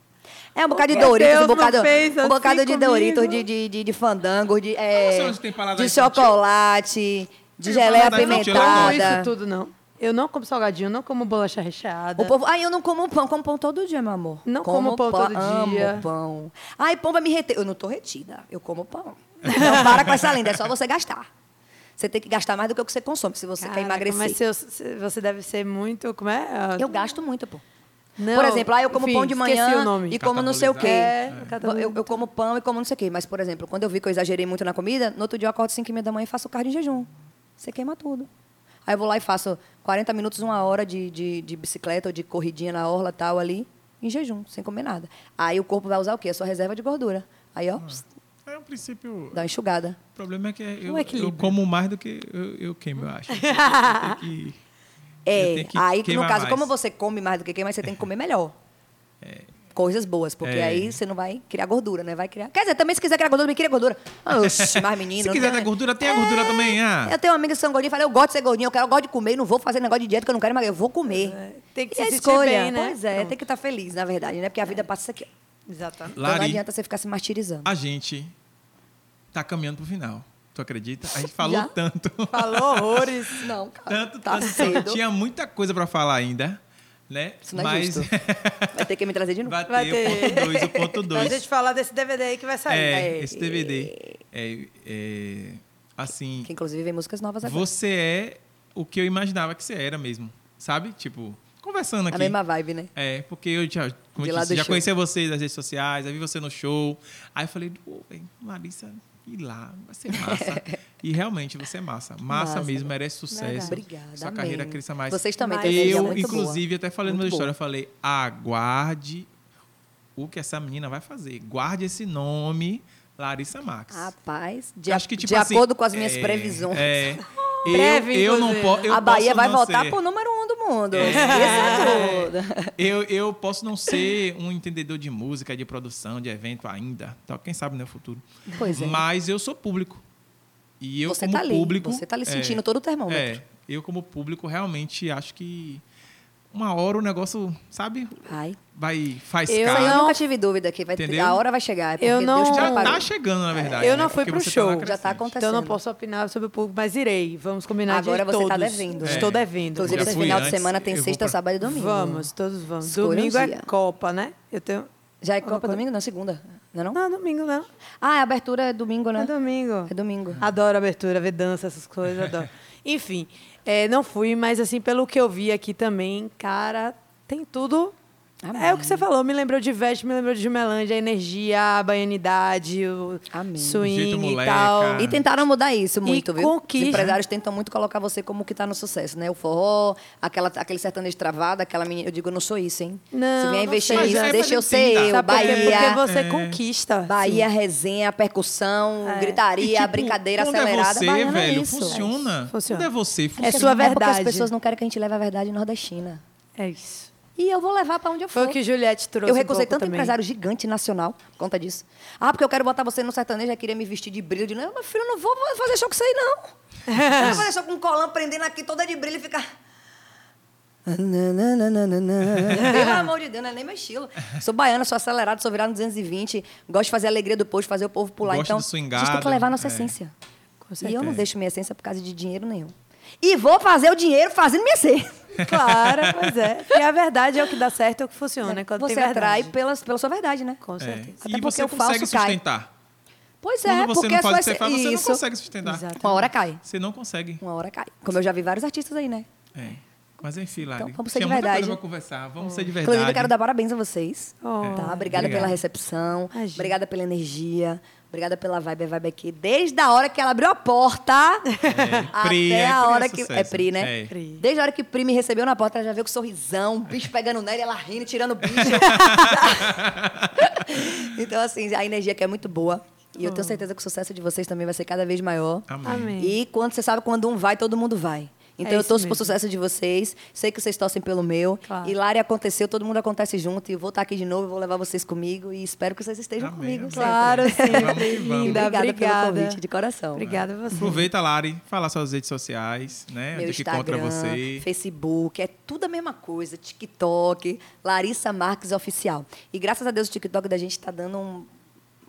É um bocado de
Oh, Meu
Doritos,
Deus,
um bocado,
não fez
um bocado
assim
de Doritos, de,
comigo.
de, de, de fandango, de,
Ah, você
é,
não tem paladar
de
infantil?
chocolate, de
Tem
geleia
paladar infantil,
Eu não como
apimentada.
isso tudo, não. Eu não como salgadinho, não como bolacha recheada.
O povo, ai, eu não como pão, como pão todo dia, meu amor.
Não como pão todo
amo
dia.
pão. Ai, pão vai me reter. Eu não tô retida, eu como pão. Não para com essa lenda, é só você gastar. Você tem que gastar mais do que é o que você consome, se você
Caraca,
quer emagrecer.
Mas é seu- se- você deve ser muito. Como é?
Eu gasto muito, pô.
Não,
por exemplo, ah, eu como
enfim,
pão de manhã
Esqueci o nome.
e como não sei o quê.
É,
eu, eu como pão e como não sei o quê. Mas, por exemplo, quando eu vi que eu exagerei muito na comida, no outro dia eu acordo 5 e meia da manhã e faço cardio em jejum. Você queima tudo. Aí eu vou lá e faço 40 minutos, uma hora de, de, de bicicleta ou de corridinha na orla tal ali, em jejum, sem comer nada. Aí o corpo vai usar o quê? A sua reserva de gordura. Aí,
Hum.
ó, pss,
É um princípio.
dá uma enxugada.
O problema é que eu,
Um equilíbrio.
eu como mais do que eu, eu queimo, eu acho. Eu tenho que- eu
É,
tenho que
aí no
queimar
caso,
mais.
como você come mais do que quem, mas você tem que comer melhor. Coisas boas, porque
É.
aí você não vai criar gordura, né? Vai criar. Quer dizer, também se quiser criar gordura, me cria gordura. Oxi, mais menino. né? É,
Se
não
quiser
tem-
ter gordura, tem a gordura também. Ah.
Eu tenho uma amiga que são gordinha e fala, eu gosto de ser gordinha, eu quero, eu gosto de comer, não vou fazer negócio de dieta que eu não quero, mas eu vou comer.
É, Tem que
E
se
a
sentir
escolha,
bem, né?
Pois é,
Pronto. É.
tem que estar feliz, na verdade, né? Porque a vida passa isso aqui. ó.
Exatamente.
Então não
Lari, Ah,
adianta você ficar se martirizando.
a gente tá caminhando pro final. Tu acredita? A gente falou
Já?
tanto.
Falou horrores.
Não, cara,
Tanto,
tá
tanto,
cedo.
tanto. Tinha muita coisa pra falar ainda, né?
Isso não é
Mas
justo. Vai ter que me trazer de novo.
vai
Vai
ter
ter.
o ponto 2, o ponto
Pra
2.
gente falar desse DVD aí que vai sair.
É,
Aí.
esse DVD. É, é, assim,
Que inclusive vem músicas novas agora.
você é o que eu imaginava que você era mesmo, sabe? Tipo, conversando
A
aqui.
mesma vibe, né?
É, porque eu já, como
De
eu
lá
disse,
do
já
show.
conhecia vocês nas redes sociais, aí vi você no show. Aí eu falei, pô, velho, Larissa, ir lá, vai ser massa. e realmente você é massa. Massa,
Massa. né?
mesmo, merece sucesso.
Obrigada.
Sua
amém.
carreira cresça mais.
Vocês também têm
Mas-
energia
Eu,
muito
inclusive, até falei no
Muito
meu
boa.
história, eu falei, aguarde o que essa menina vai fazer. Guarde esse nome, Larissa Max.
boa. Rapaz, Ah, de,
Eu
a-
acho que, tipo
de
assim,
acordo com as minhas
é,
previsões.
É, eu,
Breve,
eu não
inclusive.
po, eu
a Bahia
posso
vai
não
voltar
ser.
pro número um do mundo.
É.
Isso é tudo.
Eu, eu posso não ser um entendedor de música, de produção, de evento ainda. Tal, quem sabe no futuro.
Pois é.
Mas eu sou público. E eu,
Você
como
tá ali,
público.
você tá ali
é,
sentindo todo o
É,
termômetro.
eu, como público, realmente acho que uma hora o negócio, sabe?
Ai.
Vai, faz
Eu
Isso aí eu
cara.
não-
nunca tive dúvida que vai
Entendeu?
a hora vai chegar. É porque
Eu não-
Deus
Já
preparou.
tá chegando, na verdade.
Eu
né?
não fui
Porque
pro
você tá na
show.
Já tá
crescente.
acontecendo.
Então eu não posso opinar sobre o público, mas irei. Vamos combinar de
Agora você
todos.
tá devendo.
Estou
É.
devendo.
Inclusive,
Já
esse
fui
final de
antes,
semana tem
eu vou
sexta,
pra-
sábado e domingo.
Vamos, todos vamos.
Escolha um
domingo é
dia.
Copa, né? Eu tenho.
Já é
Alguma
Copa
coisa?
domingo? Não, segunda. Não é não?
Não, domingo não.
Ah, a abertura é domingo, né?
É domingo.
É domingo.
Adoro abertura, ver dança, essas coisas, adoro. Enfim, é, não fui, mas assim, pelo que eu vi aqui também, cara, tem tudo.
Amém.
É o que você falou, me lembrou de Veste, me lembrou de Jumelândia, a energia, a baianidade, o
Amém.
Jeito
swing e
moleca.
tal.
E tentaram mudar isso muito, viu?
conquista.
Os empresários tentam muito colocar você como que tá no sucesso, né? O forró, aquela, aquele sertanejo travado, aquela menina. Eu digo, eu não sou isso, hein?
Não,
Se vier
não
investir
sei.
nisso,
Mas é
deixa eu ser
parecida.
eu.
Sabe por quê?
Bahia.
Porque você
É.
conquista.
Bahia, resenha, percussão,
É.
E,
gritaria,
tipo,
brincadeira
quando
acelerada.
É você,
Baiana
velho,
é isso.
funciona.
Funciona.
Quando é você, funciona.
É sua
É porque
verdade.
as pessoas não querem que a gente leve a verdade nordestina.
É isso.
E eu vou levar pra onde eu
Foi
for.
o que Juliette trouxe.
Eu
um
recusei
pouco
tanto
também.
empresário gigante nacional por conta disso. Ah, porque eu quero botar você no sertanejo, já queria me vestir de brilho. Eu digo, não, meu filho, eu não vou fazer show com isso aí, não. Eu
É.
não vou fazer show com um colã prendendo aqui toda de brilho e ficar... Pelo amor de Deus, não é nem meu estilo. Sou baiana, sou acelerada, sou virada no 220. Gosto de fazer a alegria do povo, fazer o povo pular.
Gosto
então,
do swingado,
a gente tem que levar a nossa
é.
essência.
Com
E eu
certeza.
não deixo minha essência por causa de dinheiro nenhum. E vou fazer o dinheiro fazendo minha essência.
Claro, pois é. E a verdade é o que dá certo, é o que funciona. Quando
você
tem verdade.
atrai pelas, pela sua verdade, né?
Com
É.
certeza.
Até
E
porque
você
o
consegue
falso cai.
sustentar.
Pois é,
Quando você
porque
não
a
faz o
sua
que você faz, você não
Isso.
consegue sustentar.
Exato.
Uma hora cai.
Você não consegue.
Uma hora cai. Como eu já vi vários artistas aí, né?
É. Mas enfim, Lari.
Então, vamos ser
tinha
de
muita coisa
verdade. Hum.
pra conversar. Vamos ser de verdade.
Inclusive, eu quero dar parabéns a vocês.
Oh.
Tá? Obrigada
Obrigado.
pela recepção.
Imagina.
Obrigada pela energia. Obrigada pela vibe. A vibe aqui, desde a hora que ela abriu a porta até
Pri, é, Pri
a
é
hora que...
sucesso.
É Pri, né?
É.
Pri.
Desde a hora que Pri me recebeu na porta, ela já veio com um sorrisão, o bicho pegando nela, e ela rindo, tirando o bicho. então, assim, a energia aqui é muito boa. E eu tenho certeza que o sucesso de vocês também vai ser cada vez maior.
Amém.
Amém.
E quando você sabe quando um vai, todo mundo vai. Então
É
eu
isso
torço pro
mesmo.
sucesso de vocês. Sei que vocês torcem pelo meu.
Claro.
E Lari aconteceu, todo mundo acontece junto. E eu vou estar aqui de novo, vou levar vocês comigo. E espero que vocês estejam
Amém,
comigo.
amém.
sempre.
Claro, sim.
Vamos que vamos.
Linda,
Obrigada pelo
obrigada.
convite, de coração. né?
Obrigada a você.
Aproveita, Lari, fala suas redes sociais, né?
Meu
Onde é que encontra
Instagram,
você.
Facebook, é tudo a mesma coisa. TikTok, Larissa Marques Oficial. E graças a Deus o TikTok da gente está dando um-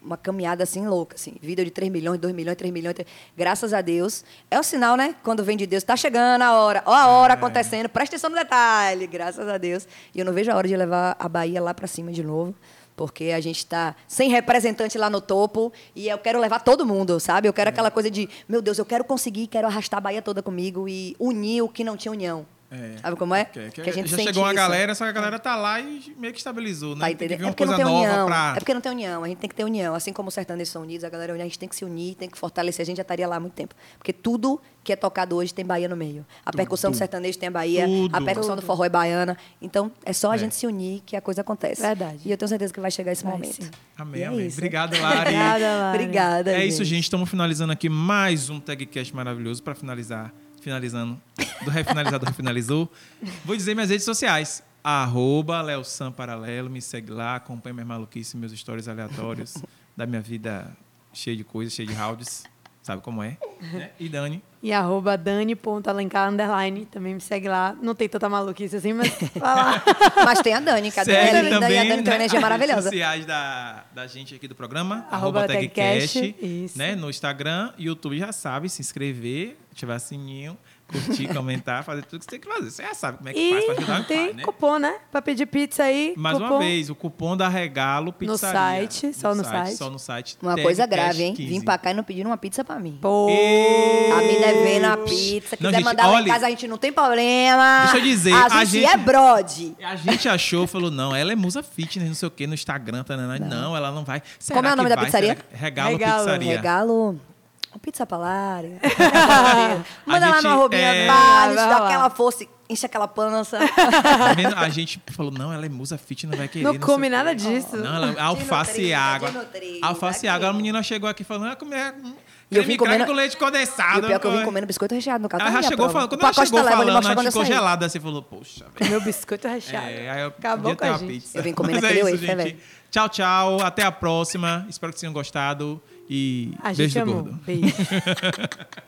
uma caminhada assim louca, assim. Vídeo de 3 milhões, 2 milhões, 3 milhões. 3... Graças a Deus. É o sinal, né? Quando vem de Deus, tá chegando a hora. Ó a
É.
hora acontecendo. Presta atenção no detalhe. Graças a Deus. E eu não vejo a hora de levar a Bahia lá para cima de novo. Porque a gente está sem representante lá no topo e eu quero levar todo mundo, sabe? Eu
É.
quero aquela coisa de, meu Deus, eu quero conseguir, quero arrastar a Bahia toda comigo e unir o que não tinha união.
É.
Sabe como é?
Que, que
a gente
já
sente
chegou uma
isso.
galera, só que a galera tá lá e meio que estabilizou, né?
Tá
tem que
entendendo?
vir
É
uma
porque não
coisa
tem
nova
união.
pra.
É porque não tem união. A gente tem que ter união. Assim como os sertanejos são unidos, a galera união, a gente tem que se unir, tem que fortalecer. A gente já estaria lá há muito tempo. Porque tudo que é tocado hoje tem Bahia no meio. A percussão do sertanejo tem a Bahia, a
Tudo.
percussão do forró é baiana. Então, é só a
É.
gente se unir que a coisa acontece.
Verdade.
E eu tenho certeza que vai chegar esse
Vai,
momento.
sim.
Amém,
E é
amém.
isso.
Obrigado, Lari.
Obrigada, Lari.
Obrigada.
É isso, gente. Estamos finalizando aqui mais um Tagcast maravilhoso para finalizar. Finalizando. Do refinalizado, refinalizou. Vou dizer minhas redes sociais. Arroba Leosan Paralelo. Me segue lá. Acompanha minhas maluquices, meus stories aleatórios. da minha vida cheia de coisas, cheia de rounds. Sabe como é? né? E Dani.
E arroba dani.alencar, underline. Também me segue lá. Não tem tanta maluquice assim, mas vai lá.
Mas tem a Dani, que a Dani é linda e a Dani tem uma
né,
energia
as
maravilhosa.
redes sociais da, da gente aqui do programa,
Arroba
arroba
Tagcast,
tagcast,
isso.
né? No Instagram, YouTube, já sabe, se inscrever, ativar sininho, curtir, comentar, fazer tudo que você tem que fazer. Você já sabe como é que
E
faz pra ajudar o
tem
pai, né?
cupom, né? Pra pedir pizza aí.
Mais
cupom.
uma vez, o cupom da Regalo Pizzaria.
site, só no site.
Só no site.
Uma coisa
Tagcast
grave, hein?
15.
Vim pra cá e não pediram uma pizza pra mim.
Pô.
E-
Tá me devendo a pizza. Quiser
Não, gente,
mandar lá em
olha-
casa, a gente não tem problema.
Deixa eu dizer,
A gente,
a gente-
é brode.
A gente achou, falou, não, ela é musa fitness, não sei o quê, no Instagram, tá, não, não, ela não vai. Será
Como é o
que
nome da
vai?
pizzaria?
Será que- Regalo,
Regalo,
Pizzaria.
É um Regalo. uma Pizza Palari. Manda
A
lá
gente,
no arrobinha
é-
pá, a gente
Vai
dá
lá.
aquela força, enche aquela pança.
Tá vendo? A gente falou, não, ela é musa fit, não vai querer.
Não
sei
come
o quê.
nada disso.
Não, ela, é alface
Dinutriz,
e água.
dinutriz,
alface e
tá aqui.
água. A menina chegou aqui falando, ah, comer hum,
E eu
creme
vim
crack
comendo-
com leite condensado.
e o pior é que eu vim
comer.
comendo biscoito recheado no tá
Ela
café.
já Ah, chegou falando, quando ela
tá
chegou falando, ela ficou congelada, assim, falou, poxa, velho.
Meu biscoito recheado.
É, aí eu
Acabou
podia
com
ter
a
uma
gente.
pizza.
Eu vim comendo
Mas é
aquele
isso,
wafer,
gente.
velho.
Tchau, tchau. Até a próxima. Espero que vocês tenham gostado. E
A gente
beijo do
amou.
gordo.
Beijo.